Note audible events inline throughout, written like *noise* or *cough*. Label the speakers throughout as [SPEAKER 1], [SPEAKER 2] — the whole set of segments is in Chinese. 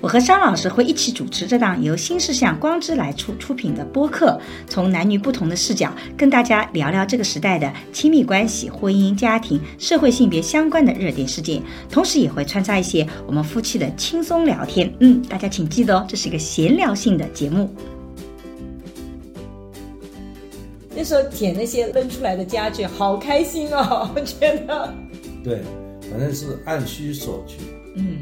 [SPEAKER 1] 我和商老师会一起主持这档由新事项光之来出出品的播客，从男女不同的视角跟大家聊聊这个时代的亲密关系、婚姻、家庭、社会性别相关的热点事件，同时也会穿插一些我们夫妻的轻松聊天。嗯，大家请记得哦，这是一个闲聊性的节目。
[SPEAKER 2] 那时候捡那些扔出来的家具，好开心哦！我觉得，
[SPEAKER 3] 对，反正是按需索取。
[SPEAKER 2] 嗯，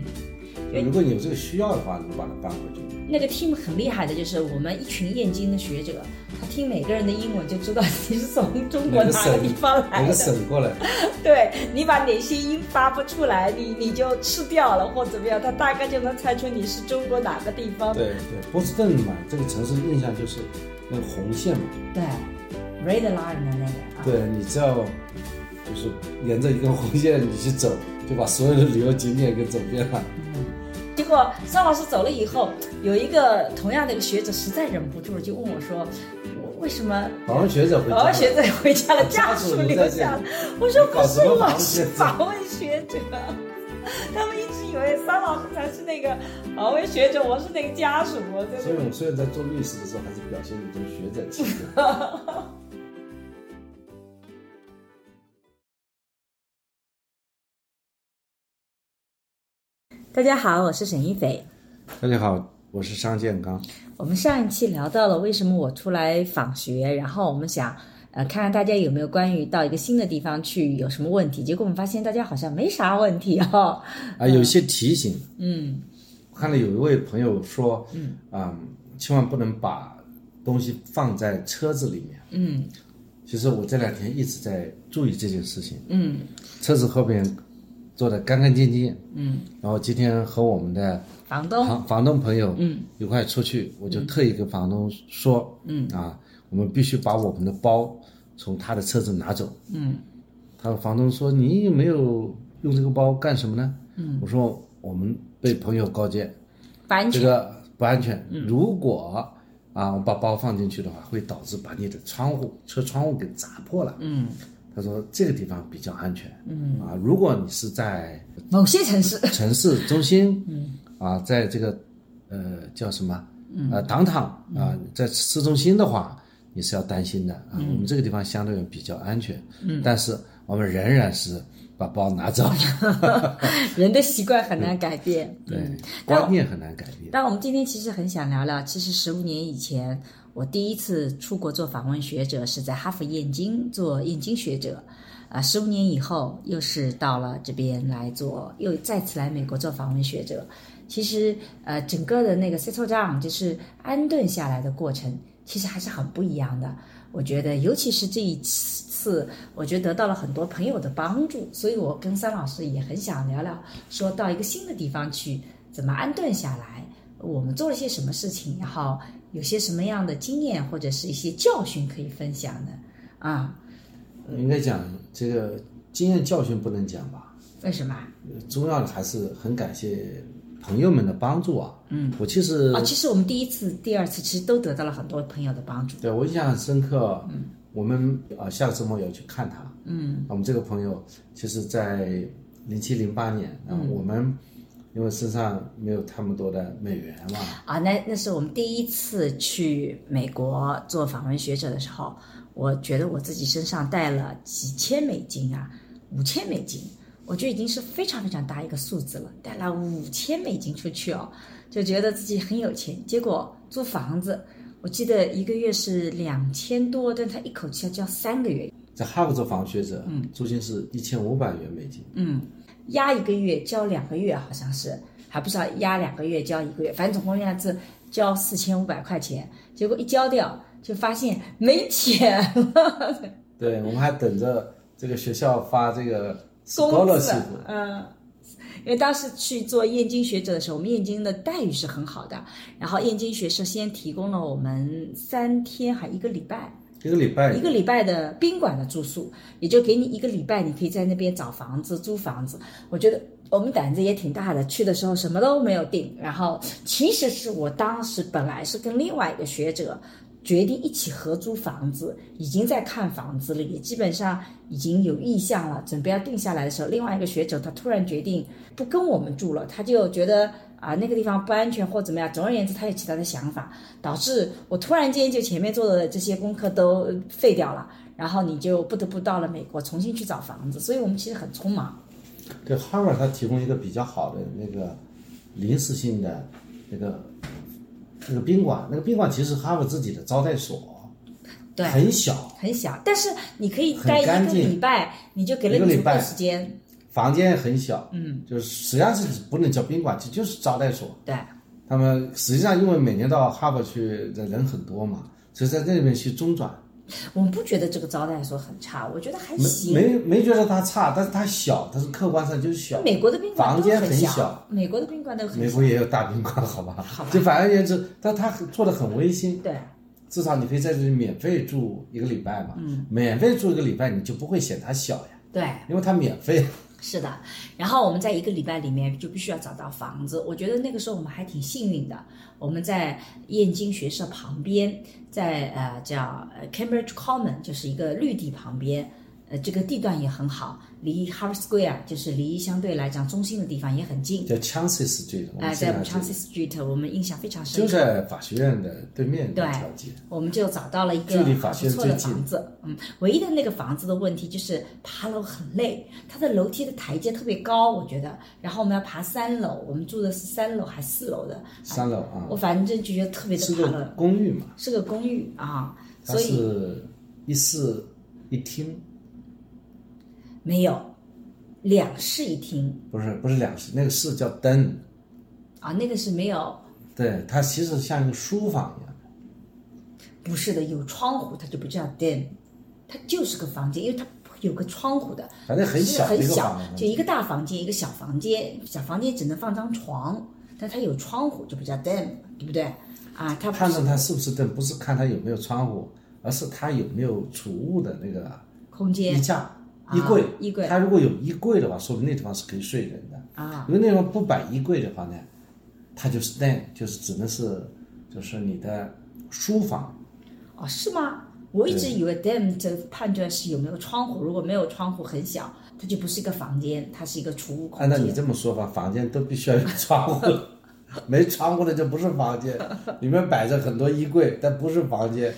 [SPEAKER 3] 如果你有这个需要的话，你就把它搬回去。
[SPEAKER 2] *laughs* 那个 team 很厉害的，就是我们一群燕京的学者，他听每个人的英文就知道你是从中国
[SPEAKER 3] 哪个
[SPEAKER 2] 哪个
[SPEAKER 3] 省
[SPEAKER 2] 地方来
[SPEAKER 3] 哪个
[SPEAKER 2] 的。
[SPEAKER 3] 省过来
[SPEAKER 2] *laughs*
[SPEAKER 3] 的？
[SPEAKER 2] 对你把哪些音发不出来，你你就吃掉了或怎么样，他大概就能猜出你是中国哪个地方。
[SPEAKER 3] 对对，波士顿嘛，这个城市印象就是那个红线嘛。
[SPEAKER 2] 对，red line 的那个啊。
[SPEAKER 3] 对，你只要就是沿着一根红线你去走，就把所有的旅游景点给走遍
[SPEAKER 2] *laughs*
[SPEAKER 3] 了。
[SPEAKER 2] 结果张老师走了以后，有一个同样的一个学者实在忍不住了，就问我说：“我为什么
[SPEAKER 3] 访问学者回家
[SPEAKER 2] 保
[SPEAKER 3] 了，
[SPEAKER 2] 温哦学者回家了，家
[SPEAKER 3] 家
[SPEAKER 2] 属
[SPEAKER 3] 属
[SPEAKER 2] 留
[SPEAKER 3] 留
[SPEAKER 2] 下
[SPEAKER 3] 下
[SPEAKER 2] 了
[SPEAKER 3] 了。
[SPEAKER 2] 我说不
[SPEAKER 3] 搞
[SPEAKER 2] 是
[SPEAKER 3] 什么
[SPEAKER 2] 我，
[SPEAKER 3] 保
[SPEAKER 2] 是
[SPEAKER 3] 险
[SPEAKER 2] 访问学者。他们一直以为桑老师才是那个访问学者，我是那个家属。我真
[SPEAKER 3] 所以
[SPEAKER 2] 的
[SPEAKER 3] 我们虽然在做律师的时候，还是表现一种学者气质。
[SPEAKER 2] 大家好，我是沈一斐。
[SPEAKER 3] 大家好，我是商建刚。啊
[SPEAKER 2] 我们上一期聊到了为什么我出来访学，然后我们想，呃，看看大家有没有关于到一个新的地方去有什么问题。结果我们发现大家好像没啥问题哦。
[SPEAKER 3] 啊，有一些提醒。
[SPEAKER 2] 嗯，
[SPEAKER 3] 我看到有一位朋友说，嗯，啊、千万不能把东西放在车子里面。嗯，其实我这两天一直在注意这件事情。嗯，车子后边做的干干净净。嗯，然后今天和我们的
[SPEAKER 2] 房东，
[SPEAKER 3] 房房东朋友，哦嗯，一块出去，我就特意跟房东说，嗯，啊，我们必须把我们的包从他的车子拿走。嗯，他房东说你有没有用这个包干什么呢？嗯，我说我们被朋友告诫。
[SPEAKER 2] 把你
[SPEAKER 3] 这个不安嗯全。如果啊，我把包放进去的话，会导致把你的窗户、车窗户给砸破了。嗯，他说这个地方比较安全。嗯啊，如果你是在
[SPEAKER 2] 某些城市， *laughs*
[SPEAKER 3] 城市中心，嗯啊，在这个呃叫什么呃党堂啊，在市中心的话，你是要担心的啊。我们这个地方相对比较安全，嗯，但是我们仍然是把包拿走，
[SPEAKER 2] 人的习惯很难改变。
[SPEAKER 3] *laughs* 对，观念很难改变。
[SPEAKER 2] 但我们今天其实很想聊聊，其实十五年以前，我第一次出国做访问学者是在哈佛燕京做燕京学者，啊，十五年以后又是到了这边来做，又再次来美国做访问学者。其实，呃，整个的那个 settle down 就是安顿下来的过程，其实还是很不一样的。我觉得，尤其是这一次，我觉得得到了很多朋友的帮助，所以我跟桑老师也很想聊聊，说到一个新的地方去，怎么安顿下来，我们做了些什么事情，然后有些什么样的经验或者是一些教训可以分享的啊？
[SPEAKER 3] 应该讲这个经验教训不能讲吧，
[SPEAKER 2] 为什么啊？
[SPEAKER 3] 呃重要的还是很感谢朋友们的帮助啊。嗯，我其实、
[SPEAKER 2] 啊，其实我们第一次、第二次其实都得到了很多朋友的帮助。
[SPEAKER 3] 对我印象很深刻。嗯，我们啊、呃下个周末也要去看他。嗯，我们这个朋友其实，在零七零八年啊、我们因为身上没有太么多的美元嘛，
[SPEAKER 2] 啊，那那是我们第一次去美国做访问学者的时候，我觉得我自己身上带了几千美金啊，五千美金，我觉得已经是非常非常大一个数字了，带了五千美金出去哦，就觉得自己很有钱。结果租房子，我记得一个月是两千多，但他一口气要交三个月，
[SPEAKER 3] 在哈佛做访问学者，嗯，租金是一千五百元美金。
[SPEAKER 2] 押一个月交两个月，好像是，还不知道押两个月交一个月，反正总共那次交四千五百块钱，结果一交掉就发现没钱了， *laughs*
[SPEAKER 3] 对，我们还等着这个学校发这个
[SPEAKER 2] 工资
[SPEAKER 3] scholarship，，
[SPEAKER 2] 嗯。因为当时去做燕京学者的时候，我们燕京的待遇是很好的。然后燕京学社先提供了我们三天还一个礼拜
[SPEAKER 3] 一个礼拜
[SPEAKER 2] 一个礼拜的宾馆的住宿，也就给你一个礼拜，你可以在那边找房子、租房子。我觉得我们胆子也挺大的，去的时候什么都没有定。然后其实是我当时本来是跟另外一个学者决定一起合租房子，已经在看房子了，也基本上已经有意向了，准备要定下来的时候，另外一个学者他突然决定不跟我们住了，他就觉得。啊，那个地方不安全或怎么样，总而言之，他有其他的想法，导致我突然间就前面做的这些功课都废掉了，然后你就不得不到了美国重新去找房子，所以我们其实很匆忙。
[SPEAKER 3] 对，哈佛它提供一个比较好的那个临时性的那个那个宾馆，那个宾馆其实哈佛自己的招待所，
[SPEAKER 2] 对，
[SPEAKER 3] 很小，
[SPEAKER 2] 很小，但是你可以待一个礼拜，你就给了
[SPEAKER 3] 一个
[SPEAKER 2] 你
[SPEAKER 3] 礼
[SPEAKER 2] 足够
[SPEAKER 3] 拜
[SPEAKER 2] 时间，
[SPEAKER 3] 房间也很小，嗯，就是实际上是不能叫宾馆，就就是招待所。
[SPEAKER 2] 对，
[SPEAKER 3] 他们实际上因为每年到哈佛去的人很多嘛，所以在那里面去中转，
[SPEAKER 2] 我们不觉得这个招待所很差，我觉得还
[SPEAKER 3] 没
[SPEAKER 2] 行。
[SPEAKER 3] 没没觉得它差，但是它小，它是客观上就是小。
[SPEAKER 2] 美国的宾馆
[SPEAKER 3] 房
[SPEAKER 2] 都
[SPEAKER 3] 间
[SPEAKER 2] 很
[SPEAKER 3] 很
[SPEAKER 2] 小，
[SPEAKER 3] 小
[SPEAKER 2] 美国的宾馆都很
[SPEAKER 3] 美
[SPEAKER 2] 小，
[SPEAKER 3] 国也有大宾馆，好吧？
[SPEAKER 2] 好吧
[SPEAKER 3] 就反而言之，但它做的很温馨，
[SPEAKER 2] 对
[SPEAKER 3] 至少你可以在这里免费住一个礼拜嘛。嗯，免费住一个礼拜，你就不会嫌它小呀，
[SPEAKER 2] 对。
[SPEAKER 3] 因为它免费。
[SPEAKER 2] 是的，然后我们在一个礼拜里面就必须要找到房子。我觉得那个时候我们还挺幸运的，我们在燕京学社旁边，在呃叫呃 Cambridge Common，就是一个绿地旁边，呃这个地段也很好，离 Harvard Square 就是离相对来讲中心的地方也很近。
[SPEAKER 3] 叫 Chances Street，我
[SPEAKER 2] 哎、
[SPEAKER 3] 们
[SPEAKER 2] 在
[SPEAKER 3] 现
[SPEAKER 2] 我们
[SPEAKER 3] 在
[SPEAKER 2] Chelsea Street，我们印象非常深
[SPEAKER 3] 就
[SPEAKER 2] 刻。
[SPEAKER 3] 在法学院的对面
[SPEAKER 2] 对
[SPEAKER 3] 那条街。
[SPEAKER 2] 我们就找到了一个
[SPEAKER 3] 距
[SPEAKER 2] 很
[SPEAKER 3] 离
[SPEAKER 2] 不
[SPEAKER 3] 法学
[SPEAKER 2] 错的
[SPEAKER 3] 最近
[SPEAKER 2] 房子，嗯，唯一的那个房子的问题就是爬楼很累，它的楼梯的台阶特别高，我觉得。然后我们要爬三楼，我们住的是三楼还是四楼的？
[SPEAKER 3] 三楼啊
[SPEAKER 2] 我，反正就觉得特别
[SPEAKER 3] 是
[SPEAKER 2] 的爬
[SPEAKER 3] 个
[SPEAKER 2] 楼，
[SPEAKER 3] 公寓嘛，
[SPEAKER 2] 是个公寓啊，
[SPEAKER 3] 它
[SPEAKER 2] 所以
[SPEAKER 3] 是一室一厅，
[SPEAKER 2] 没有两室一厅
[SPEAKER 3] 不是不是两室，那个室叫 den，
[SPEAKER 2] 啊，那个是没有，
[SPEAKER 3] 对，它其实像一个书房一样的，
[SPEAKER 2] 不是的，有窗户它就不叫 den，它就是个房间，因为它有个窗户的，
[SPEAKER 3] 反正很
[SPEAKER 2] 是
[SPEAKER 3] 小的
[SPEAKER 2] 很
[SPEAKER 3] 一个
[SPEAKER 2] 小
[SPEAKER 3] 房，
[SPEAKER 2] 就
[SPEAKER 3] 子。
[SPEAKER 2] 一个大房间，一个小房间，小房间只能放张床，但它有窗户，就不叫 den，对不对？啊，它不
[SPEAKER 3] 判
[SPEAKER 2] 是
[SPEAKER 3] 断它是不是 den，不是看它有没有窗户，而是它有没有储物的那个
[SPEAKER 2] 空
[SPEAKER 3] 衣
[SPEAKER 2] 间
[SPEAKER 3] 架、
[SPEAKER 2] 啊
[SPEAKER 3] 衣柜。
[SPEAKER 2] 衣柜
[SPEAKER 3] 它如果有衣柜的话，说明那地方是可以睡人的。
[SPEAKER 2] 啊，
[SPEAKER 3] 如果那地方不摆衣柜的话呢，它就是 den，就是只能是就是你的书房。
[SPEAKER 2] 哦，是吗？我一直
[SPEAKER 3] 对
[SPEAKER 2] 以为 den 这个判断是有没有窗户，如果没有窗户很小，它就不是一个房间，它是一个储物空
[SPEAKER 3] 按照啊你
[SPEAKER 2] 间。
[SPEAKER 3] 这么说法，房间都必须要有窗
[SPEAKER 2] *laughs*
[SPEAKER 3] 户，没窗户的就不是房间，里面摆着很多衣柜，但不是房间。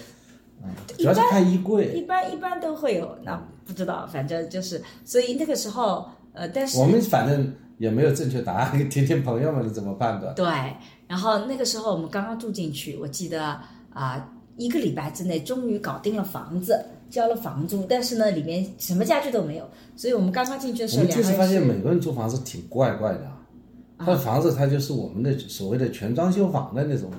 [SPEAKER 3] 嗯，主要是看衣
[SPEAKER 2] 一
[SPEAKER 3] 柜。
[SPEAKER 2] 般一般都会有，那不知道，反正就是，所以那个时候，呃，但是
[SPEAKER 3] 我们反正也没有正确答案，听听朋友们怎么判断。
[SPEAKER 2] 对，然后那个时候我们刚刚住进去，我记得啊、一个礼拜之内终于搞定了房子，交了房租，但是呢，里面什么家具都没有，所以我们刚刚进去的时
[SPEAKER 3] 我
[SPEAKER 2] 候，
[SPEAKER 3] 们
[SPEAKER 2] 两
[SPEAKER 3] 这
[SPEAKER 2] 个
[SPEAKER 3] 次
[SPEAKER 2] 人
[SPEAKER 3] 发现
[SPEAKER 2] 是
[SPEAKER 3] 美国人租房子挺怪怪的啊，他的房子它就是我们的所谓的全装修房的那种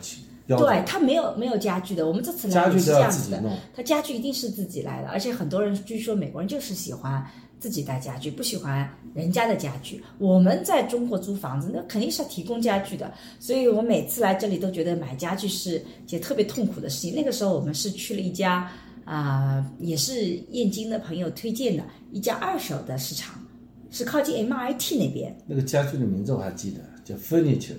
[SPEAKER 3] 标准
[SPEAKER 2] 对，他没有没有家具的，我们这次来
[SPEAKER 3] 家
[SPEAKER 2] 也
[SPEAKER 3] 具
[SPEAKER 2] 是
[SPEAKER 3] 都
[SPEAKER 2] 这
[SPEAKER 3] 要
[SPEAKER 2] 样
[SPEAKER 3] 自
[SPEAKER 2] 子
[SPEAKER 3] 己
[SPEAKER 2] 的，
[SPEAKER 3] 弄。
[SPEAKER 2] 他家具一定是自己来的，而且很多人据说美国人就是喜欢自己带家具，不喜欢人家的家具。我们在中国租房子，那肯定是要提供家具的，所以我每次来这里都觉得买家具是件特别痛苦的事情。那个时候我们是去了一家啊、也是燕京的朋友推荐的一家二手的市场，是靠近 MIT 那边。
[SPEAKER 3] 那个家具的名字我还记得，叫 furniture。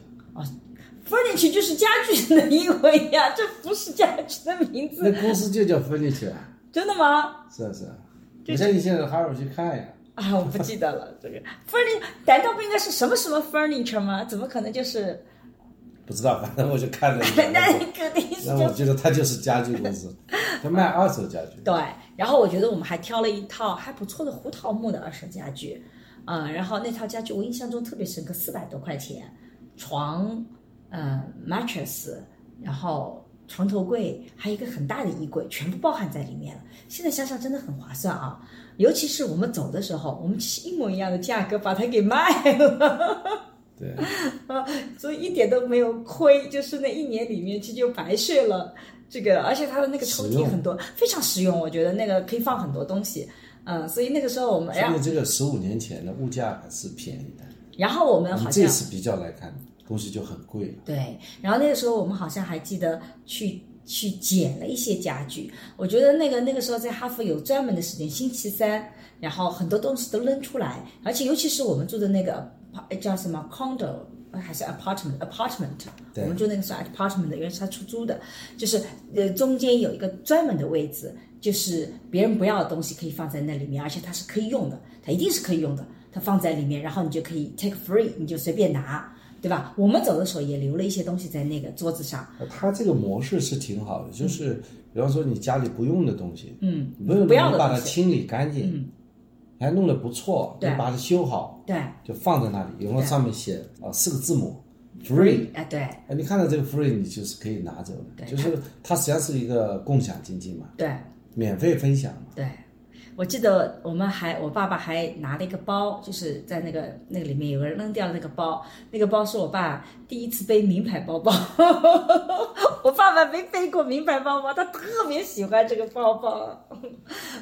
[SPEAKER 2] furniture 就是家具的 *laughs* 英文呀，这不是家具的名字，
[SPEAKER 3] 那公司就叫 furniture，啊
[SPEAKER 2] 真的吗？
[SPEAKER 3] 是啊是啊。我相信现在哈尔去看呀。
[SPEAKER 2] 啊，我不记得了。这个 furniture 难道不应该是什么什么 furniture 吗？怎么可能就是？
[SPEAKER 3] 不知道，反正我就看了一
[SPEAKER 2] *laughs*
[SPEAKER 3] 眼。
[SPEAKER 2] 那你肯定是
[SPEAKER 3] 然
[SPEAKER 2] 就
[SPEAKER 3] 后我觉得他就是家具公司，他卖二手家具。
[SPEAKER 2] 对。然后我觉得我们还挑了一套还不错的胡桃木的二手家具，啊、然后那套家具我印象中特别深刻，四百多块钱，床，呃，mattress，然后床头柜，还有一个很大的衣柜，全部包含在里面了。现在想想真的很划算啊！尤其是我们走的时候，我们其实一模一样的价格把它给卖了。
[SPEAKER 3] 对，
[SPEAKER 2] 哎啊所以一点都没有亏，就是那一年里面其实就白睡了。这个，而且它的那个抽
[SPEAKER 3] 实
[SPEAKER 2] 屉
[SPEAKER 3] 用
[SPEAKER 2] 很多，非常实用，我觉得那个可以放很多东西。嗯，所以那个时候我们，然
[SPEAKER 3] 因
[SPEAKER 2] 后
[SPEAKER 3] 为这个十五年前的物价还是便宜的，
[SPEAKER 2] 然后我们
[SPEAKER 3] 你
[SPEAKER 2] 好
[SPEAKER 3] 这
[SPEAKER 2] 像
[SPEAKER 3] 次比较来看，东西就很贵了。
[SPEAKER 2] 对，然后那个时候我们好像还记得去去捡了一些家具。我觉得那个那个时候在哈佛有专门的时间，星期三，然后很多东西都扔出来，而且尤其是我们住的那个叫什么 condo 呃还是 apartment apartment，我们住那个是 apartment 的，因为是他出租的，就是呃中间有一个专门的位置，就是别人不要的东西可以放在那里面，而且它是可以用的，它一定是可以用的，它放在里面，然后你就可以 take free，你就随便拿。对吧？我们走的时候也留了一些东西在那个桌子上。
[SPEAKER 3] 它这个模式是挺好的，就是比方说你家里不用的东西，
[SPEAKER 2] 嗯，
[SPEAKER 3] 不用
[SPEAKER 2] 不要的
[SPEAKER 3] 把它
[SPEAKER 2] 东西
[SPEAKER 3] 清理干净，
[SPEAKER 2] 嗯
[SPEAKER 3] 你还弄得不错，你
[SPEAKER 2] 对
[SPEAKER 3] 把它修好，
[SPEAKER 2] 对
[SPEAKER 3] 就放在那里，然后
[SPEAKER 2] 对
[SPEAKER 3] 上面写啊四个字母 free，
[SPEAKER 2] 哎对
[SPEAKER 3] 哎，你看到这个 free 你就是可以拿走的，
[SPEAKER 2] 对
[SPEAKER 3] 就是它实际上是一个共享经济嘛，
[SPEAKER 2] 对
[SPEAKER 3] 免费分享嘛，
[SPEAKER 2] 对，我记得我们还我爸爸还拿了一个包，就是在那个那个里面有个人扔掉了那个包，那个包是我爸第一次背名牌包 *laughs* 包，我爸爸没背过名牌包包，他特别喜欢这个包包。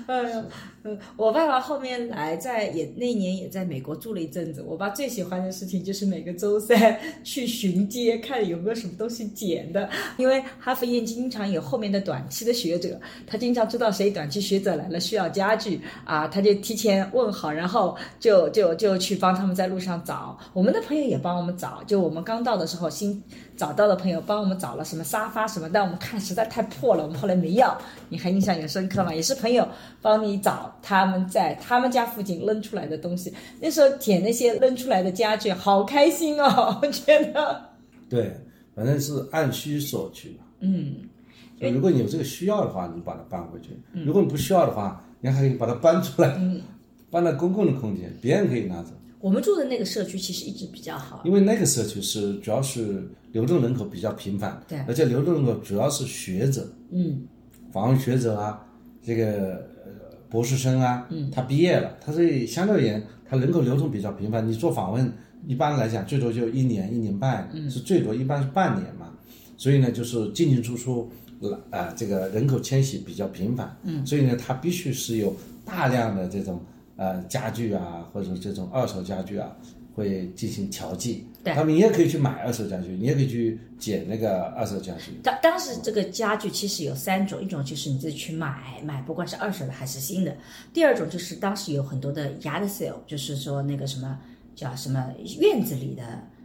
[SPEAKER 2] 哎呀，嗯我爸爸后面来在也那年也在美国住了一阵子，我爸最喜欢的事情就是每个周三去巡街看有没有什么东西捡的，因为哈佛燕京经常有后面的短期的学者，他经常知道谁短期学者来了需要家具啊，他就提前问好，然后就就就去帮他们在路上找。我们的朋友也帮我们找，就我们刚到的时候新找到的朋友帮我们找了什么沙发什么，但我们看实在太破了，我们后来没要。你还印象有深刻吗？也是朋友帮你找他们在他们家附近扔出来的东西，那时候捡那些扔出来的家具，好开心哦，我觉得，
[SPEAKER 3] 对，反正是按需索取嘛。
[SPEAKER 2] 嗯，
[SPEAKER 3] 就如果你有这个需要的话，你把它搬回去；如果你不需要的话，你还可以把它搬出来，
[SPEAKER 2] 嗯
[SPEAKER 3] 搬到公共的空间，别人可以拿走。
[SPEAKER 2] 我们住的那个社区其实一直比较好。
[SPEAKER 3] 因为那个社区是主要是流动人口比较频繁，
[SPEAKER 2] 对
[SPEAKER 3] 而且流动人口主要是学者，
[SPEAKER 2] 嗯，
[SPEAKER 3] 访问学者啊，这个呃博士生啊，嗯，他毕业了，他所以相对而言，他人口流动比较频繁。你做访问，一般来讲最多就一年、一年半，
[SPEAKER 2] 嗯
[SPEAKER 3] 是最多一般是半年嘛。所以呢，就是进进出出，啊、呃，这个人口迁徙比较频繁，嗯，所以呢，它必须是有大量的这种呃家具啊，或者这种二手家具啊，会进行调剂。
[SPEAKER 2] 对
[SPEAKER 3] 他们也可以去买二手家具，你也可以去捡那个二手家具。
[SPEAKER 2] 当当时这个家具其实有三种，一种就是你自己去买买，不管是二手的还是新的；第二种就是当时有很多的 yard sale，就是说那个什么叫什么院子里的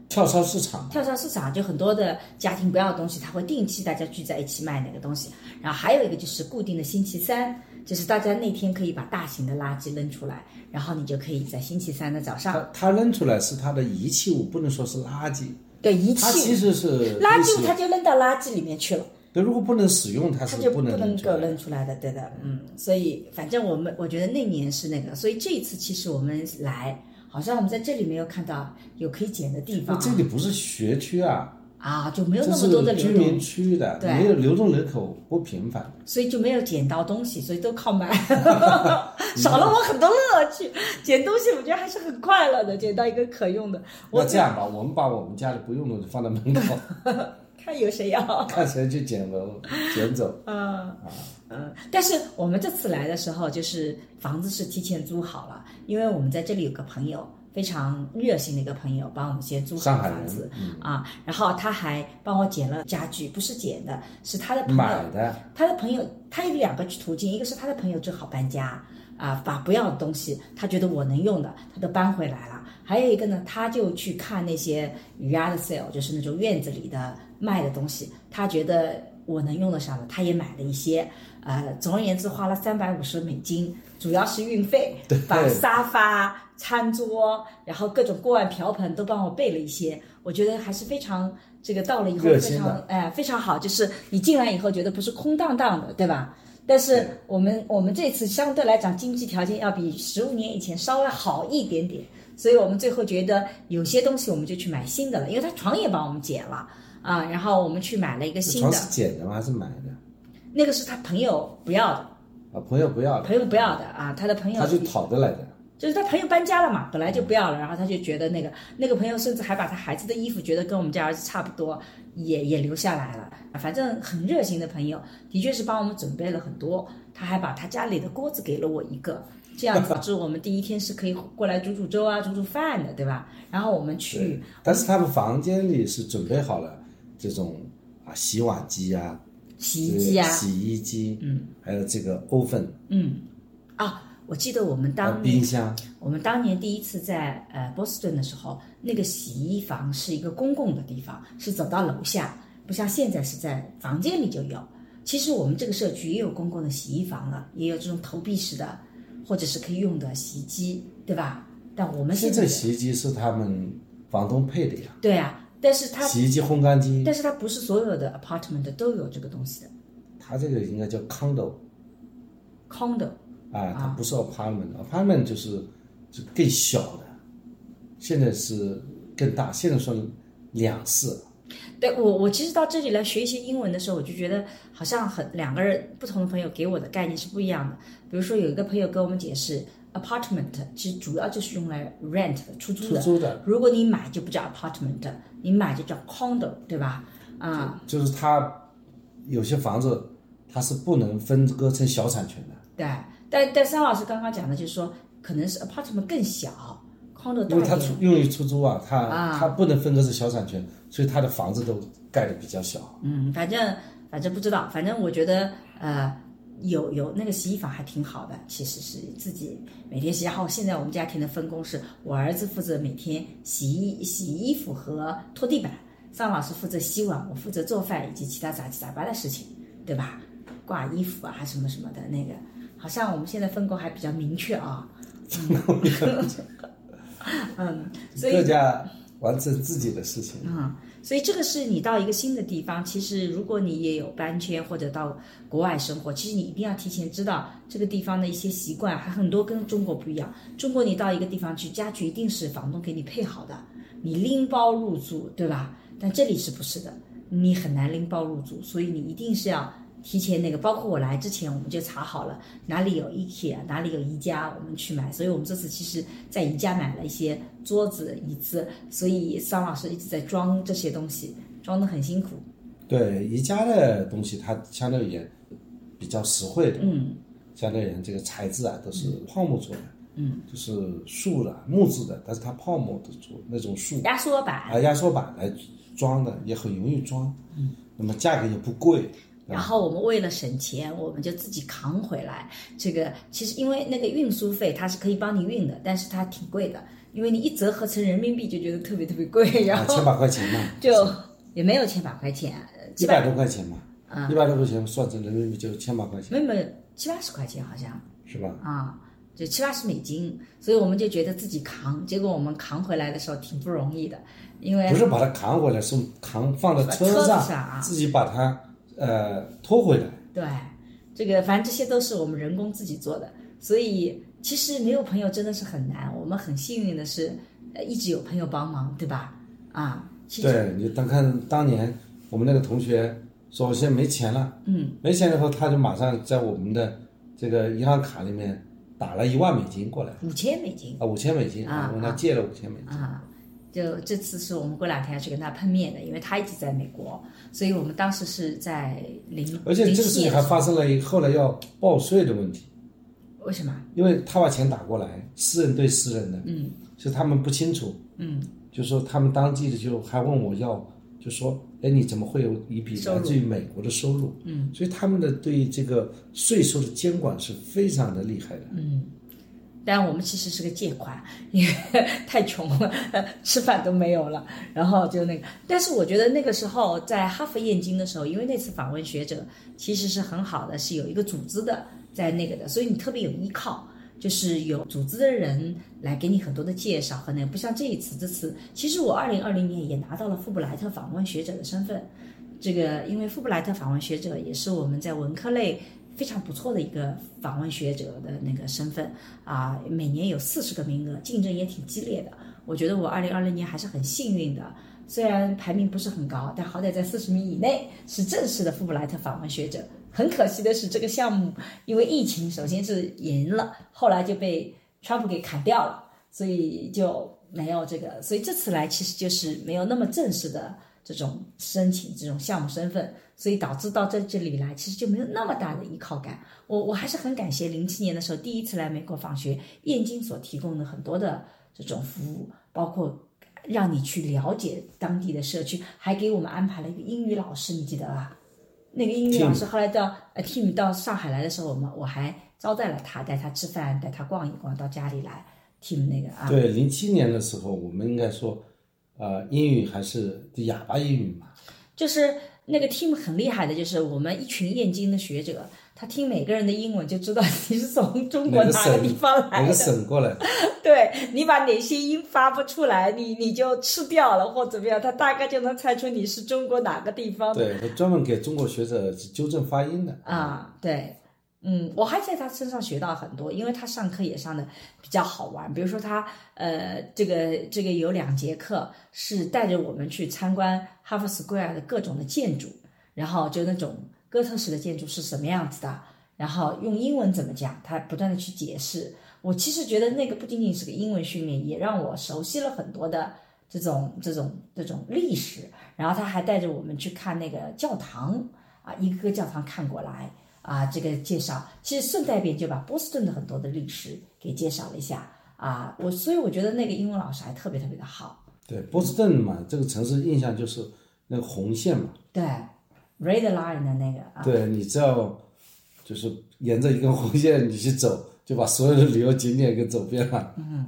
[SPEAKER 3] 跳蚤市场嘛
[SPEAKER 2] 跳蚤市场，就很多的家庭不要的东西，他会定期大家聚在一起卖那个东西。然后还有一个就是固定的星期三，就是大家那天可以把大型的垃圾扔出来，然后你就可以在星期三的早
[SPEAKER 3] 它
[SPEAKER 2] 上
[SPEAKER 3] 它扔出来是它的遗弃物，不能说是垃圾。
[SPEAKER 2] 对遗
[SPEAKER 3] 它其
[SPEAKER 2] 弃物
[SPEAKER 3] 实是
[SPEAKER 2] 垃
[SPEAKER 3] 可以
[SPEAKER 2] 圾
[SPEAKER 3] 使
[SPEAKER 2] 物，
[SPEAKER 3] 用
[SPEAKER 2] 它就扔到垃圾里面去了。
[SPEAKER 3] 对，如果不能使用，它
[SPEAKER 2] 它
[SPEAKER 3] 是
[SPEAKER 2] 就
[SPEAKER 3] 能扔
[SPEAKER 2] 能
[SPEAKER 3] 出
[SPEAKER 2] 够
[SPEAKER 3] 来
[SPEAKER 2] 扔
[SPEAKER 3] 的。
[SPEAKER 2] 出来的，对的，嗯，所以反正我们我觉得那年是那个，所以这一次其实我们来，好像我们在这里没有看到有可以捡的地
[SPEAKER 3] 那
[SPEAKER 2] 方
[SPEAKER 3] 这里不是学区啊，
[SPEAKER 2] 啊，就没有
[SPEAKER 3] 这
[SPEAKER 2] 那么多的
[SPEAKER 3] 是
[SPEAKER 2] 流
[SPEAKER 3] 居
[SPEAKER 2] 动
[SPEAKER 3] 民，区的，
[SPEAKER 2] 对
[SPEAKER 3] 没有流动人口不频繁。
[SPEAKER 2] 所以就没有捡到东西，所以都靠
[SPEAKER 3] *laughs*
[SPEAKER 2] 买，少了我很多乐趣。捡东西我觉得还是很快乐的，捡到一个可用的，我
[SPEAKER 3] 那这样吧，我们把我们家里不用的就放在门
[SPEAKER 2] *laughs*
[SPEAKER 3] 口，
[SPEAKER 2] 看有谁要。
[SPEAKER 3] 看谁去捡走，
[SPEAKER 2] *laughs*
[SPEAKER 3] 捡走。
[SPEAKER 2] 嗯，嗯，但是我们这次来的时候，就是房子是提前租好了，因为我们在这里有个朋友，非常热心的一个朋友，帮我们先租好
[SPEAKER 3] 上海
[SPEAKER 2] 房
[SPEAKER 3] 人嗯
[SPEAKER 2] 子啊，然后他还帮我捡了家具，不是捡的，是他的朋友
[SPEAKER 3] 买的，
[SPEAKER 2] 他的朋友，他有两个途径，一个是他的朋友正好搬家，啊，把不要的东西，他觉得我能用的，他都搬回来了。还有一个呢，他就去看那些 yard sale，就是那种院子里的卖的东西，他觉得我能用得上的，他也买了一些。呃，总而言之，花了三百五十美金，主要是运费，把沙发、餐桌，然后各种锅碗瓢盆都帮我备了一些。我觉得还是非常这个到了以后
[SPEAKER 3] 热
[SPEAKER 2] 非
[SPEAKER 3] 心的
[SPEAKER 2] 常哎，非常好，就是你进来以后觉得不是空荡荡的，对吧？但是我们我们这次相对来讲经济条件要比十五年以前稍微好一点点，所以我们最后觉得有些东西我们就去买新的了，因为他床也帮我们捡了啊，然后我们去买了一个
[SPEAKER 3] 这
[SPEAKER 2] 新
[SPEAKER 3] 床
[SPEAKER 2] 的
[SPEAKER 3] 是，捡的吗？还是买的？
[SPEAKER 2] 那个是他朋友不要的，
[SPEAKER 3] 啊，朋友不要的，
[SPEAKER 2] 朋友不要的啊，他的朋友
[SPEAKER 3] 他就讨得来的。
[SPEAKER 2] 就是他朋友搬家了嘛，本来就不要了，然后他就觉得那个那个朋友甚至还把他孩子的衣服觉得跟我们家儿子差不多，也也留下来了。啊反正很热心的朋友，的确是帮我们准备了很多，他还把他家里的锅子给了我一个，这样
[SPEAKER 3] *laughs*
[SPEAKER 2] 导致我们第一天是可以过来煮煮粥啊、煮煮饭的，对吧？然后我们去嗯
[SPEAKER 3] 对，但是他们房间里是准备好了这种啊洗碗机啊，
[SPEAKER 2] 洗衣机啊，
[SPEAKER 3] 洗衣机，嗯，还有这个 oven
[SPEAKER 2] 嗯，啊，我记得我们
[SPEAKER 3] 啊
[SPEAKER 2] 当
[SPEAKER 3] 冰
[SPEAKER 2] 年，
[SPEAKER 3] 箱，
[SPEAKER 2] 我们当年第一次在呃波士顿的时候，那个洗衣房是一个公共的地方，是走到楼下，不像现在是在房间里就有。其实我们这个社区也有公共的洗衣房了，也有这种投币式的，或者是可以用的洗衣机，对吧？但我们
[SPEAKER 3] 现
[SPEAKER 2] 在
[SPEAKER 3] 在洗衣机是他们房东配的呀，
[SPEAKER 2] 对啊，但是它
[SPEAKER 3] 洗衣机、烘干机，
[SPEAKER 2] 但是它不是所有的 apartment 都有这个东西的
[SPEAKER 3] 它这个应该叫 condo
[SPEAKER 2] condo
[SPEAKER 3] 啊，它不是 apartment，apartment 就是就更小的，现在是更大，现在说两室，
[SPEAKER 2] 对我，我其实到这里来学一些英文的时候，我就觉得好像很两个人不同的朋友给我的概念是不一样的。比如说有一个朋友跟我们解释，apartment 其实主要就是用来 rent 的出租
[SPEAKER 3] 出
[SPEAKER 2] 的。
[SPEAKER 3] 租的，
[SPEAKER 2] *laughs* 如果你买就不叫 apartment，你买就叫 condo，对吧？啊、
[SPEAKER 3] 就是它有些房子它是不能分割成小产权的。
[SPEAKER 2] 对。但但桑老师刚刚讲的就是说，可能是 apartment 更小，condo 大
[SPEAKER 3] 因为它
[SPEAKER 2] 一
[SPEAKER 3] 出
[SPEAKER 2] 点。
[SPEAKER 3] 用于出租啊，它、
[SPEAKER 2] 啊
[SPEAKER 3] 它不能分割是小产权，所以它的房子都盖的比较小。
[SPEAKER 2] 嗯，反正反正不知道，反正我觉得呃，有有那个洗衣房还挺好的，其实是自己每天洗。然后现在我们家庭的分工是我儿子负责每天洗衣洗衣服和拖地板，尚老师负责洗碗，我负责做饭以及其他杂七杂八的事情，对吧？挂衣服啊什么什么的那个，好像我们现在分工还比较明确啊。嗯，所以
[SPEAKER 3] 各家完成自己的事情，
[SPEAKER 2] 嗯，所以这个是你到一个新的地方，其实如果你也有搬迁或者到国外生活，其实你一定要提前知道这个地方的一些习惯，还很多跟中国不一样。中国你到一个地方去，家具一定是房东给你配好的，你拎包入住，对吧？但这里是不是的？你很难拎包入住，所以你一定是要提前那个。包括我来之前，我们就查好了哪里有 IKEA，哪里有宜家，我们去买。所以我们这次其实在宜家买了一些桌子、椅子，所以桑老师一直在装这些东西，装得很辛苦。
[SPEAKER 3] 对宜家的东西，它相对而言比较实惠的，
[SPEAKER 2] 嗯
[SPEAKER 3] 相对而言这个材质啊都是泡沫做的，
[SPEAKER 2] 嗯，
[SPEAKER 3] 就是树的木质的，但是它泡沫的做那种树
[SPEAKER 2] 压缩
[SPEAKER 3] 啊
[SPEAKER 2] 版。
[SPEAKER 3] 压缩板来装的，也很容易装，嗯，那么价格也不贵，
[SPEAKER 2] 然后我们为了省钱，我们就自己扛回来。这个其实因为那个运输费它是可以帮你运的，但是它挺贵的，因为你一折合成人民币就觉得特别特别贵，然
[SPEAKER 3] 啊
[SPEAKER 2] 后
[SPEAKER 3] 千把块钱嘛，
[SPEAKER 2] 就也没有千把块钱，呃
[SPEAKER 3] 一
[SPEAKER 2] 几
[SPEAKER 3] 百
[SPEAKER 2] 百
[SPEAKER 3] 多块钱嘛，
[SPEAKER 2] 啊
[SPEAKER 3] 一百多块钱算成人民币就千把块钱，
[SPEAKER 2] 没有没有七八十块钱好像
[SPEAKER 3] 是吧？
[SPEAKER 2] 啊、就七八十美金，所以我们就觉得自己扛，结果我们扛回来的时候挺不容易的，因为
[SPEAKER 3] 不是把它扛回来，是扛放到车
[SPEAKER 2] 啊车子
[SPEAKER 3] 上，
[SPEAKER 2] 上啊
[SPEAKER 3] 自己把它呃拖回来。
[SPEAKER 2] 对，这个反正这些都是我们人工自己做的，所以其实没有朋友真的是很难。我们很幸运的是，呃，一直有朋友帮忙，对吧？啊，其实
[SPEAKER 3] 对，你就当看当年我们那个同学说，我现在没钱了，
[SPEAKER 2] 嗯，
[SPEAKER 3] 没钱以后他就马上在我们的这个银行卡里面打了一万美金过来，
[SPEAKER 2] 五千美金
[SPEAKER 3] 啊，五千美金，
[SPEAKER 2] 啊
[SPEAKER 3] 我跟他借了五千美金。
[SPEAKER 2] 啊。就这次是我们过两天要去跟他碰面的，因为他一直在美国，所以我们当时是在零，
[SPEAKER 3] 而且这个事
[SPEAKER 2] 07
[SPEAKER 3] 情
[SPEAKER 2] 年
[SPEAKER 3] 还
[SPEAKER 2] 的时候
[SPEAKER 3] 发生了一后来要报税的问题，
[SPEAKER 2] 为什么？
[SPEAKER 3] 因为他把钱打过来，私人对私人的，嗯，所以他们不清楚，
[SPEAKER 2] 嗯，
[SPEAKER 3] 就说他们当地的就还问我要，就说，哎，你怎么会有一笔
[SPEAKER 2] 收入
[SPEAKER 3] 来自于美国的收入？嗯，所以他们的对这个税收的监管是非常的厉害的。
[SPEAKER 2] 但我们其实是个借款， *laughs* 因为太穷了， *laughs* 吃饭都没有了。然后就那个，但是我觉得那个时候在哈佛燕京的时候，因为那次访问学者其实是很好的，是有一个组织的在那个的，所以你特别有依靠，就是有组织的人来给你很多的介绍和那个，不像这一次，这次其实我二零二零年也拿到了富布莱特访问学者的身份。这个因为富布莱特访问学者也是我们在文科类非常不错的一个访问学者的那个身份啊，每年有四十个名额，竞争也挺激烈的。我觉得我二零二零年还是很幸运的，虽然排名不是很高，但好歹在四十名以内是正式的富布莱特访问学者。很可惜的是，这个项目因为疫情，首先是赢了，后来就被川普给砍掉了，所以就没有这个。所以这次来其实就是没有那么正式的这种申请这种项目身份，所以导致到这这里来其实就没有那么大的依靠感。我我还是很感谢零七年的时候第一次来美国访学，燕京所提供的很多的这种服务，包括让你去了解当地的社区，还给我们安排了一个英语老师，你记得吧？那个英语老师后来到呃 Tim 到上海来的时候，我们我还招待了他，带他吃饭，带他逛一逛，到家里来 Tim 那个啊，
[SPEAKER 3] 对，零七年的时候，我们应该说，呃，英语还是哑巴英语嘛，
[SPEAKER 2] 就是那个 Tim 很厉害的，就是我们一群燕京的学者，他听每个人的英文就知道 *laughs* 你是从中国
[SPEAKER 3] 哪个
[SPEAKER 2] 哪个
[SPEAKER 3] 省
[SPEAKER 2] 地方 *laughs* 来
[SPEAKER 3] 哪
[SPEAKER 2] 的
[SPEAKER 3] 个，省过来的？
[SPEAKER 2] 对你把哪些音发不出来，你你就吃掉了或怎么样，他大概就能猜出你是中国哪个地方的
[SPEAKER 3] 对，我专门给中国学者去纠正发音的。
[SPEAKER 2] 啊，对，嗯，我还在他身上学到很多，因为他上课也上的比较好玩。比如说他呃，这个这个有两节课是带着我们去参观哈佛 Square 的各种的建筑，然后就那种哥特式的建筑是什么样子的，然后用英文怎么讲，他不断的去解释。我其实觉得那个不仅仅是个英文训练，也让我熟悉了很多的这种这种这种历史。然后他还带着我们去看那个教堂，啊，一个个教堂看过来啊，这个介绍，其实顺带便就把波士顿的很多的历史给介绍了一下啊。我所以我觉得那个英文老师还特别特别的好，
[SPEAKER 3] 对，波士顿嘛，这个城市印象就是那个红线嘛。
[SPEAKER 2] 对，Red Line 的那个啊，
[SPEAKER 3] 对，你只要就是沿着一根红线你去走，就把所有的旅游景点给走遍了。
[SPEAKER 2] 嗯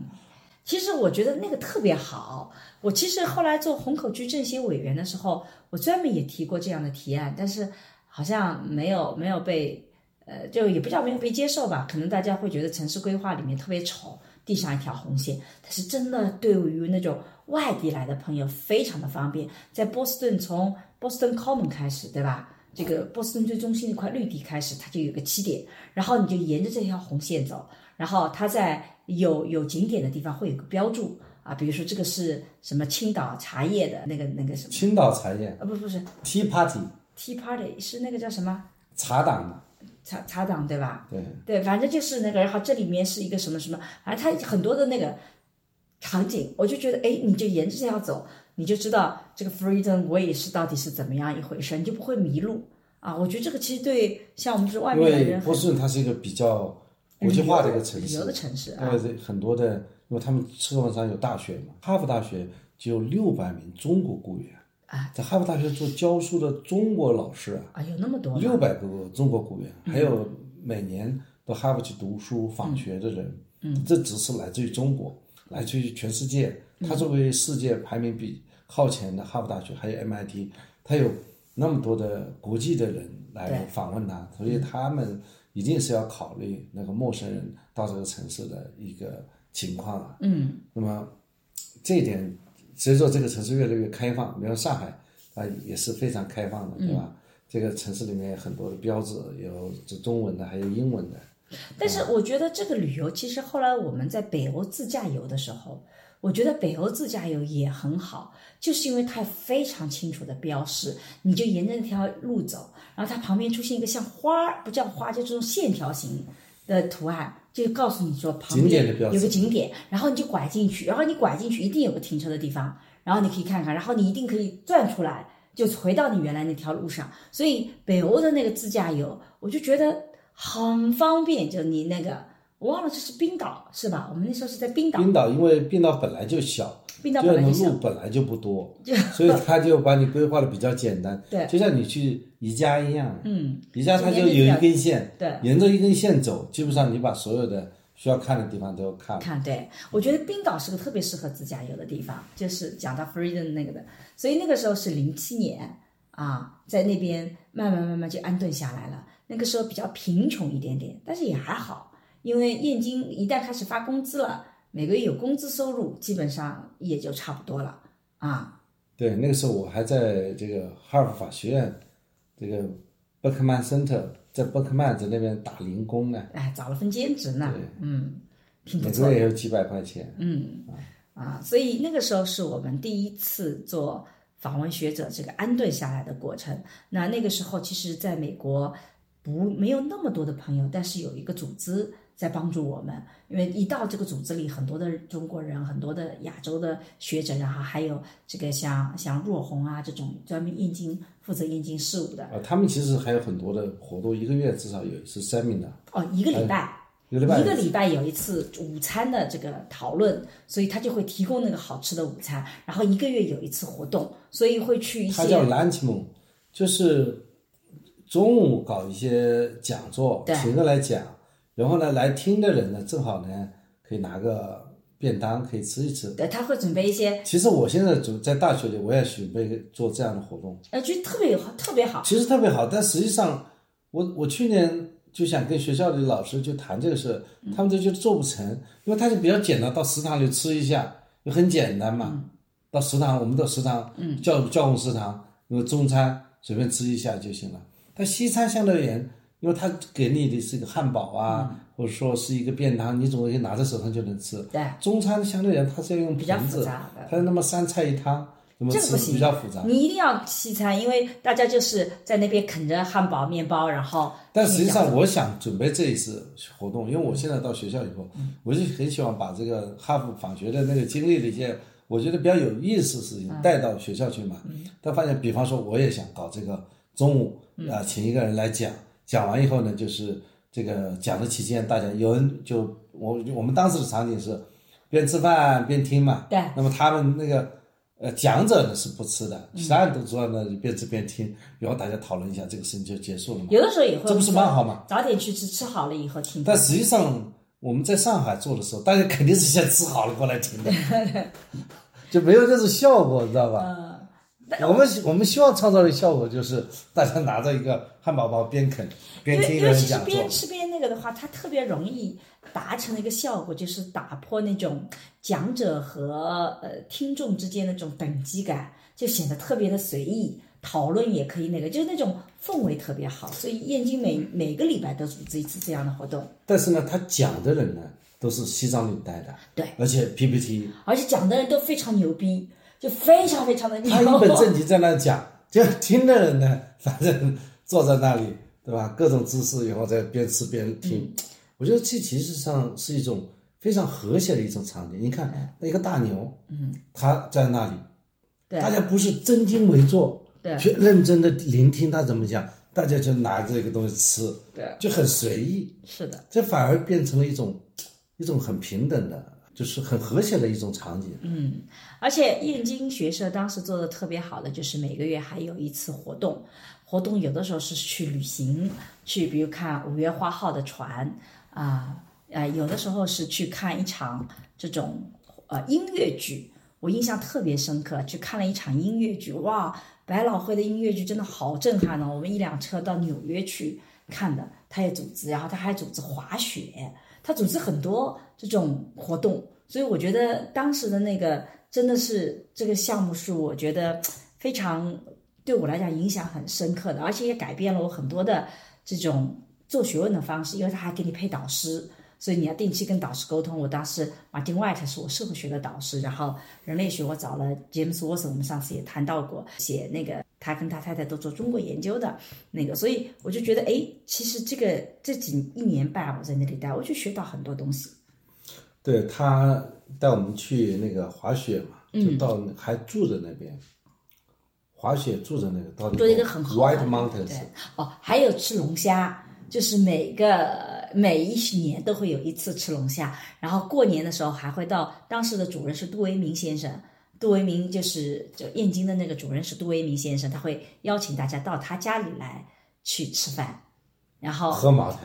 [SPEAKER 2] 其实我觉得那个特别好。我其实后来做虹口区政协委员的时候，我专门也提过这样的提案，但是好像没有没有被呃，就也不叫没有被接受吧。可能大家会觉得城市规划里面特别丑，地上一条红线，但是真的对于那种外地来的朋友非常的方便。在波士顿，从波士顿 Common 开始，对吧？这个波士顿最中心那块绿地开始，它就有个起点，然后你就沿着这条红线走，然后它在有有景点的地方会有个标注啊，比如说这个是什么青岛茶叶的那个那个什么
[SPEAKER 3] 青岛茶叶
[SPEAKER 2] 啊，不不是
[SPEAKER 3] Tea Party
[SPEAKER 2] Tea Party 是那个叫什么
[SPEAKER 3] 茶党嘛，
[SPEAKER 2] 嗯茶茶党对吧？
[SPEAKER 3] 对，
[SPEAKER 2] 对，反正就是那个，然后这里面是一个什么什么，反正它很多的那个场景，我就觉得，哎，你就沿着这条走，你就知道这个 Freedom Way 是到底是怎么样一回事，你就不会迷路啊。我觉得这个其实对像我们这外
[SPEAKER 3] 因
[SPEAKER 2] 面的
[SPEAKER 3] 为
[SPEAKER 2] 人
[SPEAKER 3] 波士顿它是一个比较国际化的一个城
[SPEAKER 2] 旅
[SPEAKER 3] 市
[SPEAKER 2] 游，的城市啊，
[SPEAKER 3] 呃，很多的，因为他们赤峰山有大学嘛，哈佛大学只有六百名中国雇员
[SPEAKER 2] 啊，
[SPEAKER 3] 在哈佛大学做教书的中国老师啊，
[SPEAKER 2] 啊，有那么多吗
[SPEAKER 3] 六百个中国雇员，还有
[SPEAKER 2] 嗯
[SPEAKER 3] 每年到哈佛去读书访学的人，嗯，这只是来自于中国，来自于全世界。
[SPEAKER 2] 嗯
[SPEAKER 3] 他作为世界排名比靠前的哈佛大学，还有 MIT，他有那么多的国际的人来
[SPEAKER 2] 对
[SPEAKER 3] 访问他，所以他们一定是要考虑那个陌生人到这个城市的一个情况啊。
[SPEAKER 2] 嗯，
[SPEAKER 3] 那么这一点，随着这个城市越来越开放，比如上海啊、也是非常开放的，对吧？这个城市里面有很多的标志，有这中文的，还有英文的。
[SPEAKER 2] 但是
[SPEAKER 3] 嗯
[SPEAKER 2] 我觉得这个旅游，其实后来我们在北欧自驾游的时候，我觉得北欧自驾游也很好，就是因为它有非常清楚的标识，你就沿着那条路走，然后它旁边出现一个像花儿，不叫花，就这种线条形的图案，就告诉你说旁
[SPEAKER 3] 景点
[SPEAKER 2] 边
[SPEAKER 3] 的标
[SPEAKER 2] 有个
[SPEAKER 3] 志
[SPEAKER 2] 景点，然后你就拐进去，然后你拐进去一定有个停车的地方，然后你可以看看，然后你一定可以转出来，就回到你原来那条路上。所以北欧的那个自驾游，我就觉得很方便。就你那个，我忘了这是冰岛是吧？我们那时候是在冰岛，
[SPEAKER 3] 冰岛因为冰岛本来就小，
[SPEAKER 2] 冰
[SPEAKER 3] 这
[SPEAKER 2] 岛本
[SPEAKER 3] 样的
[SPEAKER 2] 来就小
[SPEAKER 3] 路本来就不多，所以他就把你规划的比较简单。
[SPEAKER 2] *laughs* 对
[SPEAKER 3] 就像你去宜家一样，
[SPEAKER 2] 嗯，
[SPEAKER 3] 宜家它就有一根线，
[SPEAKER 2] 对
[SPEAKER 3] 沿着一根线走，基本上你把所有的需要看的地方都看了。
[SPEAKER 2] 看，对我觉得冰岛是个特别适合自驾游的地方，就是讲到 freedom 那个的，所以那个时候是零七年啊，在那边慢慢慢慢就安顿下来了。那个时候比较贫穷一点点，但是也还好，因为燕京一旦开始发工资了，每个月有工资收入，基本上也就差不多了啊。
[SPEAKER 3] 对，那个时候我还在这个哈尔法学院，这个伯克曼 Center 在伯克曼在那边打零工呢，
[SPEAKER 2] 哎，找了份兼职呢
[SPEAKER 3] 对，
[SPEAKER 2] 嗯，挺不
[SPEAKER 3] 每
[SPEAKER 2] 错
[SPEAKER 3] 个
[SPEAKER 2] 的
[SPEAKER 3] 月也有几百块钱。
[SPEAKER 2] 嗯啊，所以那个时候是我们第一次做访问学者这个安顿下来的过程。那那个时候，其实在美国不没有那么多的朋友，但是有一个组织在帮助我们，因为一到这个组织里，很多的中国人，很多的亚洲的学者，然后还有这个像像若红啊这种专门燕京负责燕京事务的，
[SPEAKER 3] 啊，他们其实还有很多的活动，一个月至少有一次 seminar，
[SPEAKER 2] 哦，一个礼拜。
[SPEAKER 3] 一个礼拜
[SPEAKER 2] 一个礼拜有一次午餐的这个讨论，所以他就会提供那个好吃的午餐，然后一个月有一次活动，所以会去一
[SPEAKER 3] 它叫
[SPEAKER 2] 些
[SPEAKER 3] lunch moon，就是中午搞一些讲座，
[SPEAKER 2] 对
[SPEAKER 3] 停着来讲，然后呢，来听的人呢，正好呢可以拿个便当可以吃一吃。
[SPEAKER 2] 对，他会准备一些，
[SPEAKER 3] 其实我现在准在大学里，我也准备做这样的活动，
[SPEAKER 2] 呃，觉得特别好，特别好。
[SPEAKER 3] 其实特别好。但实际上，我我去年就想跟学校里老师就谈这个事，
[SPEAKER 2] 嗯
[SPEAKER 3] 他们这就做不成，因为他就比较简单，到食堂里吃一下，就很简单嘛。
[SPEAKER 2] 嗯
[SPEAKER 3] 到食堂，我们到食堂，嗯，教教务食堂，因为中餐随便吃一下就行了。但西餐相对而言，因为他给你的是一个汉堡啊，
[SPEAKER 2] 嗯
[SPEAKER 3] 或者说是一个便当，你总可以拿在手上就能吃。
[SPEAKER 2] 对，
[SPEAKER 3] 中餐相对而言，它是要用
[SPEAKER 2] 比较
[SPEAKER 3] 盆
[SPEAKER 2] 复
[SPEAKER 3] 子
[SPEAKER 2] 杂，的
[SPEAKER 3] 它那么三菜一汤，那么
[SPEAKER 2] 这个
[SPEAKER 3] 吃
[SPEAKER 2] 不行
[SPEAKER 3] 比较复杂。
[SPEAKER 2] 你一定要西餐，因为大家就是在那边啃着汉堡、面包，然后
[SPEAKER 3] 但实际上，我想准备这一次活动，因为我现在到学校以后，我就很喜欢把这个哈佛访学的那个经历的一些，我觉得比较有意思的事情带到学校去嘛。但发现，比方说，我也想搞这个中午啊、请一个人来讲，讲完以后呢，就是这个讲的期间，大家有人就我我们当时的场景是边吃饭边听嘛。
[SPEAKER 2] 对
[SPEAKER 3] 那么他们那个呃讲者呢是不吃的，其他人都坐在那里边吃边听，然后大家讨论一下这个事情就结束了嘛。
[SPEAKER 2] 有的时候也会
[SPEAKER 3] 这不是蛮好吗？
[SPEAKER 2] 早点去吃，吃好了以后听。
[SPEAKER 3] 但实际上，我们在上海做的时候，大家肯定是先吃好了过来听
[SPEAKER 2] *laughs*
[SPEAKER 3] 的，就没有这种效果，知道吧？
[SPEAKER 2] 呃，
[SPEAKER 3] 我们我们希望创造的效果就是大家拿着一个汉堡包边啃
[SPEAKER 2] 因
[SPEAKER 3] 边听
[SPEAKER 2] 为
[SPEAKER 3] 一
[SPEAKER 2] 因
[SPEAKER 3] 个
[SPEAKER 2] 为
[SPEAKER 3] 人
[SPEAKER 2] 其实
[SPEAKER 3] 讲座，
[SPEAKER 2] 边吃边那个的话，它特别容易达成一个效果，就是打破那种讲者和呃听众之间那种等级感，就显得特别的随意。讨论也可以，那个就是那种氛围特别好，所以燕京每
[SPEAKER 3] 嗯
[SPEAKER 2] 每个礼拜都组织一次这样的活动，
[SPEAKER 3] 但是呢，他讲的人呢都是西装领带的，
[SPEAKER 2] 对，
[SPEAKER 3] 而且 PPT，
[SPEAKER 2] 而且讲的人都非常牛逼，就非常非常的牛。
[SPEAKER 3] 他一本正经在那讲，就听的人呢，反正坐在那里，对吧？各种姿势，然后在边吃边听。
[SPEAKER 2] 嗯
[SPEAKER 3] 我觉得这其实上是一种非常和谐的一种场景。你
[SPEAKER 2] 哎
[SPEAKER 3] 看那一个大牛，嗯，他在那里，
[SPEAKER 2] *laughs* 对
[SPEAKER 3] 大家不是真经围坐，
[SPEAKER 2] 对
[SPEAKER 3] 去认真的聆听他怎么讲，大家就拿这个东西吃，
[SPEAKER 2] 对，
[SPEAKER 3] 就很随意，
[SPEAKER 2] 是的，
[SPEAKER 3] 这反而变成了一种一种很平等的，就是很和谐的一种场景。
[SPEAKER 2] 嗯，而且燕京学社当时做的特别好的，就是每个月还有一次活动，活动有的时候是去旅行，去比如看五月花号的船啊，呃，有的时候是去看一场这种呃音乐剧，我印象特别深刻，去看了一场音乐剧，哇，百老汇的音乐剧真的好震撼哦！我们一辆车到纽约去看的，他也组织，然后他还组织滑雪，他组织很多这种活动，所以我觉得当时的那个真的是这个项目是我觉得非常对我来讲影响很深刻的，而且也改变了我很多的这种做学问的方式，因为他还给你配导师。所以你要定期跟导师沟通。我当时马丁 White 是我社会学的导师，然后人类学我找了 James Watson，我们上次也谈到过，写那个他跟他太太都做中国研究的那个，所以我就觉得，哎，其实这个这几一年半我在那里待，我就学到很多东西。
[SPEAKER 3] 对他带我们去那个滑雪嘛，
[SPEAKER 2] 嗯
[SPEAKER 3] 就到那还住着那边，滑雪住着那个到
[SPEAKER 2] 做一个很好的
[SPEAKER 3] White Mountains，
[SPEAKER 2] 对哦，还有吃龙虾，就是每个每一年都会有一次吃龙虾，然后过年的时候还会到当时的主任是杜维明先生。杜维明就是就燕京的那个主任是杜维明先生，他会邀请大家到他家里来去吃饭，然后
[SPEAKER 3] 喝茅台，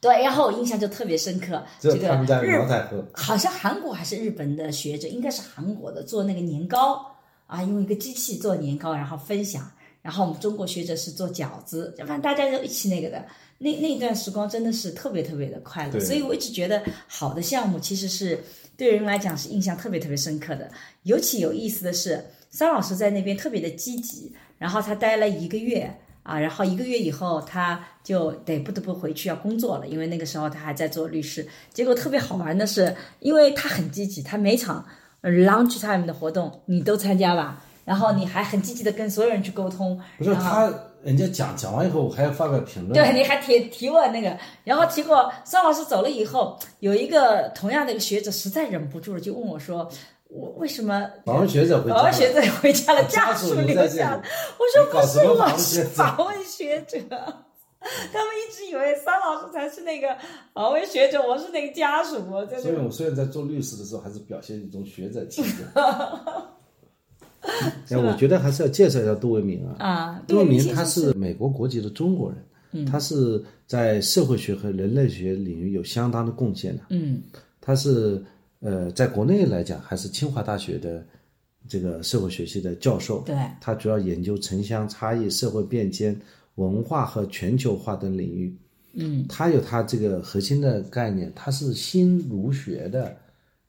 [SPEAKER 2] 对，然后我印象就特别深刻，
[SPEAKER 3] 只
[SPEAKER 2] 这
[SPEAKER 3] 有他们家
[SPEAKER 2] 个
[SPEAKER 3] 有
[SPEAKER 2] 日
[SPEAKER 3] 茅台喝。
[SPEAKER 2] 好像韩国还是日本的学者，应该是韩国的，做那个年糕啊，用一个机器做年糕，然后分享。然后我们中国学者是做饺子，反正大家就一起那个的。那那一段时光真的是特别特别的快乐，
[SPEAKER 3] 对
[SPEAKER 2] 所以我一直觉得好的项目其实是对人来讲是印象特别特别深刻的。尤其有意思的是，桑老师在那边特别的积极，然后他待了一个月啊，然后一个月以后他就得不得不回去要工作了，因为那个时候他还在做律师。结果特别好玩的是，因为他很积极，他每场呃 lunch time 的活动你都参加吧，然后你还很积极的跟所有人去沟通，
[SPEAKER 3] 不是
[SPEAKER 2] 然后
[SPEAKER 3] 他，人家讲讲完以后，我还要发表评论。
[SPEAKER 2] 对，你还提提问那个，然后结果孙老师走了以后，有一个同样的一个学者实在忍不住了，就问我说：“我为什么
[SPEAKER 3] 访问学者回家了
[SPEAKER 2] 访问学者回家了，
[SPEAKER 3] 啊家属
[SPEAKER 2] 属
[SPEAKER 3] 留
[SPEAKER 2] 留
[SPEAKER 3] 在这
[SPEAKER 2] 下了
[SPEAKER 3] 里？”
[SPEAKER 2] 我说：“
[SPEAKER 3] 你
[SPEAKER 2] 不
[SPEAKER 3] 搞
[SPEAKER 2] 是
[SPEAKER 3] 什么访
[SPEAKER 2] 我，
[SPEAKER 3] 问
[SPEAKER 2] 是
[SPEAKER 3] 学
[SPEAKER 2] 访
[SPEAKER 3] 者
[SPEAKER 2] 问学者。”他们一直以为桑老师才是那个访问学者，我是那个家属，我在那
[SPEAKER 3] 所以
[SPEAKER 2] 个 *laughs*
[SPEAKER 3] 我虽然在做律师的时候，还是表现一种学者气质。哎，我觉得还是要介绍一下杜维
[SPEAKER 2] *laughs*
[SPEAKER 3] 明啊。
[SPEAKER 1] 啊，
[SPEAKER 3] 杜
[SPEAKER 1] 对
[SPEAKER 3] 维明
[SPEAKER 1] 其实
[SPEAKER 3] 他是美国国籍的中国人，他是在社会学和人类学领域有相当的贡献的、
[SPEAKER 2] 嗯
[SPEAKER 3] 他是呃，在国内来讲还是清华大学的这个社会学系的教授。
[SPEAKER 2] 对
[SPEAKER 3] 他主要研究城乡差异、社会变迁、文化和全球化等领域。
[SPEAKER 2] 嗯，
[SPEAKER 3] 他有他这个核心的概念，他是新儒学的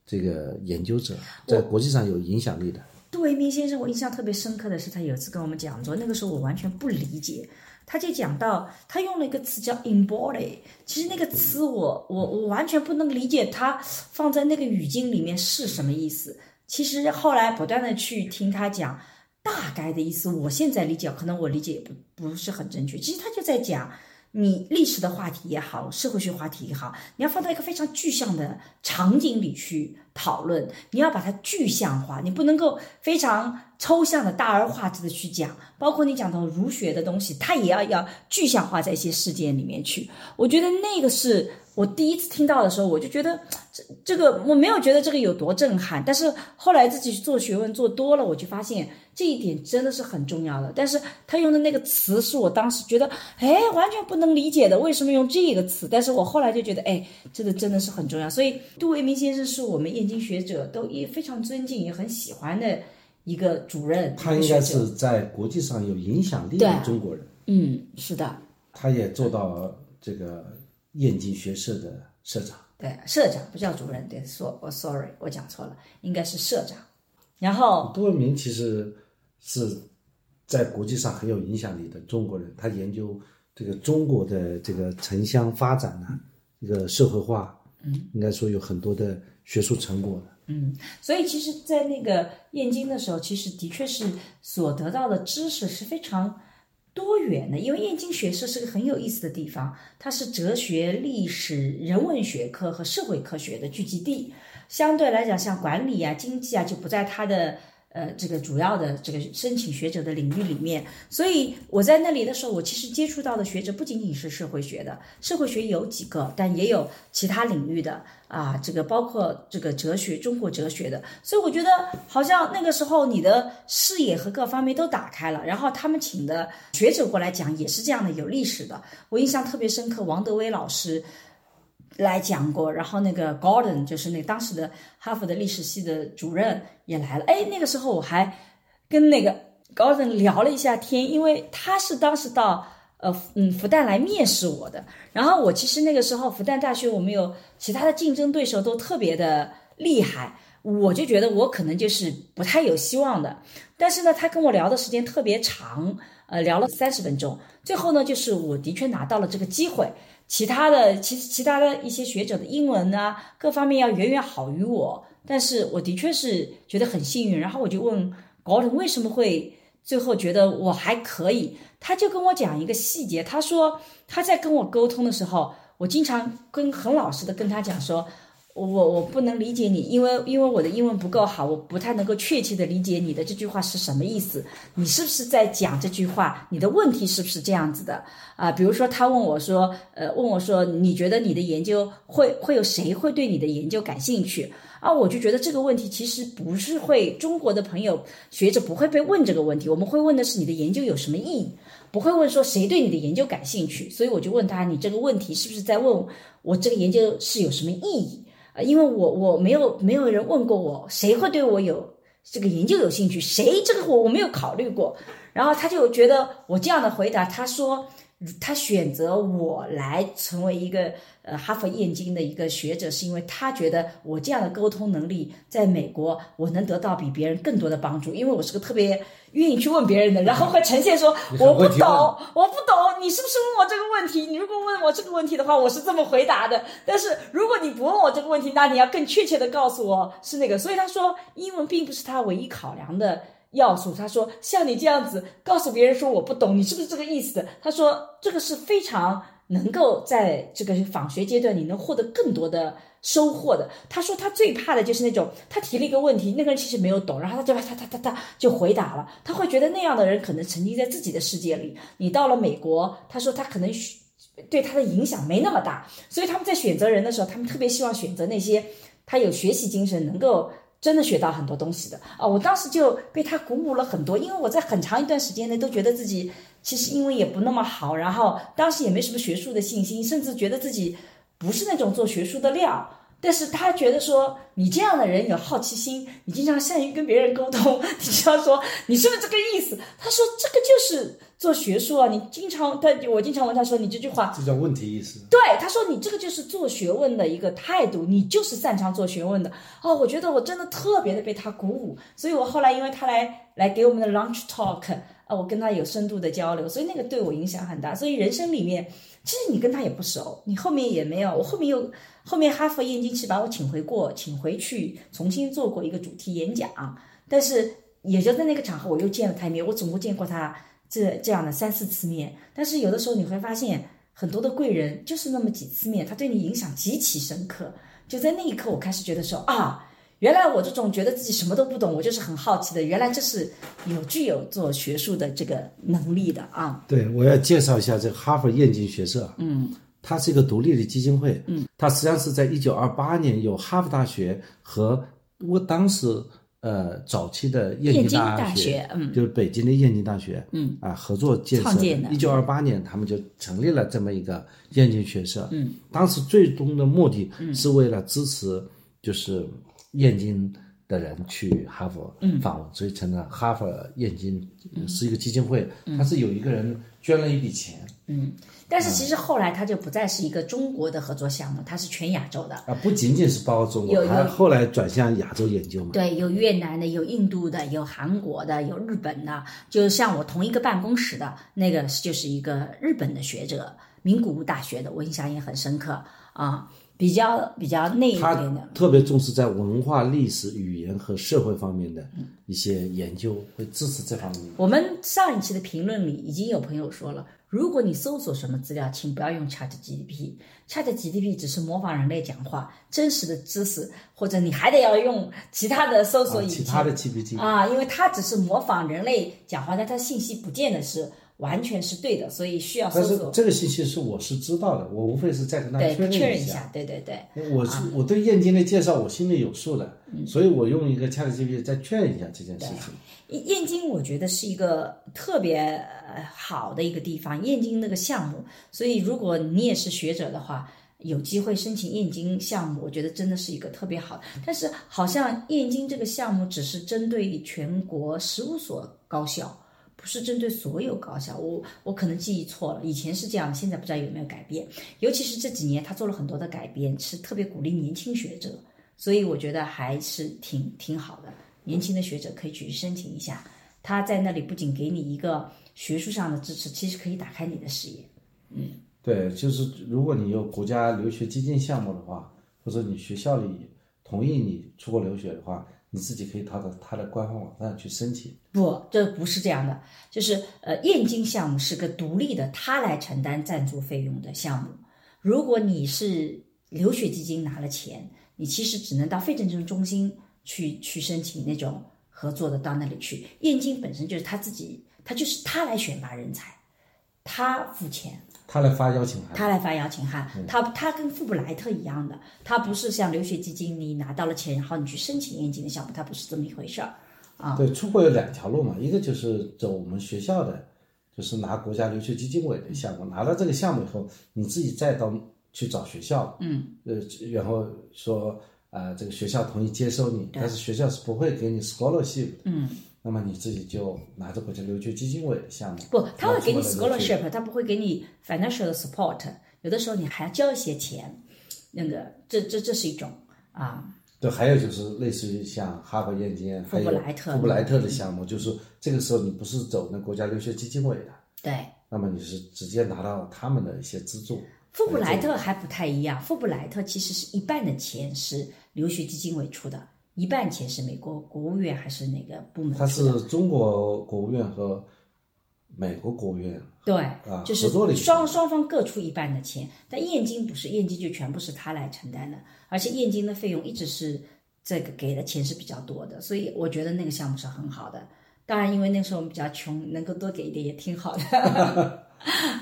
[SPEAKER 3] 这个研究者，在国际上有影响力的。
[SPEAKER 2] 杜维明先生，我印象特别深刻的是，他有一次跟我们讲座，那个时候我完全不理解，他就讲到他用了一个词叫 embody，其实那个词我我我完全不能理解，他放在那个语境里面是什么意思。其实后来不断的去听他讲大概的意思，我现在理解，可能我理解也不不是很正确。其实他就在讲。你历史的话题也好，社会学话题也好，你要放到一个非常具象的场景里去讨论，你要把它具象化，你不能够非常抽象的大而化之的去讲。包括你讲到儒学的东西，它也要要具象化在一些事件里面去。我觉得那个是我第一次听到的时候，我就觉得这这个我没有觉得这个有多震撼，但是后来自己去做学问做多了，我就发现这一点真的是很重要的。但是他用的那个词是我当时觉得，哎，完全不能理解的，为什么用这个词？但是我后来就觉得，哎，这个真的是很重要。所以杜维明先生是我们燕京学者都也非常尊敬也很喜欢的一个主任，
[SPEAKER 3] 他
[SPEAKER 2] 一个
[SPEAKER 3] 应该
[SPEAKER 2] 学者
[SPEAKER 3] 是在国际上有影响力的
[SPEAKER 2] 对
[SPEAKER 3] 中国人，
[SPEAKER 2] 嗯，是的，
[SPEAKER 3] 他也做到这个燕京学社的社长。
[SPEAKER 2] 对，社长不叫主任，对，说我 sorry，我讲错了，应该是社长。然后
[SPEAKER 3] 杜文明其实是在国际上很有影响力的中国人，他研究这个中国的这个城乡发展啊，这个社会化，嗯，应该说有很多的学术成果的。
[SPEAKER 2] 所以其实，在那个燕京的时候，其实的确是所得到的知识是非常多元的，因为燕京学社是个很有意思的地方，它是哲学、历史、人文学科和社会科学的聚集地。相对来讲，像管理啊、经济啊，就不在它的呃这个主要的这个申请学者的领域里面。所以我在那里的时候，我其实接触到的学者不仅仅是社会学的，社会学有几个，但也有其他领域的啊，这个包括这个哲学、中国哲学的。所以我觉得好像那个时候你的视野和各方面都打开了。然后他们请的学者过来讲也是这样的，有历史的。我印象特别深刻，王德威老师。来讲过，然后那个 Gordon 就是那当时的哈佛的历史系的主任也来了。哎，那个时候我还跟那个 Gordon 聊了一下天，因为他是当时到呃嗯复旦来面试我的。然后我其实那个时候复旦大学我们有其他的竞争对手都特别的厉害，我就觉得我可能就是不太有希望的。但是呢，他跟我聊的时间特别长，呃，聊了三十分钟。最后呢，就是我的确拿到了这个机会。其他的，其其他的一些学者的英文呢，各方面要远远好于我，但是我的确是觉得很幸运。然后我就问 Gordon 为什么会最后觉得我还可以，他就跟我讲一个细节，他说他在跟我沟通的时候，我经常跟很老实的跟他讲说，我我不能理解你，因为因为我的英文不够好，我不太能够确切的理解你的这句话是什么意思。你是不是在讲这句话？你的问题是不是这样子的啊、比如说他问我说，呃，问我说，你觉得你的研究会会有谁会对你的研究感兴趣？啊，我就觉得这个问题其实不是会中国的朋友学者不会被问这个问题，我们会问的是你的研究有什么意义，不会问说谁对你的研究感兴趣。所以我就问他，你这个问题是不是在问我我这个研究是有什么意义？呃，因为我我没有没有人问过我，谁会对我有这个研究有兴趣？谁这个我我没有考虑过。然后他就觉得我这样的回答，他说他选择我来成为一个呃哈佛燕京的一个学者，是因为他觉得我这样的沟通能力，在美国我能得到比别人更多的帮助，因为我是个特别愿意去问别人的，然后会呈现说
[SPEAKER 3] 你
[SPEAKER 2] 我
[SPEAKER 3] 很
[SPEAKER 2] 不
[SPEAKER 3] 会提问
[SPEAKER 2] 懂，我不懂，你是不是问我这个问题？你如果问我这个问题的话，我是这么回答的。但是如果你不问我这个问题，那你要更确切的告诉我是那个。所以他说，英文并不是他唯一考量的要素。他说，像你这样子告诉别人说我不懂，你是不是这个意思？他说，这个是非常能够在这个访学阶段，你能获得更多的收获的。他说他最怕的就是那种，他提了一个问题，那个人其实没有懂，然后他就他他他他就回答了。他会觉得那样的人可能沉浸在自己的世界里。你到了美国，他说他可能需对他的影响没那么大，所以他们在选择人的时候，他们特别希望选择那些他有学习精神，能够真的学到很多东西的啊！我当时就被他鼓舞了很多，因为我在很长一段时间内都觉得自己其实英文也不那么好，然后当时也没什么学术的信心，甚至觉得自己不是那种做学术的料。但是他觉得说你这样的人有好奇心，你经常善于跟别人沟通， *laughs* 你知道说你是不是这个意思？他说这个就是做学术啊，你经常他我经常问他说你这句话
[SPEAKER 3] 这叫问题意识。
[SPEAKER 2] 对，他说你这个就是做学问的一个态度，你就是擅长做学问的。哦，我觉得我真的特别的被他鼓舞，所以我后来因为他来来给我们的 lunch talk 啊，我跟他有深度的交流，所以那个对我影响很大。所以人生里面，其实你跟他也不熟，你后面也没有，我后面又后面哈佛燕京去把我请回过，请回去重新做过一个主题演讲，但是也就在那个场合我又见了他一面，我总共见过他这这样的三四次面，但是有的时候你会发现。很多的贵人就是那么几次面，他对你影响极其深刻。就在那一刻，我开始觉得说啊，原来我这种觉得自己什么都不懂，我就是很好奇的，原来这是有具有做学术的这个能力的啊。
[SPEAKER 3] 对，我要介绍一下这个哈佛燕京学社，
[SPEAKER 2] 嗯，
[SPEAKER 3] 它是一个独立的基金会，
[SPEAKER 2] 嗯，
[SPEAKER 3] 它实际上是在一九二八年由哈佛大学和我当时呃早期的燕
[SPEAKER 2] 燕
[SPEAKER 3] 京
[SPEAKER 2] 京
[SPEAKER 3] 大
[SPEAKER 2] 大学，嗯
[SPEAKER 3] 就是北京的燕京大学，
[SPEAKER 2] 嗯
[SPEAKER 3] 啊，合作建设
[SPEAKER 2] 创建的
[SPEAKER 3] 一九二八年，他们就成立了这么一个燕京学社。
[SPEAKER 2] 嗯，
[SPEAKER 3] 当时最终的目的是为了支持就是燕京的人去哈佛
[SPEAKER 2] 嗯
[SPEAKER 3] 访问，所以成了哈佛燕京是一个基金会，它是有一个人捐了一笔钱
[SPEAKER 2] 嗯。但是其实后来它就不再是一个中国的合作项目，它是全亚洲的。
[SPEAKER 3] 啊，不仅仅是包括中
[SPEAKER 2] 有
[SPEAKER 3] 国，
[SPEAKER 2] 有
[SPEAKER 3] 还后来转向亚洲研究嘛。
[SPEAKER 2] 对，有越南的，有印度的，有韩国的，有日本的。就像我同一个办公室的那个，就是一个日本的学者，名古屋大学的，我印象也很深刻啊，比较比较那一
[SPEAKER 3] 他
[SPEAKER 2] 边的。
[SPEAKER 3] 特别重视在文化、历史、语言和社会方面的
[SPEAKER 2] 嗯
[SPEAKER 3] 一些研究，会支持这方面。
[SPEAKER 2] 我们上一期的评论里已经有朋友说了，如果你搜索什么资料，请不要用 Chat GDP，Chat GDP 只是模仿人类讲话，真实的知识或者你还得要用其他的搜索
[SPEAKER 3] 啊
[SPEAKER 2] 引
[SPEAKER 3] 其
[SPEAKER 2] 擎。
[SPEAKER 3] 他的 GPT
[SPEAKER 2] 啊，因为它只是模仿人类讲话，但它信息不见得是完全是对的，所以需要搜
[SPEAKER 3] 但是
[SPEAKER 2] 索
[SPEAKER 3] 这个信息是我是知道的，我无非是再跟他
[SPEAKER 2] 对确
[SPEAKER 3] 认
[SPEAKER 2] 认一
[SPEAKER 3] 下。
[SPEAKER 2] 下，对啊嗯对对，
[SPEAKER 3] 我是、我对燕京的介绍，我心里有数了，所以我用一个 ChatGPT 再确认一下这件事情。
[SPEAKER 2] 燕京我觉得是一个特别呃好的一个地方，燕京那个项目，所以如果你也是学者的话，有机会申请燕京项目，我觉得真的是一个特别好的。但是好像燕京这个项目只是针对全国十五所高校，不是针对所有高校。我我可能记忆错了，以前是这样，现在不知道有没有改变。尤其是这几年，他做了很多的改变，是特别鼓励年轻学者，所以我觉得还是挺挺好的。年轻的学者可以去申请一下，他在那里不仅给你一个学术上的支持，其实可以打开你的视野。
[SPEAKER 3] 对，就是如果你有国家留学基金项目的话，或者你学校里同意你出国留学的话，你自己可以到的它的官方网站去申请。
[SPEAKER 2] 不，这不是这样的，就是呃，燕京项目是个独立的，他来承担赞助费用的项目。如果你是留学基金拿了钱，你其实只能到非证证中心去去申请那种合作的，到那里去。燕京本身就是他自己，他就是他来选拔人才，他付钱，
[SPEAKER 3] 他来发邀请函，
[SPEAKER 2] 他来发邀请函，
[SPEAKER 3] 嗯
[SPEAKER 2] 他他跟富布莱特一样的，他不是像留学基金，你拿到了钱，然后你去申请燕京的项目，他不是这么一回事儿。
[SPEAKER 3] 对，出国有两条路嘛，一个就是走我们学校的，就是拿国家留学基金委的项目，拿到这个项目以后，你自己再到去找学校，
[SPEAKER 2] 嗯，
[SPEAKER 3] 呃，然后说啊、呃这个学校同意接收你，但是学校是不会给你 scholarship 的，
[SPEAKER 2] 嗯，
[SPEAKER 3] 那么你自己就拿着国家留学基金委的项目，
[SPEAKER 2] 不，他会给你
[SPEAKER 3] 拿出国的留学
[SPEAKER 2] scholarship，他不会给你 financial support，有的时候你还要交一些钱，那个这这这是一种啊，
[SPEAKER 3] 对，还有就是类似于像哈佛燕京，还有
[SPEAKER 2] 富布莱特嗯
[SPEAKER 3] 富布莱特的项目，就是这个时候你不是走那国家留学基金委的，
[SPEAKER 2] 对。
[SPEAKER 3] 那么你是直接拿到他们的一些资助。
[SPEAKER 2] 富布莱特还不太一样，富布莱特其实是一半的钱是留学基金委出的，一半钱是美国国务院还是哪个部门
[SPEAKER 3] 它
[SPEAKER 2] 出的
[SPEAKER 3] 是？中国国务院和美国国务院，
[SPEAKER 2] 对，
[SPEAKER 3] 啊
[SPEAKER 2] 就
[SPEAKER 3] 合作的
[SPEAKER 2] 是
[SPEAKER 3] 一部分
[SPEAKER 2] 双双方各出一半的钱，但燕京不是，燕京就全部是他来承担的，而且燕京的费用一直是这个给的钱是比较多的，所以我觉得那个项目是很好的。当然，因为那时候我们比较穷，能够多给一点也挺好
[SPEAKER 3] *laughs*
[SPEAKER 2] 的。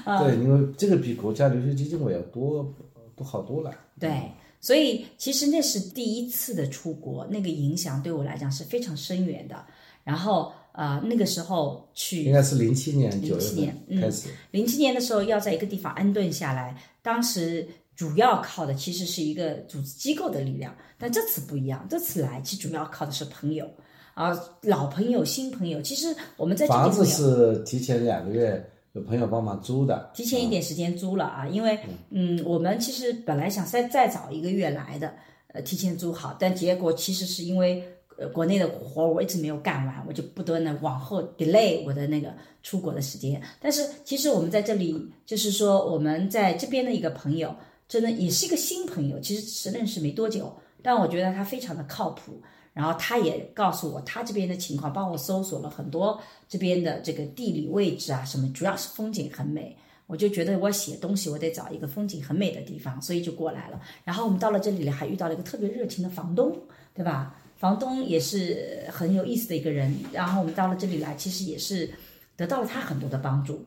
[SPEAKER 2] 啊
[SPEAKER 3] 对，因为这个比国家留学基金委要多多好多了。
[SPEAKER 2] 对，所以其实那是第一次的出国，那个影响对我来讲是非常深远的。然后呃，那个时候
[SPEAKER 3] 应
[SPEAKER 2] 去
[SPEAKER 3] 该是零七年九
[SPEAKER 2] 07
[SPEAKER 3] 月
[SPEAKER 2] 年嗯
[SPEAKER 3] 份开始，
[SPEAKER 2] 零七年的时候要在一个地方安顿下来，当时主要靠的其实是一个组织机构的力量，但这次不一样，这次来其实主要靠的是朋友啊、老朋友、新朋友。其实我们在这
[SPEAKER 3] 房
[SPEAKER 2] 里
[SPEAKER 3] 子
[SPEAKER 2] 朋友。
[SPEAKER 3] 是提前两个月有朋友帮忙租的，
[SPEAKER 2] 提前一点时间租了啊，因为嗯，我们其实本来想再再早一个月来的，呃，提前租好，但结果其实是因为呃国内的活儿我一直没有干完，我就不断的往后 delay 我的那个出国的时间。但是其实我们在这里，就是说我们在这边的一个朋友，真的也是一个新朋友，其实只是认识没多久，但我觉得他非常的靠谱。然后他也告诉我他这边的情况，帮我搜索了很多这边的这个地理位置啊什么，主要是风景很美。我就觉得我写东西，我得找一个风景很美的地方，所以就过来了。然后我们到了这里还遇到了一个特别热情的房东，对吧？房东也是很有意思的一个人。然后我们到了这里来，其实也是得到了他很多的帮助。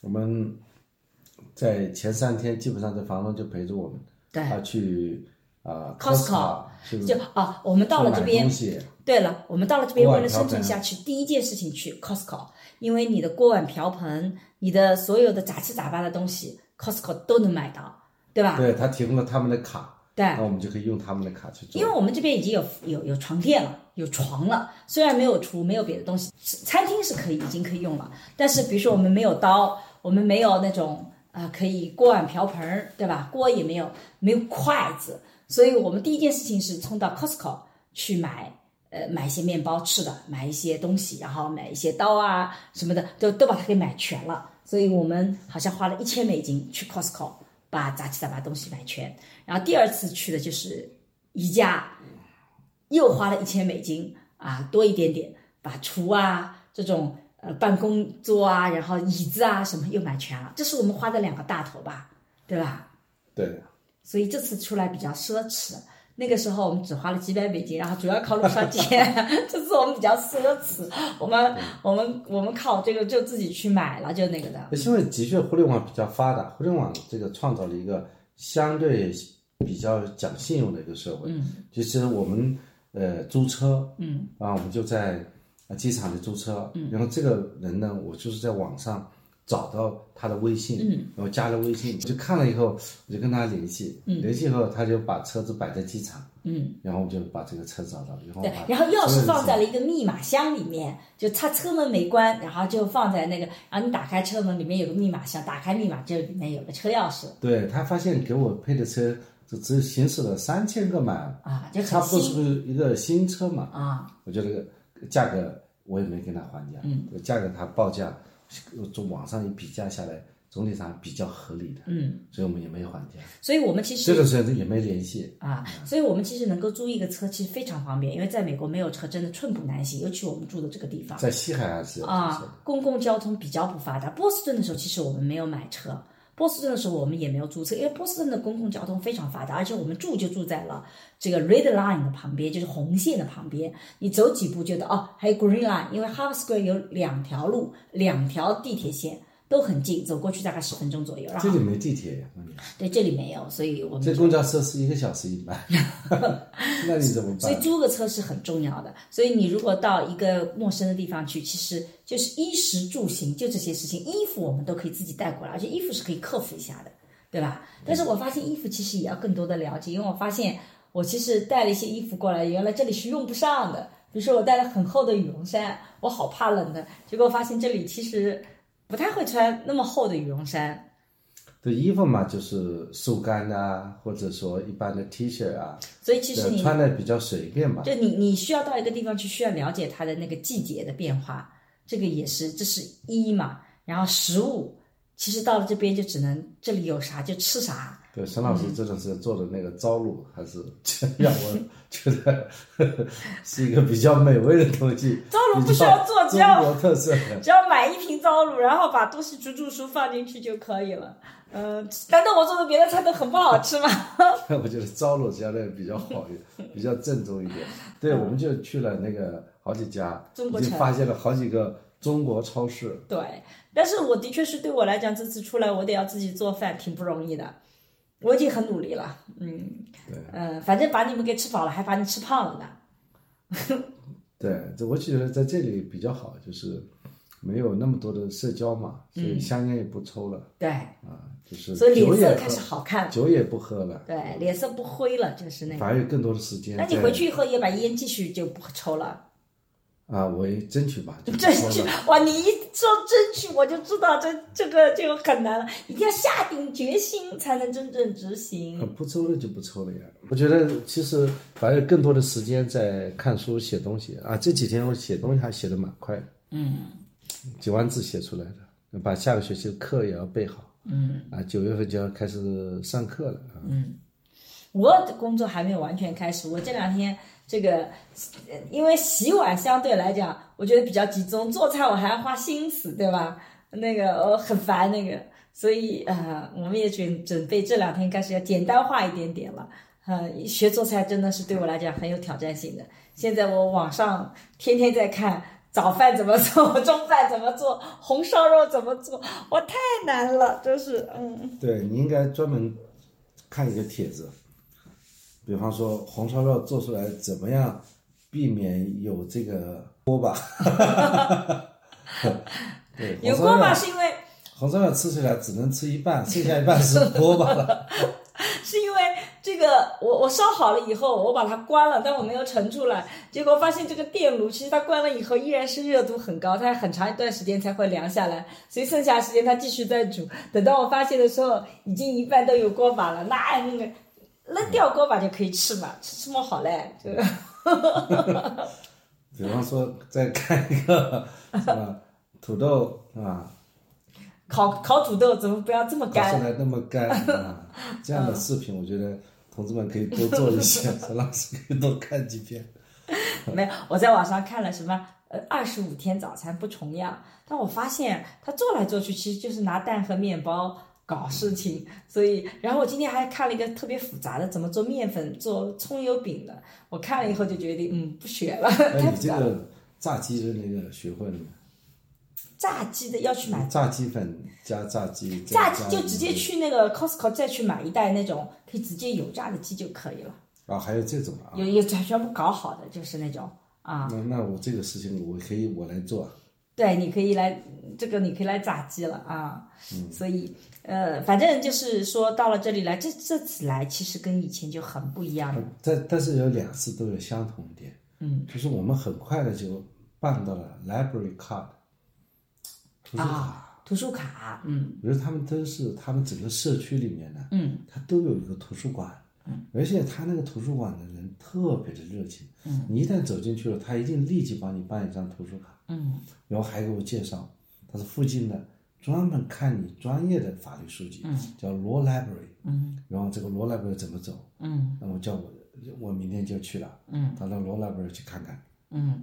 [SPEAKER 3] 我们在前三天基本上这房东就陪着我们，
[SPEAKER 2] 对
[SPEAKER 3] 他去啊
[SPEAKER 2] 哎 Costco
[SPEAKER 3] 去
[SPEAKER 2] 就啊，我们到了这
[SPEAKER 3] 去买
[SPEAKER 2] 边
[SPEAKER 3] 东，西，
[SPEAKER 2] 对了，我们到了这边
[SPEAKER 3] 锅
[SPEAKER 2] 为
[SPEAKER 3] 碗
[SPEAKER 2] 了
[SPEAKER 3] 瓢
[SPEAKER 2] 生存
[SPEAKER 3] 盆
[SPEAKER 2] 下去，第一件事情去 Costco，因为你的锅碗瓢盆、你的所有的杂七杂八的东西，Costco 都能买到，对吧？
[SPEAKER 3] 对他提供了他们的卡，
[SPEAKER 2] 对
[SPEAKER 3] 那我们就可以用他们的卡去做
[SPEAKER 2] 因为。我们这边已经有有有床垫了，有床了，虽然没有厨，没有别的东西，吃餐厅是可以已经可以用了，但是比如说我们没有刀，我们没有那种啊、呃可以锅碗瓢盆儿，对吧？锅也没有，没有筷子，所以我们第一件事情是冲到 Costco 去买。呃，买一些面包吃的，买一些东西，然后买一些刀啊什么的，都都把它给买全了。所以我们好像花了一千美金去 Costco 把杂七杂八东西买全。然后第二次去的就是宜家，又花了一千美金啊，多一点点，把厨啊这种呃办公桌啊，然后椅子啊什么又买全了，这是我们花的两个大头吧，对吧？
[SPEAKER 3] 对，
[SPEAKER 2] 所以这次出来比较奢侈。那个时候我们只花了几百美金，然后主要靠路上店。 *laughs* 这次我们比较奢侈，我们我们我们靠这个就自己去买了，就那个的。
[SPEAKER 3] 因为的确互联网比较发达，互联网这个创造了一个相对比较讲信用的一个社会。嗯，其实我们呃租车，嗯，啊，我们就在呃机场里租车，嗯，然后这个人呢，我就是在网上找到他的微信，嗯，然后加了微信，就看了以后，我就跟他联系，嗯，联系以后他就把车子摆在机场，嗯，然后我就把这个车找到，然后
[SPEAKER 2] 对
[SPEAKER 3] 把，
[SPEAKER 2] 然后钥
[SPEAKER 3] 所有
[SPEAKER 2] 匙
[SPEAKER 3] 的
[SPEAKER 2] 放
[SPEAKER 3] 信
[SPEAKER 2] 在了一个密码箱里面，就他车门没关，然后就放在那个，然后你打开车门，里面有个密码箱，打开密码，这里面有个车钥匙
[SPEAKER 3] 对他发现给我配的车就只行驶了三千个满
[SPEAKER 2] 啊，就
[SPEAKER 3] 差
[SPEAKER 2] 很
[SPEAKER 3] 不多是
[SPEAKER 2] 新
[SPEAKER 3] 不是一个新车嘛？
[SPEAKER 2] 啊，
[SPEAKER 3] 我觉得这个价格我也没跟他还价，嗯，价格他报价，从网上一比价下来，总体上比较合理的，
[SPEAKER 2] 嗯，
[SPEAKER 3] 所以我们也没还价。
[SPEAKER 2] 所以我们其实
[SPEAKER 3] 这个时候也没联系，
[SPEAKER 2] 啊，所以我们其实能够租一个车，其实非常方便，因为在美国没有车真的寸步难行，尤其我们住的这个地方
[SPEAKER 3] 在西海岸是有这个
[SPEAKER 2] 啊，公共交通比较不发达。波士顿的时候，其实我们没有买车。波士顿的时候，我们也没有租车，因为波士顿的公共交通非常发达，而且我们住就住在了这个 Red Line 的旁边，就是红线的旁边。你走几步觉得哦，还有 Green Line，因为 Harvard Square 有两条路，两条地铁线都很近，走过去大概十分钟左右。然
[SPEAKER 3] 这
[SPEAKER 2] 后
[SPEAKER 3] 里没地铁，问题是
[SPEAKER 2] 对这里没有，所以我们
[SPEAKER 3] 这公交车是一个小时一
[SPEAKER 2] *laughs*
[SPEAKER 3] 班，那你怎么
[SPEAKER 2] 所以
[SPEAKER 3] 办？
[SPEAKER 2] 租个车是很重要的。所以你如果到一个陌生的地方去，其实就是衣食住行，就这些事情。衣服我们都可以自己带过来，而且衣服是可以克服一下的，对吧？
[SPEAKER 3] 嗯
[SPEAKER 2] 但是我发现衣服其实也要更多的了解，因为我发现我其实带了一些衣服过来，原来这里是用不上的。比如说我带了很厚的羽绒衫，我好怕冷的，结果发现这里其实不太会穿那么厚的羽绒衫。
[SPEAKER 3] 对衣服嘛，就是速干啊，或者说一般的 T 恤啊，
[SPEAKER 2] 所以其实
[SPEAKER 3] 对
[SPEAKER 2] 你
[SPEAKER 3] 穿的比较随便吧。
[SPEAKER 2] 就你你需要到一个地方去，需要了解它的那个季节的变化，这个也是这是一嘛。然后食物，其实到了这边就只能这里有啥就吃啥，
[SPEAKER 3] 对，沈老
[SPEAKER 2] 嗯
[SPEAKER 3] 师这段时间做的那个糟卤，还是 *laughs* 让我觉
[SPEAKER 2] *laughs*
[SPEAKER 3] 得是一个比较美味的东西。
[SPEAKER 2] 糟卤不需要做
[SPEAKER 3] 比
[SPEAKER 2] 只
[SPEAKER 3] 较
[SPEAKER 2] 要
[SPEAKER 3] 中国特色的。
[SPEAKER 2] 只要买一瓶糟卤，然后把东西煮煮熟放进去就可以了。嗯、难道我做的别的菜都很不好吃 *laughs* 吗？
[SPEAKER 3] 我觉得糟卤相对比较好一点，比较正宗一点。对，我们就去了那个好几家，
[SPEAKER 2] 中国
[SPEAKER 3] 已经
[SPEAKER 2] 城
[SPEAKER 3] 发现了好几个中国超市。
[SPEAKER 2] 对，但是我的确是对我来讲，这次出来我得要自己做饭，挺不容易的。我已经很努力了，嗯，呃，反正把你们给吃饱了，还把你吃胖了呢。
[SPEAKER 3] 对，这我觉得在这里比较好，就是没有那么多的社交嘛，所以香烟也不抽了
[SPEAKER 2] 对，
[SPEAKER 3] 啊，就是
[SPEAKER 2] 嗯所以脸
[SPEAKER 3] 酒也
[SPEAKER 2] 色
[SPEAKER 3] 喝
[SPEAKER 2] 开始好看，
[SPEAKER 3] 酒也不喝了，
[SPEAKER 2] 对，脸色不灰了，就是那
[SPEAKER 3] 反
[SPEAKER 2] 个。
[SPEAKER 3] 而有更多的时间
[SPEAKER 2] 那
[SPEAKER 3] 在。
[SPEAKER 2] 你回去以后也把烟继续就不抽了，
[SPEAKER 3] 啊，我也争取吧，就不
[SPEAKER 2] *laughs* 争
[SPEAKER 3] 抽
[SPEAKER 2] 取
[SPEAKER 3] 了
[SPEAKER 2] 哇！你一说争取，我就知道这这个就很难了，一定要下定决心才能真正执行。
[SPEAKER 3] 呃不抽了就不抽了呀。我觉得其实反而有更多的时间在看书、写东西啊。这几天我写东西还写的蛮快的，嗯，几万字写出来的，把下个学期的课也要备好，嗯，啊，九月份就要开始上课了啊。
[SPEAKER 2] 嗯我的工作还没有完全开始，我这两天这个，呃因为洗碗相对来讲，我觉得比较集中，做菜我还要花心思，对吧？那个我很烦那个，所以呃，我们也准准备这两天开始要简单化一点点了。呃，学做菜真的是对我来讲很有挑战性的。现在我网上天天在看早饭怎么做， *laughs* 中饭怎么做，红烧肉怎么做，我太难了，就是嗯，
[SPEAKER 3] 对你应该专门看一个帖子，比方说红烧肉做出来怎么样避免有这个锅巴。 *laughs* 对，红
[SPEAKER 2] 有
[SPEAKER 3] 烧
[SPEAKER 2] 锅巴
[SPEAKER 3] 肉
[SPEAKER 2] 是因为。
[SPEAKER 3] 红烧肉吃起来只能吃一半，剩下一半是锅巴了。 *laughs*
[SPEAKER 2] 是因为这个，我我烧好了以后，我把它关了，但我没有盛出来，结果发现这个电炉其实它关了以后依然是热度很高，它很长一段时间才会凉下来，所以剩下的时间它继续在煮。等到我发现的时候，已经一半都有锅巴了，那那个扔掉锅巴就可以吃嘛，吃吃么好嘞，这个
[SPEAKER 3] 比方说，再看一个什么土豆啊，
[SPEAKER 2] *laughs* 烤烤土豆怎么不要这么
[SPEAKER 3] 烤出
[SPEAKER 2] 干？
[SPEAKER 3] 来那么
[SPEAKER 2] *laughs*
[SPEAKER 3] 干啊，这样的视频，我觉得同志们可以多做一些， *laughs* 陈老师可以多看几遍。
[SPEAKER 2] 没有，我在网上看了什么呃二十五天早餐不重样，但我发现他做来做去其实就是拿蛋和面包搞事情，所以然后我今天还看了一个特别复杂的怎么做面粉做葱油饼的，我看了以后就决定嗯不学了，
[SPEAKER 3] 哎，
[SPEAKER 2] *laughs* 太
[SPEAKER 3] 你
[SPEAKER 2] 复
[SPEAKER 3] 这
[SPEAKER 2] 杂了。
[SPEAKER 3] 个炸鸡的那个学会了吗？
[SPEAKER 2] 炸鸡的要去买。
[SPEAKER 3] 炸鸡粉加炸鸡，再
[SPEAKER 2] 炸
[SPEAKER 3] 加
[SPEAKER 2] 鸡就直接去那个 Costco 再去买一袋那种可以直接油炸的鸡就可以了，
[SPEAKER 3] 啊，还有这种啊
[SPEAKER 2] 有。有全部搞好的就是那种啊，
[SPEAKER 3] 那那我这个事情我可以我来做啊，
[SPEAKER 2] 对，你可以来这个，你可以来炸鸡了啊。所以呃，反正就是说到了这里来，这这次来其实跟以前就很不一样了。
[SPEAKER 3] 但但是有两次都有相同点，
[SPEAKER 2] 嗯，
[SPEAKER 3] 就是我们很快的就办到了 library card，图书
[SPEAKER 2] 啊
[SPEAKER 3] 卡，
[SPEAKER 2] 图书卡，嗯
[SPEAKER 3] 比如他们都是他们整个社区里面呢，
[SPEAKER 2] 嗯，
[SPEAKER 3] 他都有一个图书馆，嗯，而且他那个图书馆的人特别的热情，嗯，你一旦走进去了，他一定立即帮你办一张图书卡，
[SPEAKER 2] 嗯，
[SPEAKER 3] 然后还给我介绍，他是附近的专门看你专业的法律书籍，嗯，叫 law library，嗯，然后这个 law library 怎么走，
[SPEAKER 2] 嗯
[SPEAKER 3] 那我叫我我明天就去了，
[SPEAKER 2] 嗯，
[SPEAKER 3] 他到罗那边去看看，
[SPEAKER 2] 嗯。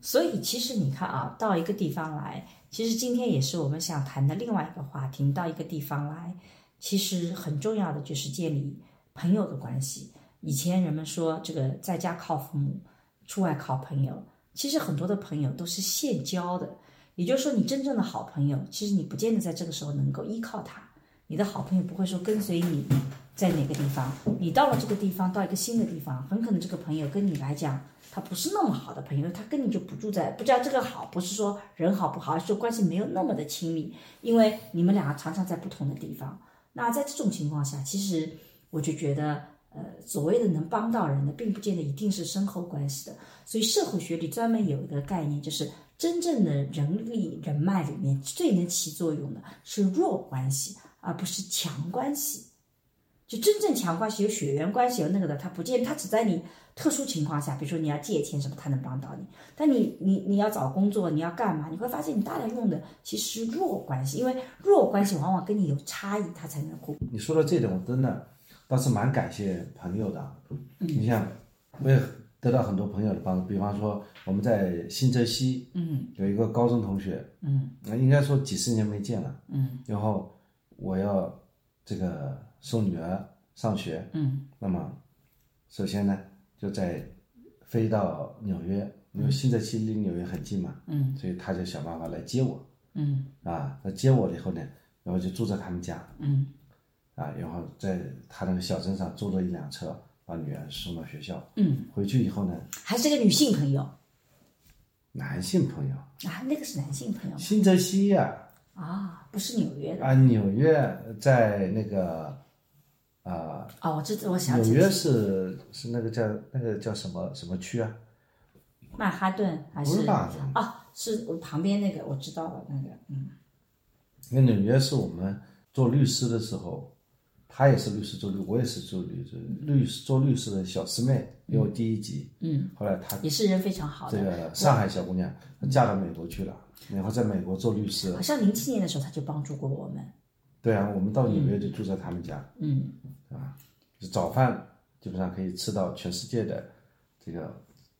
[SPEAKER 2] 所以其实你看啊，到一个地方来，其实今天也是我们想谈的另外一个话题。到一个地方来，其实很重要的就是建立朋友的关系。以前人们说这个在家靠父母，出外靠朋友，其实很多的朋友都是现交的。也就是说，你真正的好朋友，其实你不见得在这个时候能够依靠他。你的好朋友不会说跟随你在哪个地方，你到了这个地方，到一个新的地方，很可能这个朋友跟你来讲，他不是那么好的朋友，他跟你就不住在，不知道这个好，不是说人好不好，而是说关系没有那么的亲密，因为你们两个常常在不同的地方。那在这种情况下，其实我就觉得，呃，所谓的能帮到人的，并不见得一定是深厚关系的。所以社会学里专门有一个概念，就是真正的人力人脉里面最能起作用的是弱关系，而不是强关系。就真正强关系有血缘关系有那个的，他不见他只在你特殊情况下，比如说你要借钱什么，他能帮到你。但你你你要找工作，你要干嘛？你会发现你大量用的其实是弱关系，因为弱关系往往跟你有差异，他才能互。
[SPEAKER 3] 你说到这点，我真的倒是蛮感谢朋友的啊。你像，我也得到很多朋友的帮助，比方说我们在新泽西，
[SPEAKER 2] 嗯
[SPEAKER 3] 有一个高中同学，
[SPEAKER 2] 嗯
[SPEAKER 3] 那应该说几十年没见了，
[SPEAKER 2] 嗯
[SPEAKER 3] 然后我要这个送女儿上学，
[SPEAKER 2] 嗯
[SPEAKER 3] 那么首先呢，就在飞到纽约，因为新泽西离纽约很近嘛，
[SPEAKER 2] 嗯
[SPEAKER 3] 所以他就想办法来接我
[SPEAKER 2] 嗯
[SPEAKER 3] 啊。那接我了以后呢，然后就住在他们家，
[SPEAKER 2] 嗯
[SPEAKER 3] 啊，然后在他那个小镇上租了一辆车，把女儿送到学校。
[SPEAKER 2] 嗯，
[SPEAKER 3] 回去以后呢，
[SPEAKER 2] 还是个女性朋友
[SPEAKER 3] 男性朋友，
[SPEAKER 2] 啊，那个是男性朋友
[SPEAKER 3] 新泽西呀、
[SPEAKER 2] 啊，不是纽约
[SPEAKER 3] 啊，
[SPEAKER 2] 的
[SPEAKER 3] 纽约在那个，呃，
[SPEAKER 2] 哦，这次我想
[SPEAKER 3] 纽
[SPEAKER 2] 起
[SPEAKER 3] 约
[SPEAKER 2] 来
[SPEAKER 3] 是是那个叫那个叫什么什么区啊？
[SPEAKER 2] 曼哈顿还
[SPEAKER 3] 不是
[SPEAKER 2] 是
[SPEAKER 3] 曼哈顿
[SPEAKER 2] 啊，是我旁边那个我知道了那个，嗯
[SPEAKER 3] 那纽约是我们做律师的时候，他也是律师做律，我也是做律师，律师做律师的小师妹，因为我第一级，
[SPEAKER 2] 嗯，
[SPEAKER 3] 后来她
[SPEAKER 2] 也是人非常好
[SPEAKER 3] 这
[SPEAKER 2] 的，
[SPEAKER 3] 个上海小姑娘她嫁到美国去了，然后在美国做律师
[SPEAKER 2] 好，像零七年的时候他就帮助过我们，
[SPEAKER 3] 对啊，我们到纽约就住在他们家，
[SPEAKER 2] 嗯
[SPEAKER 3] 就早饭基本上可以吃到全世界的这个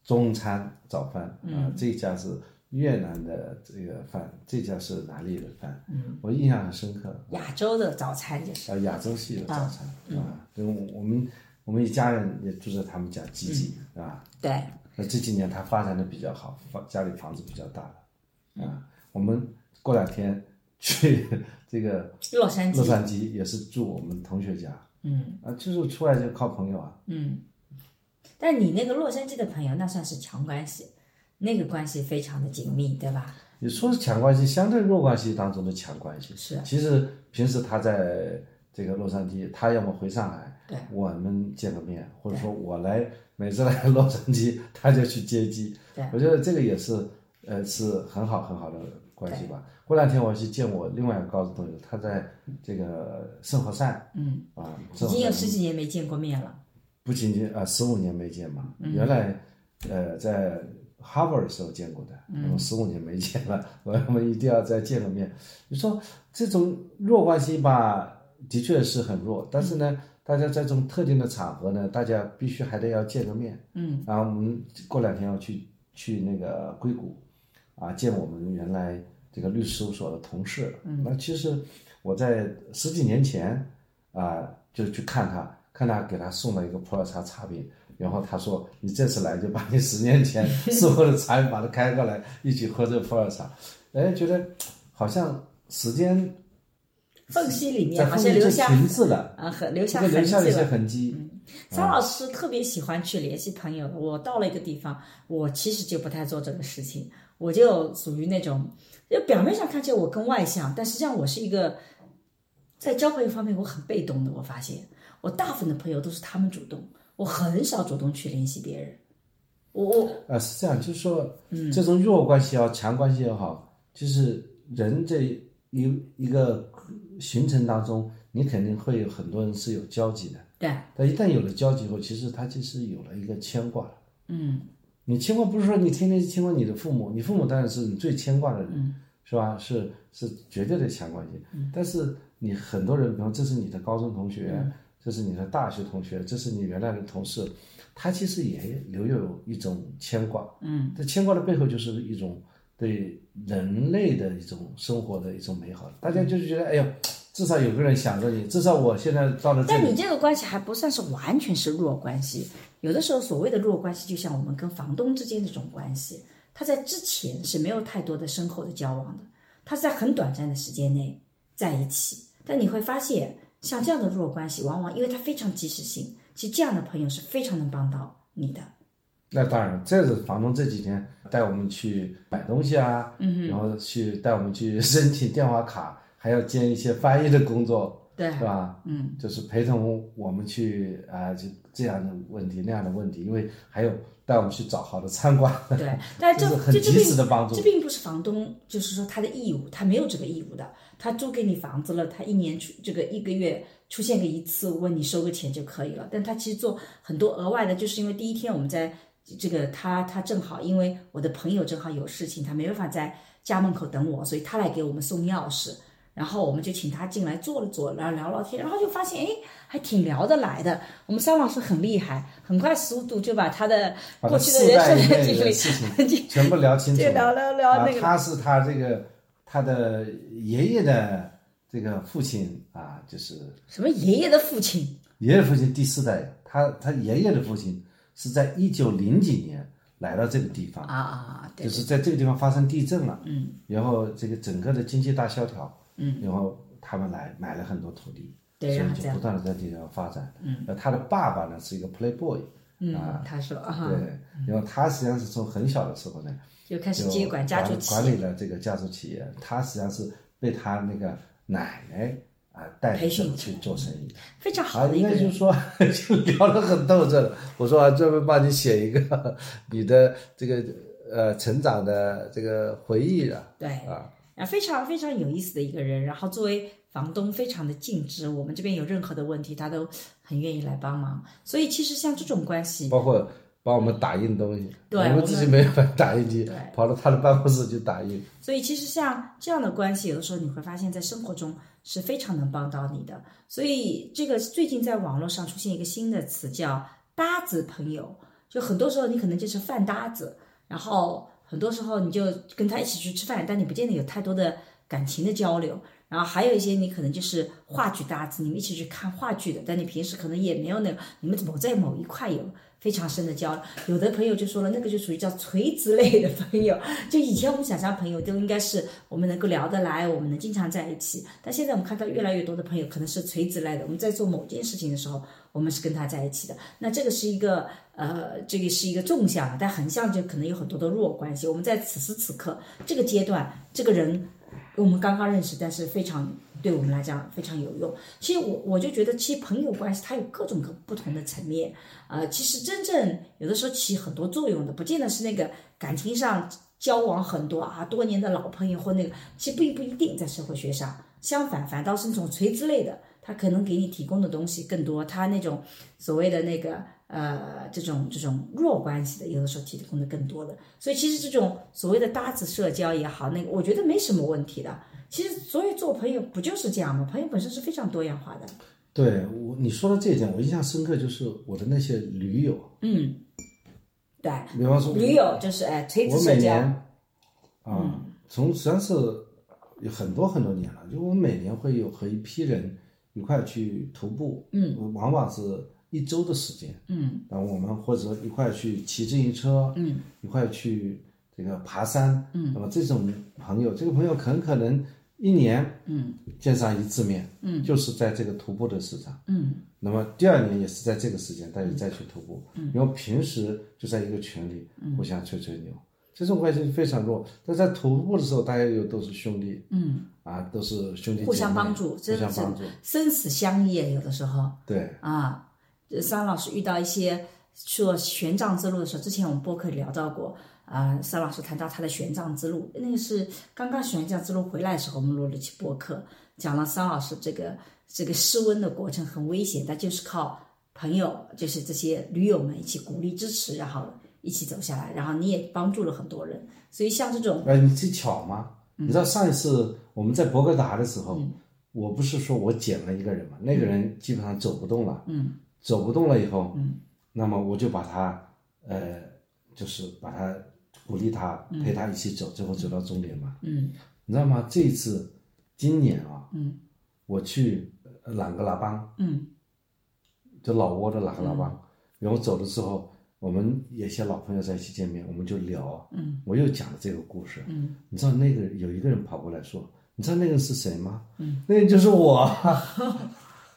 [SPEAKER 3] 中餐早饭啊、
[SPEAKER 2] 嗯
[SPEAKER 3] 这家是越南的这个饭，这家是哪里的饭？嗯，我印象很深刻，
[SPEAKER 2] 亚洲的早餐也是，
[SPEAKER 3] 啊，亚洲系的早餐啊，就我们我们一家人也住在他们家集体啊。
[SPEAKER 2] 对，
[SPEAKER 3] 那这几年他发展的比较好，房家里房子比较大了啊。我们过两天 *laughs* 去这个
[SPEAKER 2] 洛杉
[SPEAKER 3] 洛
[SPEAKER 2] 矶，
[SPEAKER 3] 杉矶也是住我们同学家
[SPEAKER 2] 嗯
[SPEAKER 3] 啊，就是出来就靠朋友啊。
[SPEAKER 2] 嗯，但你那个洛杉矶的朋友那算是强关系，那个关系非常的紧密，对吧？
[SPEAKER 3] 你说是强关系，相对弱关系当中的强关系
[SPEAKER 2] 是啊
[SPEAKER 3] 其实平时他在这个洛杉矶，他要么回上海，
[SPEAKER 2] 对
[SPEAKER 3] 我们见个面，或者说我来每次来洛杉矶，他就去接机。
[SPEAKER 2] 对
[SPEAKER 3] 我觉得这个也是，呃，是很好很好的关系吧。过两天我去见我另外一个高中同学，他在这个圣何塞
[SPEAKER 2] 嗯，
[SPEAKER 3] 啊，
[SPEAKER 2] 已
[SPEAKER 3] 圣何
[SPEAKER 2] 经有
[SPEAKER 3] 塞
[SPEAKER 2] 十几年没见过面了，
[SPEAKER 3] 不仅仅啊十五年没见嘛，原来呃在哈佛的时候见过的，那么十五年没见了， *laughs* 我们一定要再见个面。你说这种弱关系吧，的确是很弱，但是呢，大家在这种特定的场合呢，大家必须还得要见个面。
[SPEAKER 2] 嗯，
[SPEAKER 3] 然后我们过两天要去去那个硅谷，啊，见我们原来这个律师事务所的同事了。
[SPEAKER 2] 嗯
[SPEAKER 3] 那其实我在十几年前啊、就去看他，看他给他送了一个普洱茶茶饼，然后他说：“你这次来就把你十
[SPEAKER 2] *laughs*
[SPEAKER 3] 年前送过的茶饼把它开过来，一起喝这普洱茶。”哎，觉得好像时间
[SPEAKER 2] 缝隙里面
[SPEAKER 3] 在
[SPEAKER 2] 好
[SPEAKER 3] 后
[SPEAKER 2] 像
[SPEAKER 3] 面就
[SPEAKER 2] 留下
[SPEAKER 3] 停滞了，
[SPEAKER 2] 啊，很留
[SPEAKER 3] 这
[SPEAKER 2] 下
[SPEAKER 3] 个
[SPEAKER 2] 痕
[SPEAKER 3] 留
[SPEAKER 2] 迹
[SPEAKER 3] 下了一些
[SPEAKER 2] 了。
[SPEAKER 3] 嗯
[SPEAKER 2] 嗯
[SPEAKER 3] 痕迹。
[SPEAKER 2] 沙老师特别喜欢去联系朋友的。我到了一个地方，我其实就不太做这个事情，我就属于那种，就表面上看起来我更外向，但实际上我是一个在交朋友方面我很被动的。我发现我大部分的朋友都是他们主动，我很少主动去联系别人。我我
[SPEAKER 3] 呃，是这样，就是说，这种弱关系也好，强关系也好，就是人这一一个行程当中，你肯定会有很多人是有交集的。
[SPEAKER 2] 对，
[SPEAKER 3] 但一旦有了交集以后，其实他就是有了一个牵挂了。
[SPEAKER 2] 嗯
[SPEAKER 3] 你牵挂不是说你天天牵挂你的父母，你父母当然是你最牵挂的人，
[SPEAKER 2] 嗯
[SPEAKER 3] 是吧？是是绝对的强关系。但是你很多人，比方这是你的高中同学，这是你的大学同学，这是你原来的同事，他其实也留有一种牵挂。
[SPEAKER 2] 嗯，
[SPEAKER 3] 这牵挂的背后就是一种对人类的一种生活的一种美好。大
[SPEAKER 2] 嗯
[SPEAKER 3] 家就是觉得，哎呦，至少有个人想着你，至少我现在到了这
[SPEAKER 2] 但
[SPEAKER 3] 里
[SPEAKER 2] 你，这个关系还不算是完全是弱关系，有的时候所谓的弱关系，就像我们跟房东之间的这种关系，他在之前是没有太多的深厚的交往的，他是在很短暂的时间内在一起。但你会发现，像这样的弱关系，往往因为它非常及时性，其实这样的朋友是非常能帮到你的。
[SPEAKER 3] 那当然，这是房东这几天带我们去买东西啊，嗯，然后去带我们去申请电话卡，还要兼一些翻译的工作，
[SPEAKER 2] 对
[SPEAKER 3] 是吧？
[SPEAKER 2] 嗯，
[SPEAKER 3] 就是陪同我们去啊、就这样的问题那样的问题，因为还有带我们去找好的餐馆， *laughs*
[SPEAKER 2] 对，但这
[SPEAKER 3] 这是很
[SPEAKER 2] 这这
[SPEAKER 3] 及
[SPEAKER 2] 并
[SPEAKER 3] 时的帮助
[SPEAKER 2] 这并不是房东，就是说他的义务，他没有这个义务的。他租给你房子了，他一年出这个一个月出现个一次，问你收个钱就可以了。但他其实做很多额外的，就是因为第一天我们在这个他他正好因为我的朋友正好有事情，他没办法在家门口等我，所以他来给我们送钥匙。然后我们就请他进来坐了坐，然后聊聊天，然后就发现，哎，还挺聊得来的。我们桑老师很厉害，很快速度就把他的
[SPEAKER 3] 把
[SPEAKER 2] 过
[SPEAKER 3] 他
[SPEAKER 2] 去的
[SPEAKER 3] 世
[SPEAKER 2] 人
[SPEAKER 3] 代
[SPEAKER 2] 生
[SPEAKER 3] 以
[SPEAKER 2] *laughs* 的
[SPEAKER 3] 内
[SPEAKER 2] 经
[SPEAKER 3] 的
[SPEAKER 2] 历
[SPEAKER 3] 事情全部聊清
[SPEAKER 2] *laughs*
[SPEAKER 3] 楚
[SPEAKER 2] 就
[SPEAKER 3] 了，
[SPEAKER 2] 聊聊聊
[SPEAKER 3] 啊
[SPEAKER 2] 那个
[SPEAKER 3] 他是他这个他的爷爷的这个父亲啊，就是
[SPEAKER 2] 什么爷爷的父亲，
[SPEAKER 3] 爷爷父亲第四代，他他爷爷的父亲是在一九零几年来到这个地方，
[SPEAKER 2] 啊啊，对
[SPEAKER 3] 就
[SPEAKER 2] 对
[SPEAKER 3] 是在这个地方发生地震了，
[SPEAKER 2] 嗯，
[SPEAKER 3] 然后这个整个的经济大萧条，
[SPEAKER 2] 嗯，
[SPEAKER 3] 然后他们来买了很多土地，
[SPEAKER 2] 对，
[SPEAKER 3] 所
[SPEAKER 2] 然
[SPEAKER 3] 以
[SPEAKER 2] 后这
[SPEAKER 3] 就
[SPEAKER 2] 样
[SPEAKER 3] 不，断的在地上发展。嗯，他的爸爸呢是一个 playboy，
[SPEAKER 2] 嗯，他说啊，
[SPEAKER 3] 对，因为他实际上是从很小的时候呢，
[SPEAKER 2] 就开始
[SPEAKER 3] 就
[SPEAKER 2] 接管家族
[SPEAKER 3] 管
[SPEAKER 2] 企
[SPEAKER 3] 管
[SPEAKER 2] 业，
[SPEAKER 3] 理了这个家族企业，他实际上是被他那个奶奶啊带着
[SPEAKER 2] 培训
[SPEAKER 3] 去做生意的。
[SPEAKER 2] 非常好
[SPEAKER 3] 啊，
[SPEAKER 2] 的一
[SPEAKER 3] 应
[SPEAKER 2] 个
[SPEAKER 3] 该就
[SPEAKER 2] 人，
[SPEAKER 3] 说 *laughs* 就聊得很透彻了。我说、啊、专门帮你写一个你的这个呃成长的这个回忆啊，
[SPEAKER 2] 对
[SPEAKER 3] 啊，
[SPEAKER 2] 啊，非常非常有意思的一个人。然后作为房东，非常的尽职，我们这边有任何的问题，他都很愿意来帮忙。所以其实像这种关系，
[SPEAKER 3] 包括帮我们打印东西，
[SPEAKER 2] 对
[SPEAKER 3] 我们自己没有办法打印
[SPEAKER 2] *laughs*
[SPEAKER 3] 机
[SPEAKER 2] 对，
[SPEAKER 3] 跑到他的办公室去打印。
[SPEAKER 2] 所以其实像这样的关系，有的时候你会发现在生活中是非常能帮到你的。所以这个最近在网络上出现一个新的词叫“搭子朋友”，就很多时候你可能就是饭搭子，然后很多时候你就跟他一起去吃饭，但你不见得有太多的感情的交流。然后还有一些你可能就是话剧搭子，你们一起去看话剧的，但你平时可能也没有那个，你们某在某一块有非常深的交流。有的朋友就说了，那个就属于叫垂直类的朋友，就以前我们想象朋友都应该是我们能够聊得来，我们能经常在一起，但现在我们看到越来越多的朋友可能是垂直类的，我们在做某件事情的时候，我们是跟他在一起的。那这个是一个呃，这个是一个纵向，但横向就可能有很多的弱关系。我们在此时此刻这个阶段，这个人我们刚刚认识，但是非常对我们来讲非常有用。其实我我就觉得，其实朋友关系它有各种各不同的层面。呃，其实真正有的时候起很多作用的，不见得是那个感情上交往很多啊，多年的老朋友或那个，其实并不一定在社会学上。相反，反倒是那种垂直类的，它可能给你提供的东西更多，它那种所谓的那个呃这种这种弱关系的，有的时候提供的更多的。所以其实这种所谓的搭子社交也好，那个我觉得没什么问题的。其实，所以做朋友不就是这样吗？朋友本身是非常多样化的。
[SPEAKER 3] 对我你说到这一点，我印象深刻就是我的那些驴友，
[SPEAKER 2] 嗯，对，
[SPEAKER 3] 比方说
[SPEAKER 2] 驴友就是哎垂直
[SPEAKER 3] 我每
[SPEAKER 2] 社交
[SPEAKER 3] 年，啊，从实际上是有很多很多年了，就我每年会有和一批人一块去徒步，嗯，往往是一周的时间，
[SPEAKER 2] 嗯，
[SPEAKER 3] 然后我们或者一块去骑自行车，嗯，一块去这个爬山，嗯，那么这种朋友，这个朋友很可能一年，嗯，见上一次面，嗯，就是在这个徒步的市场，
[SPEAKER 2] 嗯
[SPEAKER 3] 那么第二年也是在这个时间，大家再去徒步，
[SPEAKER 2] 嗯
[SPEAKER 3] 然后平时就在一个群里互相吹吹牛，这种关系非常弱。但在徒步的时候，大家又都是兄弟
[SPEAKER 2] 嗯，
[SPEAKER 3] 啊，都是兄弟姐妹，
[SPEAKER 2] 互相帮助，
[SPEAKER 3] 互
[SPEAKER 2] 真的
[SPEAKER 3] 相
[SPEAKER 2] 是
[SPEAKER 3] 帮助。
[SPEAKER 2] 生死相依，有的时候。
[SPEAKER 3] 对，
[SPEAKER 2] 啊，呃桑老师遇到一些做玄奘之路的时候，之前我们播客聊到过啊、桑老师谈到他的玄奘之路，那个是刚刚玄奘之路回来的时候，我们录了一期播客，讲了桑老师这个这个失温的过程很危险，但就是靠朋友，就是这些驴友们一起鼓励支持，然后一起走下来，然后你也帮助了很多人，所以像这种
[SPEAKER 3] 哎，你这巧吗？你知道上一次我们在博格达的时候，
[SPEAKER 2] 嗯
[SPEAKER 3] 我不是说我捡了一个人嘛，那个人基本上走不动了，
[SPEAKER 2] 嗯
[SPEAKER 3] 走不动了以后，
[SPEAKER 2] 嗯
[SPEAKER 3] 那么我就把他，呃，就是把他鼓励他陪他一起走，最后走到终点嘛。
[SPEAKER 2] 嗯
[SPEAKER 3] 你知道吗？这一次，今年啊，
[SPEAKER 2] 嗯
[SPEAKER 3] 我去呃朗格拉邦，
[SPEAKER 2] 嗯
[SPEAKER 3] 就老挝的朗格拉邦，然后走的时候，我们也些老朋友在一起见面，我们就聊，啊
[SPEAKER 2] 嗯
[SPEAKER 3] 我又讲了这个故事。
[SPEAKER 2] 嗯，
[SPEAKER 3] 你知道那个有一个人跑过来说，你知道那个人是谁吗？
[SPEAKER 2] 嗯，
[SPEAKER 3] 那个人就是我。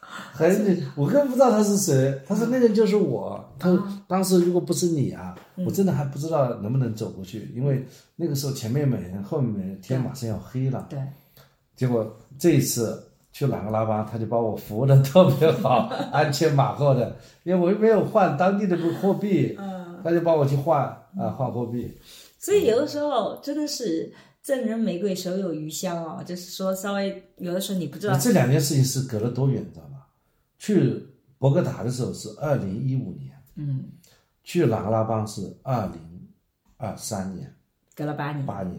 [SPEAKER 3] 很，我根本不知道他是谁。他说那个人就是我。他说当时如果不是你啊，我真的还不知道能不能走过去，因为那个时候前面没人，后面没人，天马上要黑了。
[SPEAKER 2] 对，
[SPEAKER 3] 结果这一次去朗格拉邦，他就把我服务的特别好，鞍前马后的，因为我又没有换当地的货币，
[SPEAKER 2] 嗯
[SPEAKER 3] 他就帮我去换啊、换货币。
[SPEAKER 2] 所以有的时候真的是赠人玫瑰，手有余香哦。就是说，稍微有的时候你不知道
[SPEAKER 3] 这两件事情是隔了多远，你知道吗？去博格达的时候是二零一五年，
[SPEAKER 2] 嗯，
[SPEAKER 3] 去朗格拉邦是二零二三年
[SPEAKER 2] 隔了八年，
[SPEAKER 3] 八年。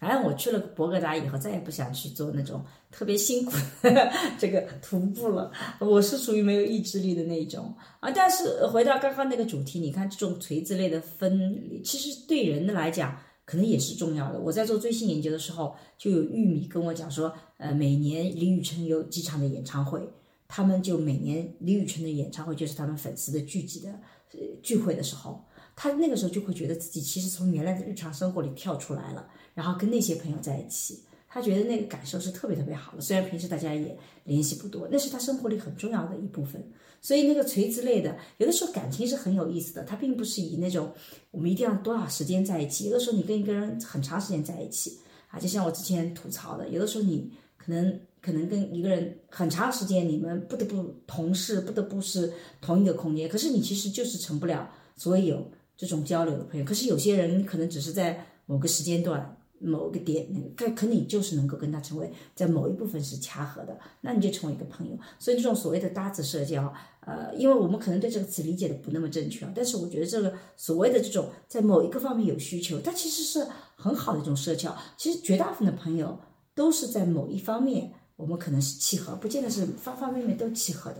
[SPEAKER 2] 反正我去了博格达以后，再也不想去做那种特别辛苦的 *laughs* 这个徒步了。我是属于没有意志力的那一种啊。但是回到刚刚那个主题，你看这种垂直类的分离，其实对人的来讲。可能也是重要的。我在做追星研究的时候，就有玉米跟我讲说，呃，每年李宇春有几场的演唱会，他们就每年李宇春的演唱会就是他们粉丝的聚集的呃聚会的时候，他那个时候就会觉得自己其实从原来的日常生活里跳出来了，然后跟那些朋友在一起，他觉得那个感受是特别特别好的。虽然平时大家也联系不多，那是他生活里很重要的一部分。所以那个垂直类的，有的时候感情是很有意思的，它并不是以那种我们一定要多少时间在一起。有的时候你跟一个人很长时间在一起啊，就像我之前吐槽的，有的时候你可能。可能跟一个人很长时间，你们不得不同事，不得不是同一个空间。可是你其实就是成不了所谓有这种交流的朋友。可是有些人可能只是在某个时间段、某个点，可可你就是能够跟他成为在某一部分是恰合的，那你就成为一个朋友。所以这种所谓的搭子社交，呃，因为我们可能对这个词理解的不那么正确啊，但是我觉得这个所谓的这种在某一个方面有需求，它其实是很好的一种社交。其实绝大部分的朋友都是在某一方面。我们可能是契合，不见得是方方面面都契合的。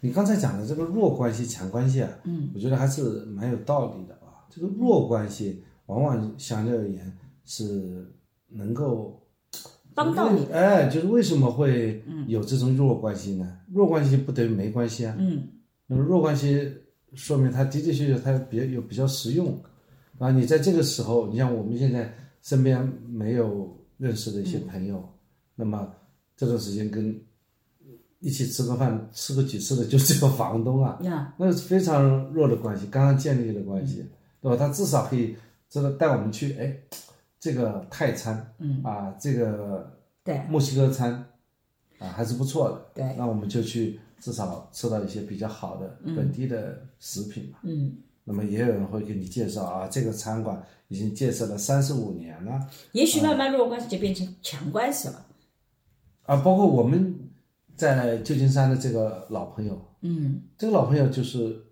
[SPEAKER 3] 你刚才讲的这个弱关系、强关系啊，嗯，我觉得还是蛮有道理的啊。这个弱关系往往相对而言是能够
[SPEAKER 2] 帮到你，
[SPEAKER 3] 哎，就是为什么会有这种弱关系呢？嗯、弱关系不等于没关系啊，
[SPEAKER 2] 嗯，
[SPEAKER 3] 那么弱关系说明他的的确确他比较有比较实用啊。你在这个时候，你像我们现在身边没有认识的一些朋友，嗯、那么。这段时间跟一起吃个饭、吃个几次的，就是这个房东啊，那是非常弱的关系，刚刚建立的关系，对吧？他至少可以这个带我们去，哎，这个泰餐，
[SPEAKER 2] 嗯
[SPEAKER 3] 啊，这个
[SPEAKER 2] 对
[SPEAKER 3] 墨西哥餐，啊，还是不错的。
[SPEAKER 2] 对，
[SPEAKER 3] 那我们就去至少吃到一些比较好的本地的食品嘛。
[SPEAKER 2] 嗯，
[SPEAKER 3] 那么也有人会给你介绍啊，这个餐馆已经介绍了三十五年了。
[SPEAKER 2] 也许慢慢弱关系就变成强关系了。
[SPEAKER 3] 啊，包括我们在旧金山的这个老朋友，
[SPEAKER 2] 嗯，
[SPEAKER 3] 这个老朋友就是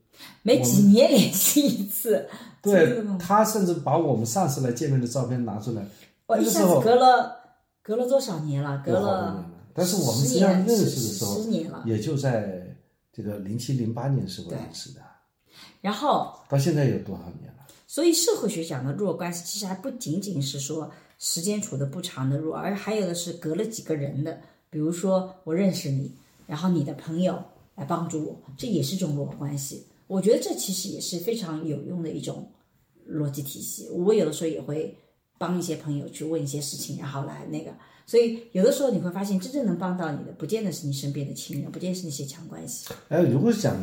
[SPEAKER 2] 每几年联系一次，
[SPEAKER 3] 对他甚至把我们上次来见面的照片拿出来，
[SPEAKER 2] 我
[SPEAKER 3] 那
[SPEAKER 2] 一
[SPEAKER 3] 个时
[SPEAKER 2] 下子
[SPEAKER 3] 候
[SPEAKER 2] 隔了隔了多少年了？隔
[SPEAKER 3] 有好多年
[SPEAKER 2] 了
[SPEAKER 3] 了，但是我们实际上认识的时候，
[SPEAKER 2] 十十年了
[SPEAKER 3] 也就在这个零七零八年时候
[SPEAKER 2] 对
[SPEAKER 3] 认识的，
[SPEAKER 2] 然后
[SPEAKER 3] 到现在有多少年了？
[SPEAKER 2] 所以社会学讲的弱关系，其实还不仅仅是说时间处的不长的弱，而还有的是隔了几个人的，比如说我认识你，然后你的朋友来帮助我，这也是一种弱关系。我觉得这其实也是非常有用的一种逻辑体系。我有的时候也会帮一些朋友去问一些事情，然后来那个。所以有的时候你会发现，真正能帮到你的，不见得是你身边的亲人，不见得是那些强关系。
[SPEAKER 3] 哎，如果想，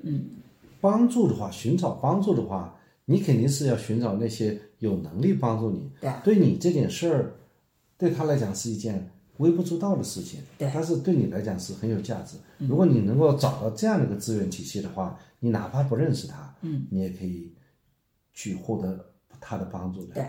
[SPEAKER 3] 嗯，帮助的话，寻找帮助的话，你肯定是要寻找那些有能力帮助你。
[SPEAKER 2] 对啊
[SPEAKER 3] 对你这点事儿，对他来讲是一件微不足道的事情，
[SPEAKER 2] 对嗯
[SPEAKER 3] 但是对你来讲是很有价值。如果你能够找到这样的一个资源体系的话，你哪怕不认识他，
[SPEAKER 2] 嗯，
[SPEAKER 3] 你也可以去获得他的帮助的。
[SPEAKER 2] 对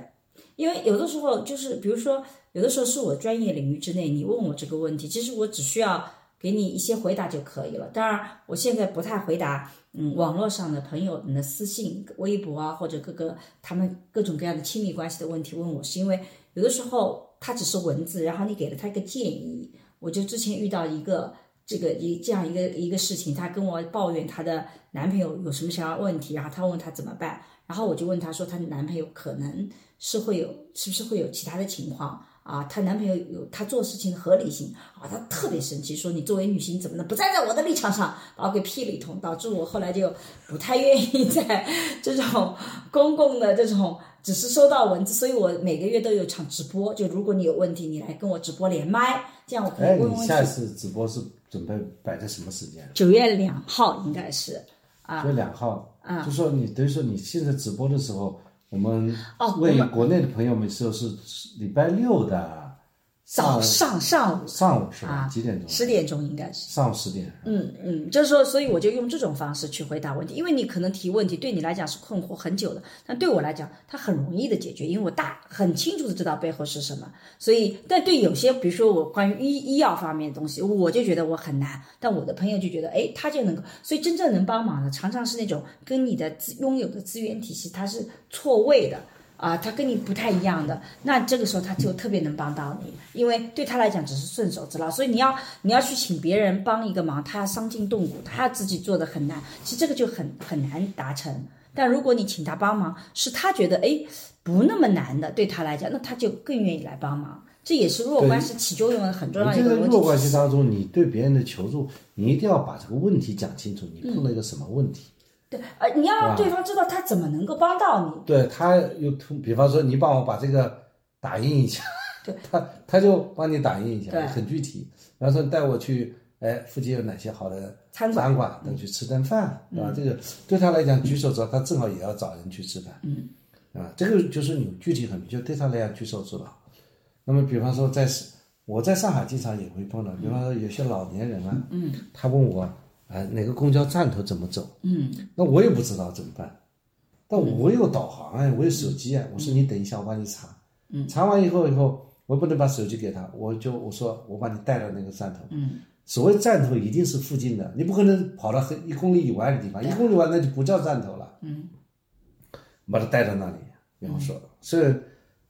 [SPEAKER 2] 因为有的时候就是，比如说，有的时候是我专业领域之内，你问我这个问题，其实我只需要给你一些回答就可以了。当然，我现在不太回答，嗯，网络上的朋友们的私信、微博啊，或者各个他们各种各样的亲密关系的问题问我，是因为有的时候它只是文字，然后你给了他一个建议。我就之前遇到一个这个一这样一个一个事情，她跟我抱怨她的男朋友有什么想要问题，然后她问她怎么办，然后我就问她说，她男朋友可能是会有是不是会有其他的情况啊？她男朋友有她做事情的合理性啊，她特别生气，说你作为女性怎么能不站在我的立场上，把我给批了一通，导致我后来就不太愿意在这种公共的这种。只是收到文字，所以我每个月都有场直播。就如果你有问题，你来跟我直播连麦，这样我可以
[SPEAKER 3] 哎，
[SPEAKER 2] 问问
[SPEAKER 3] 你
[SPEAKER 2] 题。
[SPEAKER 3] 下一次直播是准备摆在什么时间？
[SPEAKER 2] 九月两号应该是啊
[SPEAKER 3] 就两号，
[SPEAKER 2] 嗯
[SPEAKER 3] 就说你等于说你现在直播的时候，我们
[SPEAKER 2] 哦
[SPEAKER 3] 为国内的朋友们时候是礼拜六的
[SPEAKER 2] 早
[SPEAKER 3] 午
[SPEAKER 2] 上上午
[SPEAKER 3] 上午是吧？
[SPEAKER 2] 啊，
[SPEAKER 3] 几点钟？
[SPEAKER 2] 十点钟应该是。
[SPEAKER 3] 上午十点。
[SPEAKER 2] 嗯嗯，就是说，所以我就用这种方式去回答问题，因为你可能提问题对你来讲是困惑很久的，但对我来讲，它很容易的解决，因为我大很清楚的知道背后是什么。所以，但对有些，比如说我关于医医药方面的东西，我就觉得我很难，但我的朋友就觉得，哎，他就能够。所以，真正能帮忙的，常常是那种跟你的资拥有的资源体系它是错位的。啊，他跟你不太一样的，那这个时候他就特别能帮到你，因为对他来讲只是顺手之劳，所以你要你要去请别人帮一个忙，他要伤筋动骨，他要自己做的很难，其实这个就很很难达成。但如果你请他帮忙，是他觉得哎不那么难的，对他来讲，那他就更愿意来帮忙。这也是弱关系起作用的很重要的一
[SPEAKER 3] 这
[SPEAKER 2] 个
[SPEAKER 3] 个
[SPEAKER 2] 逻
[SPEAKER 3] 弱关
[SPEAKER 2] 辑体
[SPEAKER 3] 系
[SPEAKER 2] 系。
[SPEAKER 3] 当中，你对别人的求助，你一定要把这个问题讲清楚，你碰到一个什么问题？
[SPEAKER 2] 对，呃，你要让对方知道他怎么能够帮到你。
[SPEAKER 3] 对他又突，比方说你帮我把这个打印一下，他他就帮你打印一
[SPEAKER 2] 对
[SPEAKER 3] 下，很具体。然后说你带我去，哎，附近有哪些好的
[SPEAKER 2] 餐馆
[SPEAKER 3] 馆，等去吃顿饭，对吧？这个对他来讲举手之劳，他正好也要找人去吃饭，嗯，啊，这个就是你具体很明确，对他来讲举手之劳。那么，比方说在我在上海经常也会碰到，比方说有些老年人啊，嗯，他问我啊、哪个公交站头怎么走，嗯，那我也不知道怎么办，但我有导航啊，我有手机啊，我说你等一下，我帮你查，嗯，查完以后以后，我不能把手机给他，我就我说我把你带到那个站头，嗯，所谓站头一定是附近的，你不可能跑到很一公里以外的地方，一公里外那就不叫站头了，嗯，把他带到那里，然后说，所以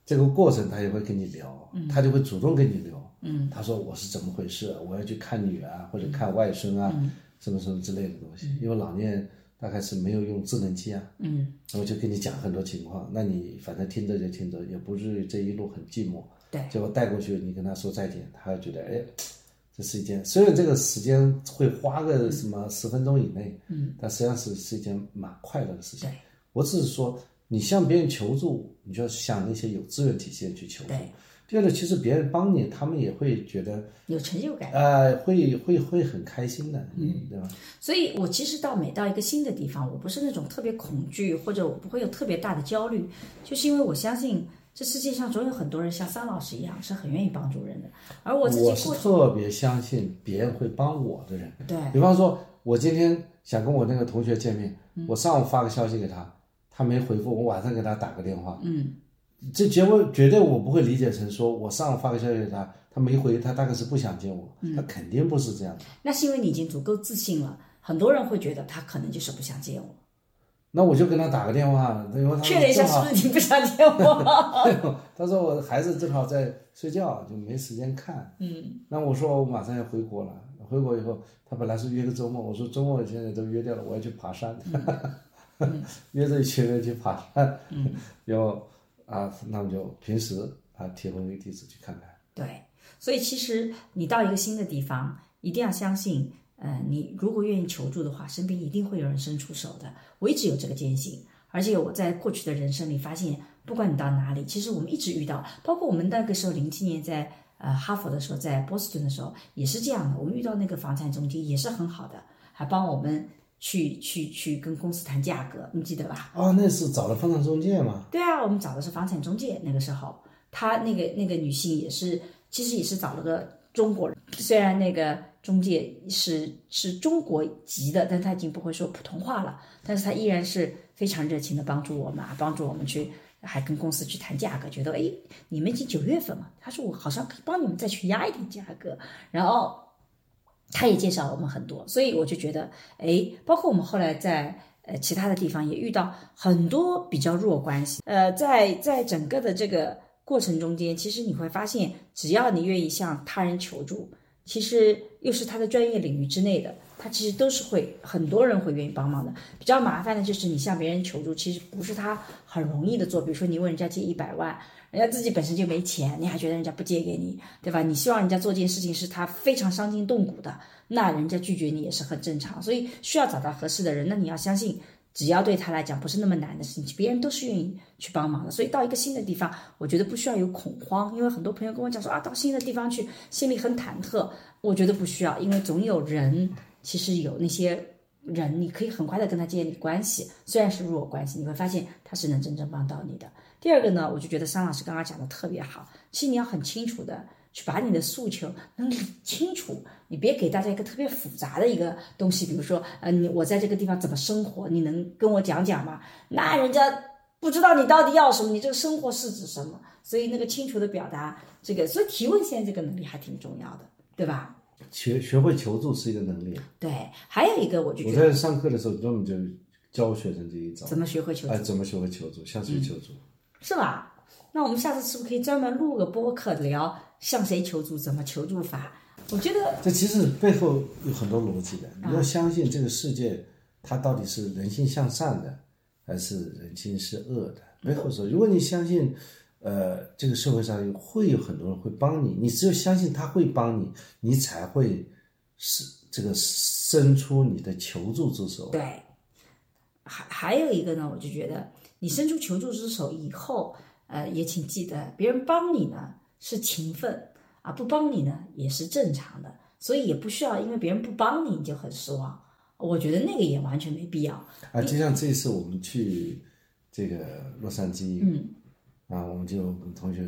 [SPEAKER 3] 这个过程他也会跟你聊，他就会主动跟你聊，嗯，他说我是怎么回事，我要去看女儿啊，或者看外孙
[SPEAKER 2] 嗯
[SPEAKER 3] 啊，什么什么之类的东西，因为老年人大概是没有用智能机啊，
[SPEAKER 2] 嗯，
[SPEAKER 3] 我就跟你讲很多情况，那你反正听着就听着，也不至于这一路很寂寞，
[SPEAKER 2] 对
[SPEAKER 3] 结果带过去，你跟他说再见，他觉得哎，这是一件虽然这个时间会花个什么十分钟以内，嗯，但实际上是是一件蛮快乐的事情
[SPEAKER 2] 对。
[SPEAKER 3] 我只是说，你向别人求助，你就要向那些有资源体系的人去求助
[SPEAKER 2] 对。
[SPEAKER 3] 第二个，其实别人帮你，他们也会觉得，
[SPEAKER 2] 有成就感。
[SPEAKER 3] 呃，会会会很开心的，嗯，对吧？
[SPEAKER 2] 所以我其实到每到一个新的地方，我不是那种特别恐惧，或者我不会有特别大的焦虑，就是因为我相信这世界上总有很多人像桑老师一样是很愿意帮助人的，而我自己
[SPEAKER 3] 我是
[SPEAKER 2] 过去
[SPEAKER 3] 特别相信别人会帮我的人。
[SPEAKER 2] 对
[SPEAKER 3] 比方说，我今天想跟我那个同学见面，
[SPEAKER 2] 嗯
[SPEAKER 3] 我上午发个消息给他，他没回复，我晚上给他打个电话，
[SPEAKER 2] 嗯，
[SPEAKER 3] 这结果绝对我不会理解成说我上午发个消息给他，他没回，他大概是不想见我，
[SPEAKER 2] 嗯
[SPEAKER 3] 他肯定不是这样的。
[SPEAKER 2] 那是因为你已经足够自信了。很多人会觉得他可能就是不想见我，
[SPEAKER 3] 那我就跟他打个电话，因为他
[SPEAKER 2] 确认一下
[SPEAKER 3] 啊正好
[SPEAKER 2] 是哦不是你不想见我。
[SPEAKER 3] *laughs* 他说我孩子正好在睡觉，就没时间看。嗯，那我说我马上要回国了，回国以后，他本来是约个周末，我说周末现在都约掉了，我要去爬山，
[SPEAKER 2] 嗯
[SPEAKER 3] *laughs* 约着一群人去爬山。嗯， *laughs* 然后啊，那我就平时啊提供一个地址去看看。
[SPEAKER 2] 对，所以其实你到一个新的地方，一定要相信，呃，你如果愿意求助的话，身边一定会有人伸出手的。我一直有这个坚信，而且我在过去的人生里发现，不管你到哪里，其实我们一直遇到，包括我们那个时候零七年在。呃，哈佛的时候，在波士顿的时候也是这样的。我们遇到那个房产中介也是很好的，还帮我们去去去跟公司谈价格，你记得吧？
[SPEAKER 3] 哦，那是找了房产中介嘛？
[SPEAKER 2] 对啊，我们找的是房产中介，那个时候她那个那个女性也是，其实也是找了个中国人，虽然那个中介是是中国籍的，但她已经不会说普通话了，但是她依然是非常热情的帮助我们啊，帮助我们去。还跟公司去谈价格，觉得诶，你们已经九月份嘛，她说我好像可以帮你们再去压一点价格，然后他也介绍了我们很多，所以我就觉得，哎，包括我们后来在呃其他的地方也遇到很多比较弱关系，呃，在在整个的这个过程中间，其实你会发现，只要你愿意向他人求助，其实又是他的专业领域之内的，他其实都是会很多人会愿意帮忙的。比较麻烦的就是你向别人求助，其实不是他很容易的做。比如说你问人家借一百万，人家自己本身就没钱，你还觉得人家不借给你，对吧？你希望人家做这件事情是他非常伤筋动骨的，那人家拒绝你也是很正常。所以需要找到合适的人，那你要相信。只要对他来讲不是那么难的事情，别人都是愿意去帮忙的。所以到一个新的地方，我觉得不需要有恐慌，因为很多朋友跟我讲说啊，到新的地方去心里很忐忑。我觉得不需要，因为总有人，其实有那些人，你可以很快的跟他建立关系，虽然是弱关系，你会发现他是能真正帮到你的。第二个呢，我就觉得桑老师刚刚讲的特别好，其实你要很清楚的去把你的诉求能理清楚，你别给大家一个特别复杂的一个东西，比如说，呃，你我在这个地方怎么生活，你能跟我讲讲吗？那人家不知道你到底要什么，你这个生活是指什么？所以那个清楚的表达，这个所以提问现在这个能力还挺重要的，对吧？
[SPEAKER 3] 学学会求助是一个能力。
[SPEAKER 2] 对，还有一个我就
[SPEAKER 3] 我
[SPEAKER 2] 觉得
[SPEAKER 3] 在上课的时候专门就教我学生这一招，
[SPEAKER 2] 怎么学会求助
[SPEAKER 3] 哎，怎么学会求助，向谁求助？
[SPEAKER 2] 是吧？那我们下次是不是可以专门录个播客聊向谁求助、怎么求助法？我觉得
[SPEAKER 3] 这其实背后有很多逻辑的，
[SPEAKER 2] 啊
[SPEAKER 3] 你要相信这个世界，它到底是人性向善的，还是人性是恶的？背后是，如果你相信，呃，这个社会上会有很多人会帮你，你只有相信他会帮你，你才会是这个伸出你的求助之手。
[SPEAKER 2] 对，还还有一个呢，我就觉得你伸出求助之手以后，呃，也请记得别人帮你呢，是勤奋啊，不帮你呢也是正常的，所以也不需要因为别人不帮你你就很失望。我觉得那个也完全没必要。
[SPEAKER 3] 啊，就像这一次我们去这个洛杉矶，
[SPEAKER 2] 嗯，
[SPEAKER 3] 啊，我们就跟同学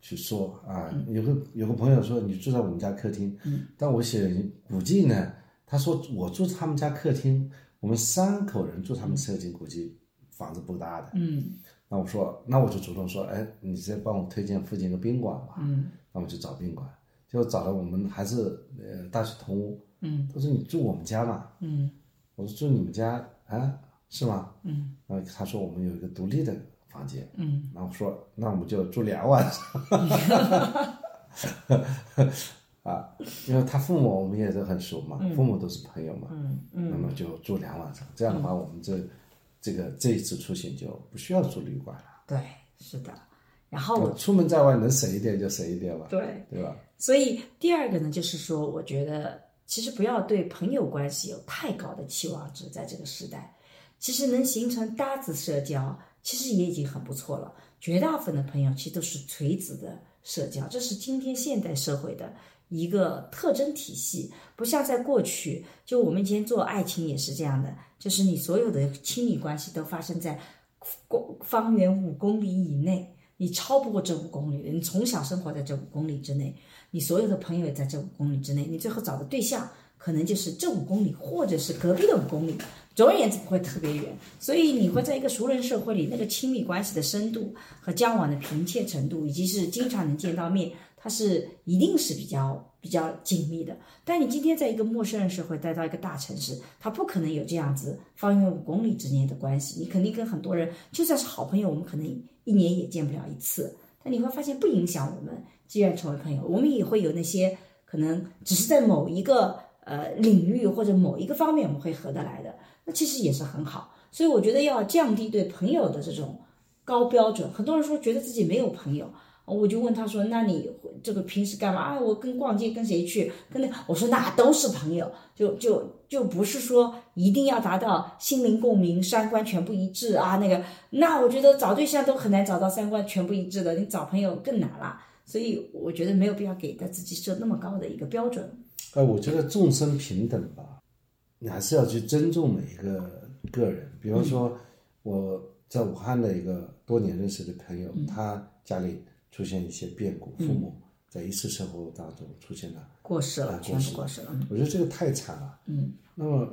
[SPEAKER 3] 去说啊，有个有个朋友说你住在我们家客厅，
[SPEAKER 2] 嗯，
[SPEAKER 3] 但我写古迹呢，他说我住他们家客厅，我们三口人住他们客厅，估计房子不大的，
[SPEAKER 2] 嗯
[SPEAKER 3] 那我说，那我就主动说，哎，你再帮我推荐附近一个宾馆吧。
[SPEAKER 2] 嗯
[SPEAKER 3] 那我就找宾馆，就找了我们还是呃大学同屋。
[SPEAKER 2] 嗯
[SPEAKER 3] 他说你住我们家嘛？
[SPEAKER 2] 嗯
[SPEAKER 3] 我说住你们家啊？是吗？
[SPEAKER 2] 嗯
[SPEAKER 3] 然后他说我们有一个独立的房间。
[SPEAKER 2] 嗯，
[SPEAKER 3] 然后我说那我们就住两晚上。啊，因为他父母我们也是很熟嘛，父母都是朋友嘛。
[SPEAKER 2] 嗯
[SPEAKER 3] 那么就住两晚上，这样的话，我们这、这个这一次出行就不需要住旅馆了。
[SPEAKER 2] 对，是的。然后我
[SPEAKER 3] 出门在外能省一点就省一点吧，
[SPEAKER 2] 对，
[SPEAKER 3] 对吧？
[SPEAKER 2] 所以第二个呢，就是说，我觉得其实不要对朋友关系有太高的期望值，在这个时代，其实能形成搭子社交，其实也已经很不错了。绝大部分的朋友其实都是垂直的社交，这是今天现代社会的一个特征体系，不像在过去，就我们以前做爱情也是这样的，就是你所有的亲密关系都发生在公方圆五公里以内。你超不过这五公里，你从小生活在这五公里之内，你所有的朋友也在这五公里之内，你最后找的对象可能就是这五公里，或者是隔壁的五公里。总而言之，不会特别远。所以你会在一个熟人社会里，那个亲密关系的深度和交往的频切程度，以及是经常能见到面，它是一定是比较比较紧密的。但你今天在一个陌生人社会，待到一个大城市，它不可能有这样子方圆五公里之内的关系。你肯定跟很多人，就算是好朋友，我们可能一年也见不了一次。但你会发现不影响我们既然成为朋友，我们也会有那些可能只是在某一个呃领域或者某一个方面我们会合得来的，那其实也是很好。所以我觉得要降低对朋友的这种高标准。很多人说觉得自己没有朋友，我就问他说：“那你这个平时干嘛？啊，我跟逛街跟谁去？跟那……”我说那都是朋友，就就就不是说一定要达到心灵共鸣、三观全部一致啊。那个，那我觉得找对象都很难找到三观全部一致的，你找朋友更难了。所以我觉得没有必要给的自己设那么高的一个标准。
[SPEAKER 3] 呃，我觉得众生平等吧，你还是要去尊重每一个个人。比方说，我在武汉的一个多年认识的朋友，他家里出现一些变故，父母在一次车祸当中出现了，
[SPEAKER 2] 过世了，
[SPEAKER 3] 啊
[SPEAKER 2] 全部过世了。
[SPEAKER 3] 我觉得这个太惨了。
[SPEAKER 2] 嗯，
[SPEAKER 3] 那么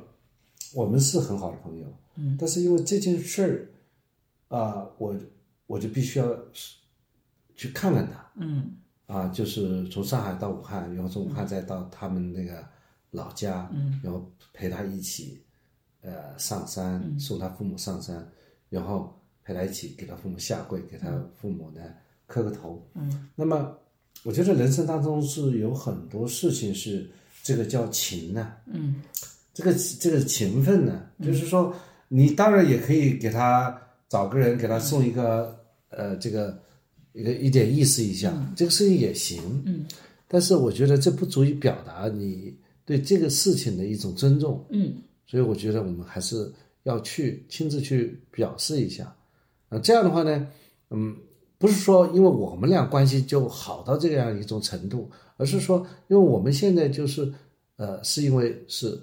[SPEAKER 3] 我们是很好的朋友，嗯，但是因为这件事儿，啊、我我就必须要去看看他，
[SPEAKER 2] 嗯
[SPEAKER 3] 啊，就是从上海到武汉，然后从武汉再到他们那个老家，
[SPEAKER 2] 嗯
[SPEAKER 3] 然后陪他一起，呃，上山、
[SPEAKER 2] 嗯
[SPEAKER 3] 送他父母上山，然后陪他一起给他父母下跪，给他父母呢磕个头。
[SPEAKER 2] 嗯
[SPEAKER 3] 那么，我觉得人生当中是有很多事情是这个叫情呢、
[SPEAKER 2] 嗯
[SPEAKER 3] 这个这个勤奋呢，就是说，你当然也可以给他找个人给他送一个、呃，这个一个一点意思一下，这个事情也行。
[SPEAKER 2] 嗯，
[SPEAKER 3] 但是我觉得这不足以表达你对这个事情的一种尊重，
[SPEAKER 2] 嗯
[SPEAKER 3] 所以我觉得我们还是要去亲自去表示一下。啊，这样的话呢，嗯，不是说因为我们俩关系就好到这样一种程度，而是说，因为我们现在就是，呃，是因为是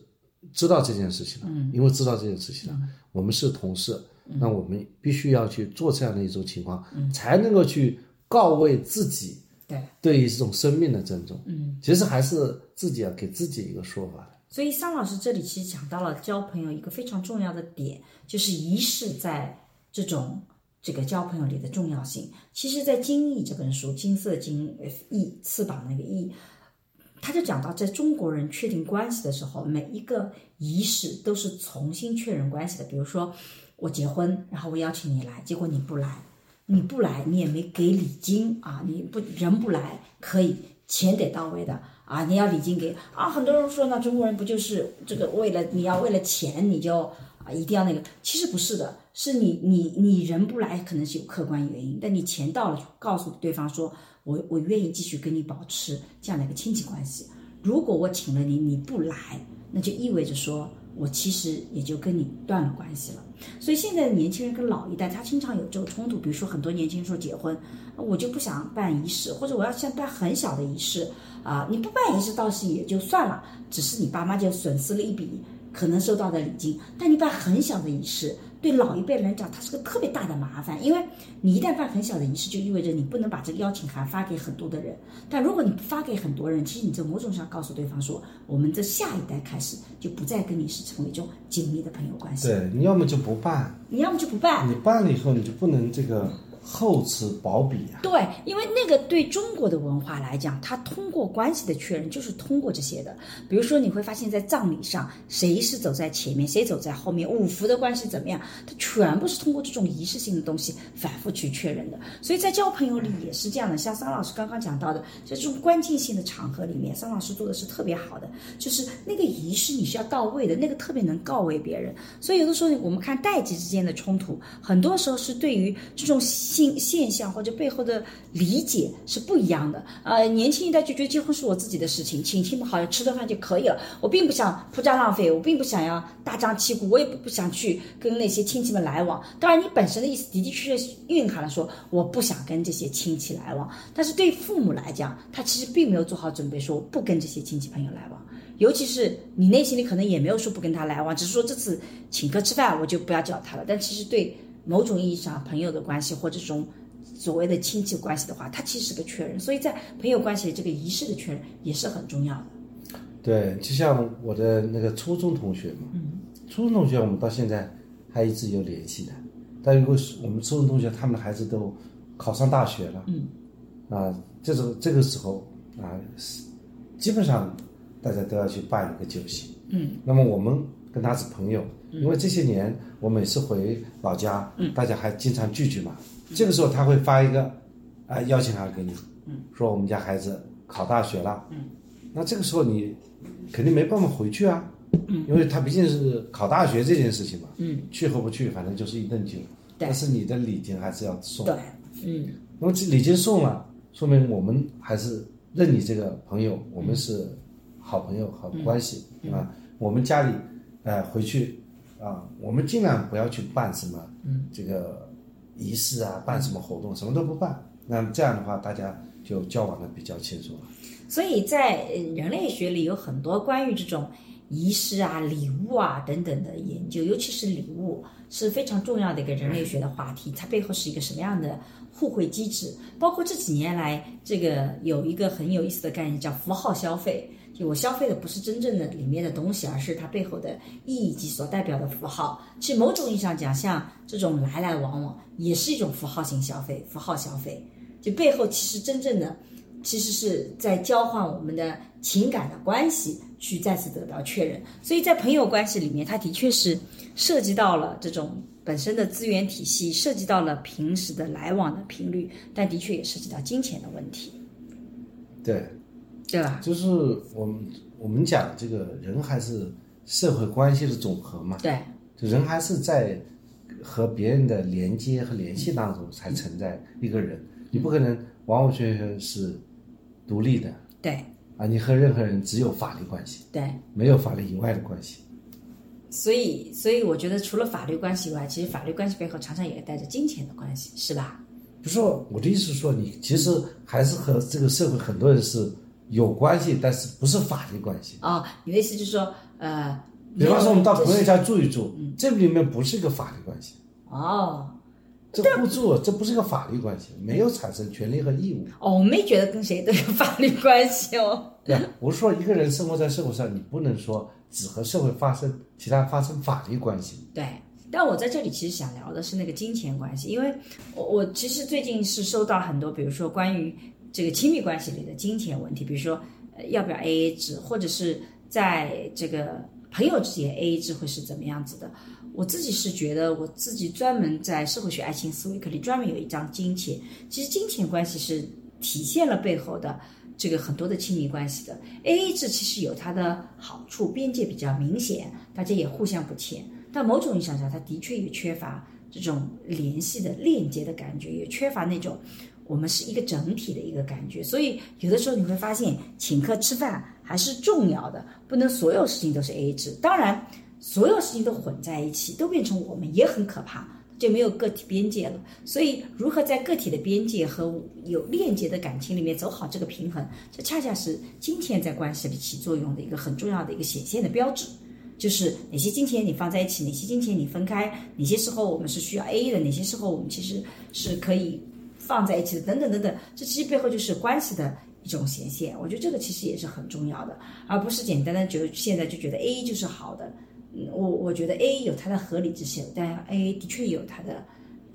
[SPEAKER 3] 知道这件事情了，因为知道这件事情了，我们是同事，那我们必须要去做这样的一种情况，才能够去告慰自己
[SPEAKER 2] 对，
[SPEAKER 3] 对于这种生命的尊重。
[SPEAKER 2] 嗯。
[SPEAKER 3] 其实还是自己要给自己一个说法的。
[SPEAKER 2] 所以桑老师这里其实讲到了交朋友一个非常重要的点，就是仪式在这种这个交朋友里的重要性。其实，在《精益》这本书，金色金呃翼翅膀那个翼，他就讲到，在中国人确定关系的时候，每一个仪式都是重新确认关系的。比如说，我结婚，然后我邀请你来，结果你不来，你不来，你也没给礼金啊，你不人不来可以，钱得到位的啊，你要礼金给啊。很多人说那中国人不就是这个为了你要为了钱你就啊一定要那个，其实不是的，是你你你人不来可能是有客观原因，但你钱到了就告诉对方说我我愿意继续跟你保持这样的一个亲戚关系。如果我请了你，你不来，那就意味着说我其实也就跟你断了关系了。所以现在的年轻人跟老一代，他经常有这个冲突。比如说，很多年轻人说结婚，我就不想办仪式，或者我要想办很小的仪式啊、你不办仪式倒是也就算了，只是你爸妈就损失了一笔可能收到的礼金。但你办很小的仪式，对老一辈人来讲，它是个特别大的麻烦，因为你一旦办很小的仪式，就意味着你不能把这个邀请函发给很多的人。但如果你发给很多人，其实你在某种上告诉对方说，我们这下一代开始就不再跟你是成为一种紧密的朋友关系。
[SPEAKER 3] 对，你要么就不办，
[SPEAKER 2] 你要么就不办。
[SPEAKER 3] 你办了以后你就不能这个厚此薄彼啊。
[SPEAKER 2] 对，因为那个对中国的文化来讲，它通过关系的确认就是通过这些的。比如说，你会发现在葬礼上，谁是走在前面，谁走在后面，五福的关系怎么样，它全部是通过这种仪式性的东西反复去确认的。所以在交朋友里也是这样的，像桑老师刚刚讲到的，在这种关键性的场合里面，桑老师做的是特别好的，就是那个仪式你是要到位的，那个特别能告慰别人。所以有的时候我们看代际之间的冲突，很多时候是对于这种现现象或者背后的理解是不一样的。呃，年轻一代就觉得结婚是我自己的事情，请亲朋好友吃顿饭就可以了，我并不想铺张浪费，我并不想要大张旗鼓，我也不不想去跟那些亲戚们来往。当然，你本身的意思的的确确蕴含了说我不想跟这些亲戚来往，但是对父母来讲，他其实并没有做好准备，说我不跟这些亲戚朋友来往。尤其是你内心里可能也没有说不跟他来往，只是说这次请客吃饭我就不要叫他了。但其实对某种意义上朋友的关系或这种所谓的亲戚关系的话，它其实是个确认。所以在朋友关系里，这个仪式的确认也是很重要的。
[SPEAKER 3] 对，就像我的那个初中同学嘛，初中同学我们到现在还一直有联系的。但如果是我们初中同学，他们的孩子都考上大学了，嗯，啊，这种这个时候啊，是基本上大家都要去办一个酒席，嗯，那么我们跟他是朋友，因为这些年我每次回老家，嗯，大家还经常聚聚嘛，这个时候他会发一个啊、邀请函给你，嗯，说我们家孩子考大学了，嗯，那这个时候你肯定没办法回去啊，嗯，因为他毕竟是考大学这件事情嘛，嗯，去和不去反正就是一顿酒，
[SPEAKER 2] 对
[SPEAKER 3] 但是你的礼金还是要送，
[SPEAKER 2] 对，嗯。
[SPEAKER 3] 那么这礼金送了，说明我们还是认你这个朋友，我们是好朋友、好关系、啊。我们家里，呃，回去啊，我们尽量不要去办什么这个仪式啊，办什么活动，什么都不办。那这样的话，大家就交往的比较轻松了。
[SPEAKER 2] 所以在呃人类学里有很多关于这种仪式啊、礼物啊等等的研究，尤其是礼物是非常重要的一个人类学的话题。它背后是一个什么样的互惠机制？包括这几年来，这个有一个很有意思的概念叫符号消费。就我消费的不是真正的里面的东西，而是它背后的意义及所代表的符号。其实某种意义上讲，像这种来来往往也是一种符号性消费，符号消费。就背后其实真正的其实是在交换我们的情感的关系，去再次得到确认。所以在朋友关系里面，它的确是涉及到了这种本身的资源体系，涉及到了平时的来往的频率，但的确也涉及到金钱的问题，
[SPEAKER 3] 对，
[SPEAKER 2] 对吧？
[SPEAKER 3] 就是我们我们讲这个人还是社会关系的总和嘛，
[SPEAKER 2] 对，
[SPEAKER 3] 就人还是在和别人的连接和联系当中才存在一个人，你不可能完完全全是独立的
[SPEAKER 2] 对，
[SPEAKER 3] 啊，你和任何人只有法律关系，
[SPEAKER 2] 对。
[SPEAKER 3] 没有法律以外的关系。
[SPEAKER 2] 所以，所以我觉得除了法律关系以外，其实法律关系背后常常也带着金钱的关系，是吧？
[SPEAKER 3] 不是说我的意思是说，你其实还是和这个社会很多人是有关系，但是不是法律关系。
[SPEAKER 2] 哦，你的意思就是说，呃，
[SPEAKER 3] 比方说，我们到朋
[SPEAKER 2] 没有
[SPEAKER 3] 友家住一住，
[SPEAKER 2] 嗯
[SPEAKER 3] 这里面不是一个法律关系，
[SPEAKER 2] 哦
[SPEAKER 3] 这互助这不是个法律关系，没有产生权利和义务。
[SPEAKER 2] 哦，我没觉得跟谁都有法律关系哦。
[SPEAKER 3] 对吧，我是说一个人生活在社会上，你不能说只和社会发生其他发生法律关系。
[SPEAKER 2] 对，但我在这里其实想聊的是那个金钱关系，因为我我其实最近是收到很多，比如说关于这个亲密关系里的金钱问题，比如说、呃、要不要 AA 制，或者是在这个朋友之间 AA 制会是怎么样子的。我自己是觉得，我自己专门在社会学爱情思维课里专门有一章金钱，其实金钱关系是体现了背后的这个很多的亲密关系的。AA 制其实有它的好处，边界比较明显，大家也互相不欠。但某种意义上讲，它的确也缺乏这种联系的链接的感觉，也缺乏那种我们是一个整体的一个感觉。所以有的时候你会发现，请客吃饭，还还是重要的，不能所有事情都是 A A 制。当然，所有事情都混在一起，都变成我们也很可怕，就没有个体边界了。所以，如何在个体的边界和有链接的感情里面走好这个平衡，这恰恰是金钱在关系里起作用的一个很重要的一个显现的标志。就是哪些金钱你放在一起，哪些金钱你分开，哪些时候我们是需要 A 的，哪些时候我们其实是可以放在一起的，等等等等。这其实背后就是关系的一种显现。我觉得这个其实也是很重要的，而不是简单的就现在就觉得 A 就是好的。嗯，我我觉得 A 有它的合理之嫌，但 A 的确有它的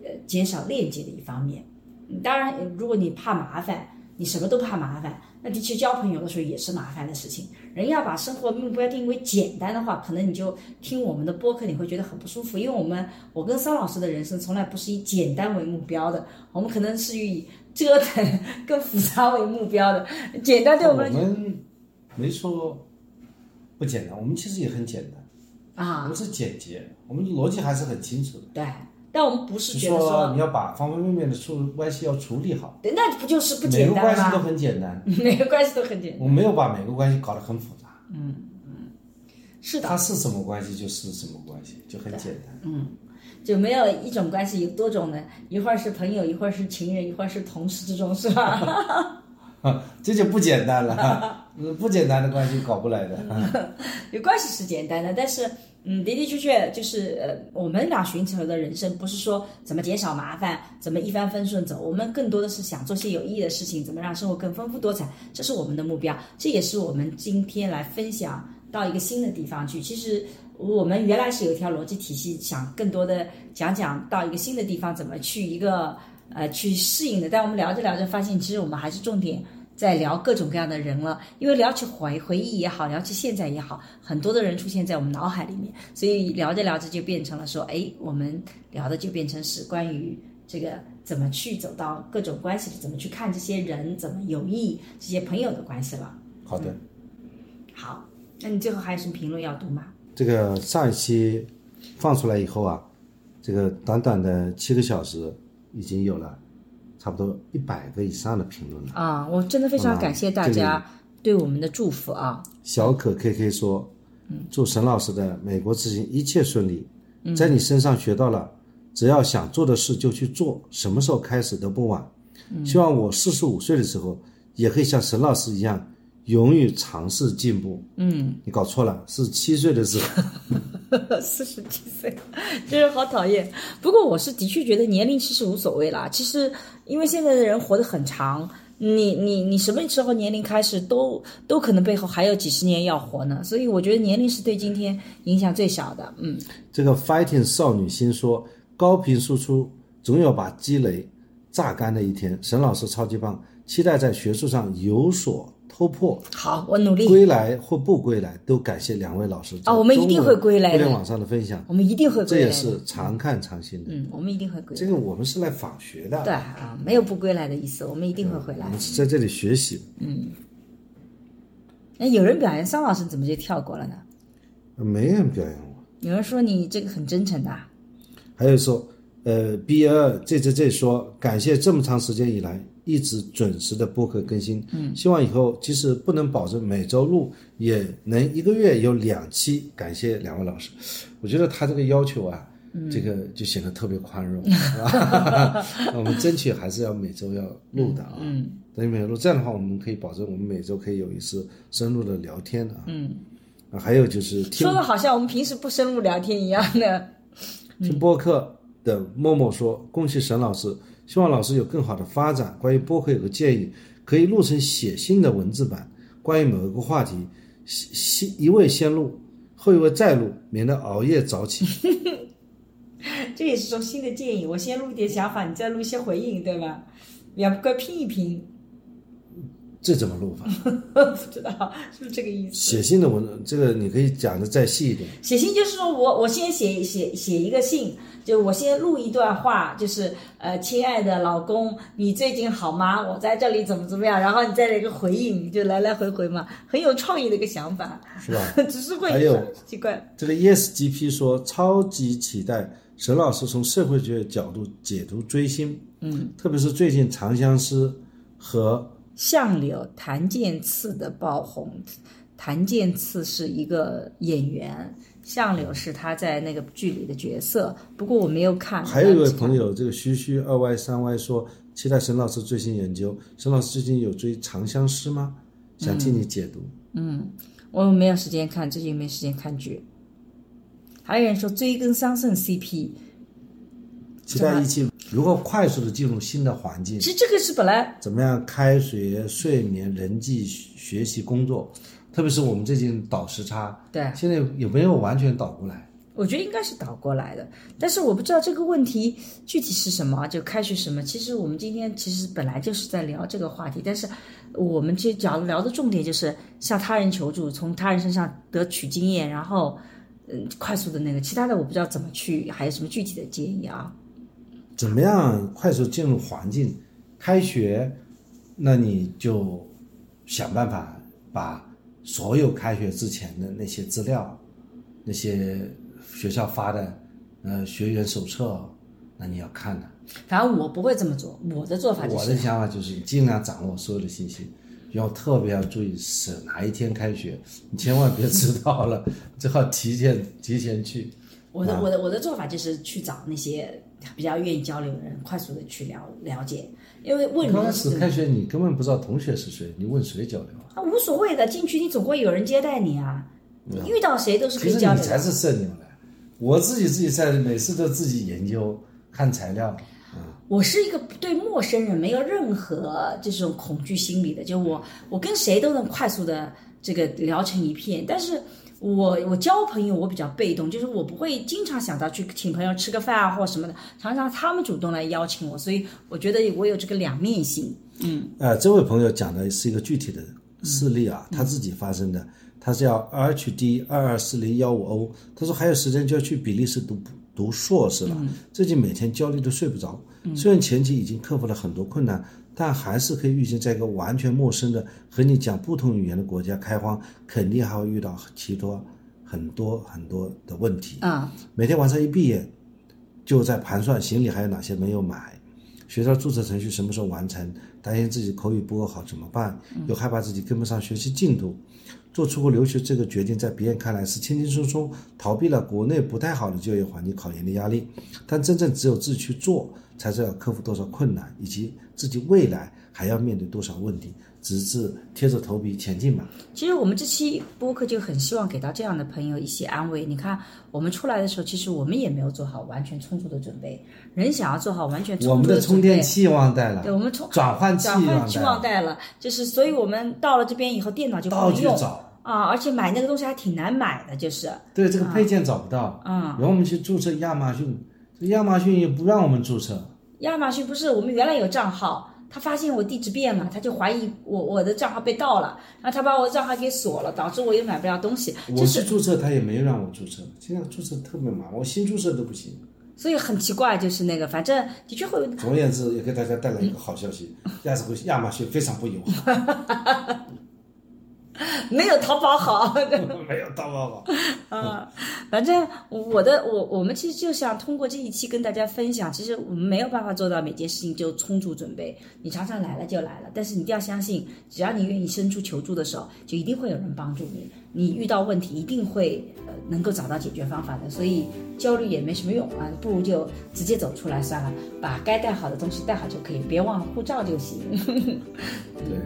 [SPEAKER 2] 呃减少链接的一方面。嗯当然，如果你怕麻烦，你什么都怕麻烦，那的确交朋友的时候也是麻烦的事情。人要把生活目标定为简单的话，可能你就听我们的播客，你会觉得很不舒服。因为我们，我跟桑老师的人生从来不是以简单为目标的，我们可能是以 *laughs* 折腾跟复杂为目标的。简单对我
[SPEAKER 3] 我
[SPEAKER 2] 们来讲
[SPEAKER 3] 们没说不简单，我们其实也很简单，我
[SPEAKER 2] 啊，
[SPEAKER 3] 们是简洁，我们逻辑还是很清楚的。
[SPEAKER 2] 对，但我们不是
[SPEAKER 3] 是
[SPEAKER 2] 觉得
[SPEAKER 3] 说
[SPEAKER 2] 说，
[SPEAKER 3] 你要把方方面面的处关系要处理好，
[SPEAKER 2] 对，那不就是不
[SPEAKER 3] 每
[SPEAKER 2] 简
[SPEAKER 3] 个关
[SPEAKER 2] 单
[SPEAKER 3] 系都
[SPEAKER 2] 吗？
[SPEAKER 3] 很简单。
[SPEAKER 2] *laughs* 每个关系都很简单，
[SPEAKER 3] 我没有把每个关系搞得很复杂，
[SPEAKER 2] 是的
[SPEAKER 3] 它。是什么关系就是什么关系，就很简单。
[SPEAKER 2] 就没有一种关系有多种的，一会儿是朋友，一会儿是情人，一会儿是同事，这种是吧？
[SPEAKER 3] *laughs* 这就不简
[SPEAKER 2] *laughs*
[SPEAKER 3] 单了，呃不简单的关系搞不来的。
[SPEAKER 2] 有关系是简单的，但是嗯，的的确确就是呃，我们俩寻求的人生不是说怎么减少麻烦，怎么一帆风顺走，我们更多的是想做些有意义的事情，怎么让生活更丰富多彩，这是我们的目标，这也是我们今天来分享到一个新的地方去。其实我们原来是有一条逻辑体系，想更多的讲讲到一个新的地方怎么去一个呃去适应的，但我们聊着聊着发现，其实我们还是重点。在聊各种各样的人了，因为聊起回回忆也好，聊起现在也好，很多的人出现在我们脑海里面，所以聊着聊着就变成了说，哎，我们聊的就变成是关于这个怎么去走到各种关系里，怎么去看这些人，怎么有益这些朋友的关系了。
[SPEAKER 3] 好的，
[SPEAKER 2] 好，那你最后还有什么评论要读吗？
[SPEAKER 3] 这个上一期放出来以后啊，这个短短的七个小时，已经有了差不多一百个以上的评论了。
[SPEAKER 2] 啊，我真的非常感谢大家对我们的祝福啊！
[SPEAKER 3] 小可 KK 说：“祝沈老师的美国之行一切顺利，在你身上学到了，只要想做的事就去做，什么时候开始都不晚。希望我四十五岁的时候，也可以像沈老师一样，勇于尝试进步。”嗯，你搞错了，是七岁的时候。
[SPEAKER 2] *laughs* 四十几岁，真是好讨厌。不过我是的确觉得年龄其实无所谓啦。其实因为现在的人活得很长，你你你什么时候年龄开始都都可能背后还有几十年要活呢。所以我觉得年龄是对今天影响最小的。嗯，
[SPEAKER 3] 这个 Fighting 少女心说，高频输出总有把积累榨干的一天。沈老师超级棒，期待在学术上有所突破。
[SPEAKER 2] 好，我努力，
[SPEAKER 3] 归来或不归来，都感谢两位老师
[SPEAKER 2] 啊我们一定会归来的
[SPEAKER 3] 互联网上的分享，
[SPEAKER 2] 我们一定会
[SPEAKER 3] 这
[SPEAKER 2] 归来
[SPEAKER 3] 也
[SPEAKER 2] 的。
[SPEAKER 3] 是常看常新的。
[SPEAKER 2] 嗯，我们一定会归来。
[SPEAKER 3] 这个我们是来访学的，
[SPEAKER 2] 对啊，没有不归来的意思，我们一定会回来
[SPEAKER 3] 我。们是在这里学习的。
[SPEAKER 2] 那有人表扬桑老师，怎么就跳过了呢？
[SPEAKER 3] 没人表扬我，
[SPEAKER 2] 有人说你这个很真诚的啊，
[SPEAKER 3] 还有说，呃，B 二 J J J 说，感谢这么长时间以来一直准时的播客更新，嗯，希望以后即使不能保证每周录，也能一个月有两期。感谢两位老师，我觉得他这个要求啊。
[SPEAKER 2] 嗯
[SPEAKER 3] 这个就显得特别
[SPEAKER 2] *laughs*
[SPEAKER 3] 宽容，是吧？我们争取还是要每周要录的啊，
[SPEAKER 2] 嗯
[SPEAKER 3] 等于每周这样的话，我们可以保证我们每周可以有一次深入的聊天啊。
[SPEAKER 2] 嗯，
[SPEAKER 3] 啊还有就是听
[SPEAKER 2] 说的好像我们平时不深入聊天一样的。
[SPEAKER 3] 听播客的默默说：“恭喜沈老师，希望老师有更好的发展。关于播客有个建议，可以录成写信的文字版，关于某一个话题，先先一位先录，后一位再录，免得熬夜早起。
[SPEAKER 2] *laughs* 这也是种新的建议。我先录一点想法，你再录一些回应，对吧？两个拼一拼， *laughs*
[SPEAKER 3] 这怎么录法？ *laughs*
[SPEAKER 2] 不知道是不是这个意思？
[SPEAKER 3] 写信的文，这个你可以讲的再细一点。
[SPEAKER 2] 写信就是说我我先写写写一个信，就我先录一段话，就是呃，亲爱的老公，你最近好吗？我在这里怎么怎么样，然后你再来一个回应，就来来回回嘛，很有创意的一个想法， *laughs*
[SPEAKER 3] 是吧？
[SPEAKER 2] 只是会
[SPEAKER 3] 还有
[SPEAKER 2] 奇怪，
[SPEAKER 3] 这个 E ESGP 说，超级期待沈老师从社会学角度解读追星，嗯，特别是最近长相思和
[SPEAKER 2] 相柳檀健次的爆红，谭健次是一个演员，相柳是他在那个剧里的角色。不过我没有看。
[SPEAKER 3] 还有一位朋友，这个虚虚二歪三歪说，期待沈老师最新研究。沈老师最近有追《长相思》吗？想听你解读。
[SPEAKER 2] 嗯，我没有时间看，最近没时间看剧。还有人说追更桑葚 CP，
[SPEAKER 3] 期待一期如何快速的进入新的环境。
[SPEAKER 2] 其实这个是本来
[SPEAKER 3] 怎么样开学、睡眠、人际、学习、工作，特别是我们最近倒时差，
[SPEAKER 2] 对，
[SPEAKER 3] 现在有没有完全倒过来？
[SPEAKER 2] 我觉得应该是倒过来的，但是我不知道这个问题具体是什么，就开学什么。其实我们今天其实本来就是在聊这个话题，但是我们这讲聊的重点就是向他人求助，从他人身上得取经验，然后嗯，快速的那个，其他的我不知道怎么去，还有什么具体的建议啊？
[SPEAKER 3] 怎么样快速进入环境？开学，那你就想办法把所有开学之前的那些资料，那些学校发的呃学员手册，那你要看的。
[SPEAKER 2] 反正我不会这么做，我的做法就
[SPEAKER 3] 我
[SPEAKER 2] 是
[SPEAKER 3] 的想法就是，你尽量掌握所有的信息，要特别要注意是哪一天开学，你千万别迟到了，最好提前提前去。
[SPEAKER 2] 我的我的我的做法就是去找那些比较愿意交流的人，快速的去了了解，因为问
[SPEAKER 3] 刚开
[SPEAKER 2] 人
[SPEAKER 3] 始
[SPEAKER 2] 是
[SPEAKER 3] 开学，你根本不知道同学是谁，你问谁交流啊？
[SPEAKER 2] 啊无所谓的，进去你总会有人接待你啊，遇到谁都是可
[SPEAKER 3] 其
[SPEAKER 2] 以
[SPEAKER 3] 实
[SPEAKER 2] 交
[SPEAKER 3] 你
[SPEAKER 2] 流
[SPEAKER 3] 才
[SPEAKER 2] 的。
[SPEAKER 3] 是社牛呢，我自己自己在每次都自己研究看材料，
[SPEAKER 2] 我是一个对陌生人没有任何这种恐惧心理的，就我我跟谁都能快速的这个聊成一片，但是我我交朋友我比较被动，就是我不会经常想到去请朋友吃个饭啊或什么的，常常他们主动来邀请我，所以我觉得我有这个两面性。
[SPEAKER 3] 呃，这位朋友讲的是一个具体的事例啊，他自己发生的，他是要 RHD 二二四零幺五 O，他说还有时间就要去比利时读读硕士
[SPEAKER 2] 嗯
[SPEAKER 3] 了，最近每天焦虑的睡不着，虽然前期已经克服了很多困难。但还是可以预见，在一个完全陌生的、和你讲不同语言的国家开荒，肯定还会遇到其他很多很多的问题。
[SPEAKER 2] 啊、
[SPEAKER 3] 每天晚上一闭眼，就在盘算行李还有哪些没有买，学校注册程序什么时候完成，担心自己口语不够好怎么办，
[SPEAKER 2] 嗯
[SPEAKER 3] 又害怕自己跟不上学习进度。做出国留学这个决定，在别人看来是轻轻松松逃避了国内不太好的就业环境考研的压力，但真正只有自己去做，才知道克服多少困难，以及自己未来还要面对多少问题，直至贴着头皮前进吧。
[SPEAKER 2] 其实我们这期播客就很希望给到这样的朋友一些安慰。你看，我们出来的时候，其实我们也没有做好完全充足的准备。人想要做好完全充足
[SPEAKER 3] 我们
[SPEAKER 2] 的
[SPEAKER 3] 的充电
[SPEAKER 2] 准备，
[SPEAKER 3] 器忘带
[SPEAKER 2] 对，
[SPEAKER 3] 了，
[SPEAKER 2] 我们充
[SPEAKER 3] 转换器
[SPEAKER 2] 转换器
[SPEAKER 3] 忘
[SPEAKER 2] 忘
[SPEAKER 3] 带
[SPEAKER 2] 带
[SPEAKER 3] 了，
[SPEAKER 2] 了，就是所以我们到了这边以后，电脑就不
[SPEAKER 3] 道
[SPEAKER 2] 能
[SPEAKER 3] 具
[SPEAKER 2] 用
[SPEAKER 3] 找。
[SPEAKER 2] 啊，而且买那个东西还挺难买的，就是
[SPEAKER 3] 对，这个配件找不到，
[SPEAKER 2] 嗯
[SPEAKER 3] 然后我们去注册亚马逊，这亚马逊也不让我们注册，
[SPEAKER 2] 亚马逊不是我们原来有账号，他发现我地址变了，他就怀疑我我的账号被盗了，然后他把我的账号给锁了，导致我也买不了东西。
[SPEAKER 3] 我
[SPEAKER 2] 就是
[SPEAKER 3] 去注册他也没有让我注册，现在注册特别麻烦，我新注册都不行。
[SPEAKER 2] 所以很奇怪，就是那个，反正的确会有
[SPEAKER 3] 总而言之，也给大家带来一个好消息，亚马逊亚马逊非常不友好，
[SPEAKER 2] *laughs* 没有淘宝好。 *laughs*
[SPEAKER 3] 没有淘宝好。 *laughs*
[SPEAKER 2] 反正我的我我们其实就想通过这一期跟大家分享，其实我们没有办法做到每件事情就充足准备，你常常来了就来了，但是你一定要相信，只要你愿意伸出求助的手，就一定会有人帮助你。你遇到问题一定会呃能够找到解决方法的，所以焦虑也没什么用啊，不如就直接走出来算了，把该带好的东西带好就可以，别忘了护照就行。
[SPEAKER 3] 对，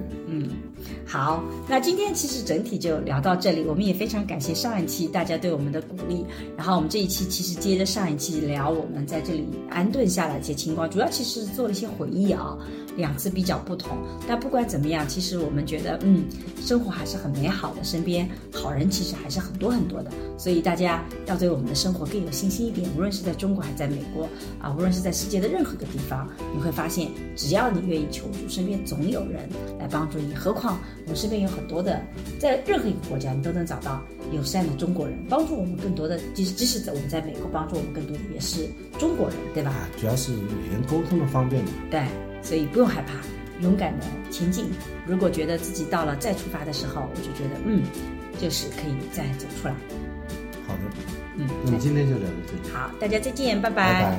[SPEAKER 2] 好，那今天其实整体就聊到这里，我们也非常感谢上一期大家对我们的鼓励。然后我们这一期其实接着上一期聊我们在这里安顿下来的一些情况，主要其实做了一些回忆啊，两次比较不同。但不管怎么样，其实我们觉得，嗯，生活还是很美好的，身边好人其实还是很多很多的。所以大家要对我们的生活更有信心一点，无论是在中国还是在美国啊，无论是在世界的任何个地方，你会发现，只要你愿意求助，身边总有人来帮助你。何况我们身边有很多的，在任何一个国家，你都能找到友善的中国人，帮助我们更多的。即使即使在我们在美国帮助我们更多的也是中国人，对吧？
[SPEAKER 3] 啊，主要是语言沟通的方便嘛。
[SPEAKER 2] 对，所以不用害怕，勇敢的前进。如果觉得自己到了再出发的时候，我就觉得，嗯，就是可以再走出来。
[SPEAKER 3] 好的，
[SPEAKER 2] 嗯，
[SPEAKER 3] 那我们今天就聊到这里，
[SPEAKER 2] 好，大家再见，
[SPEAKER 3] 拜拜。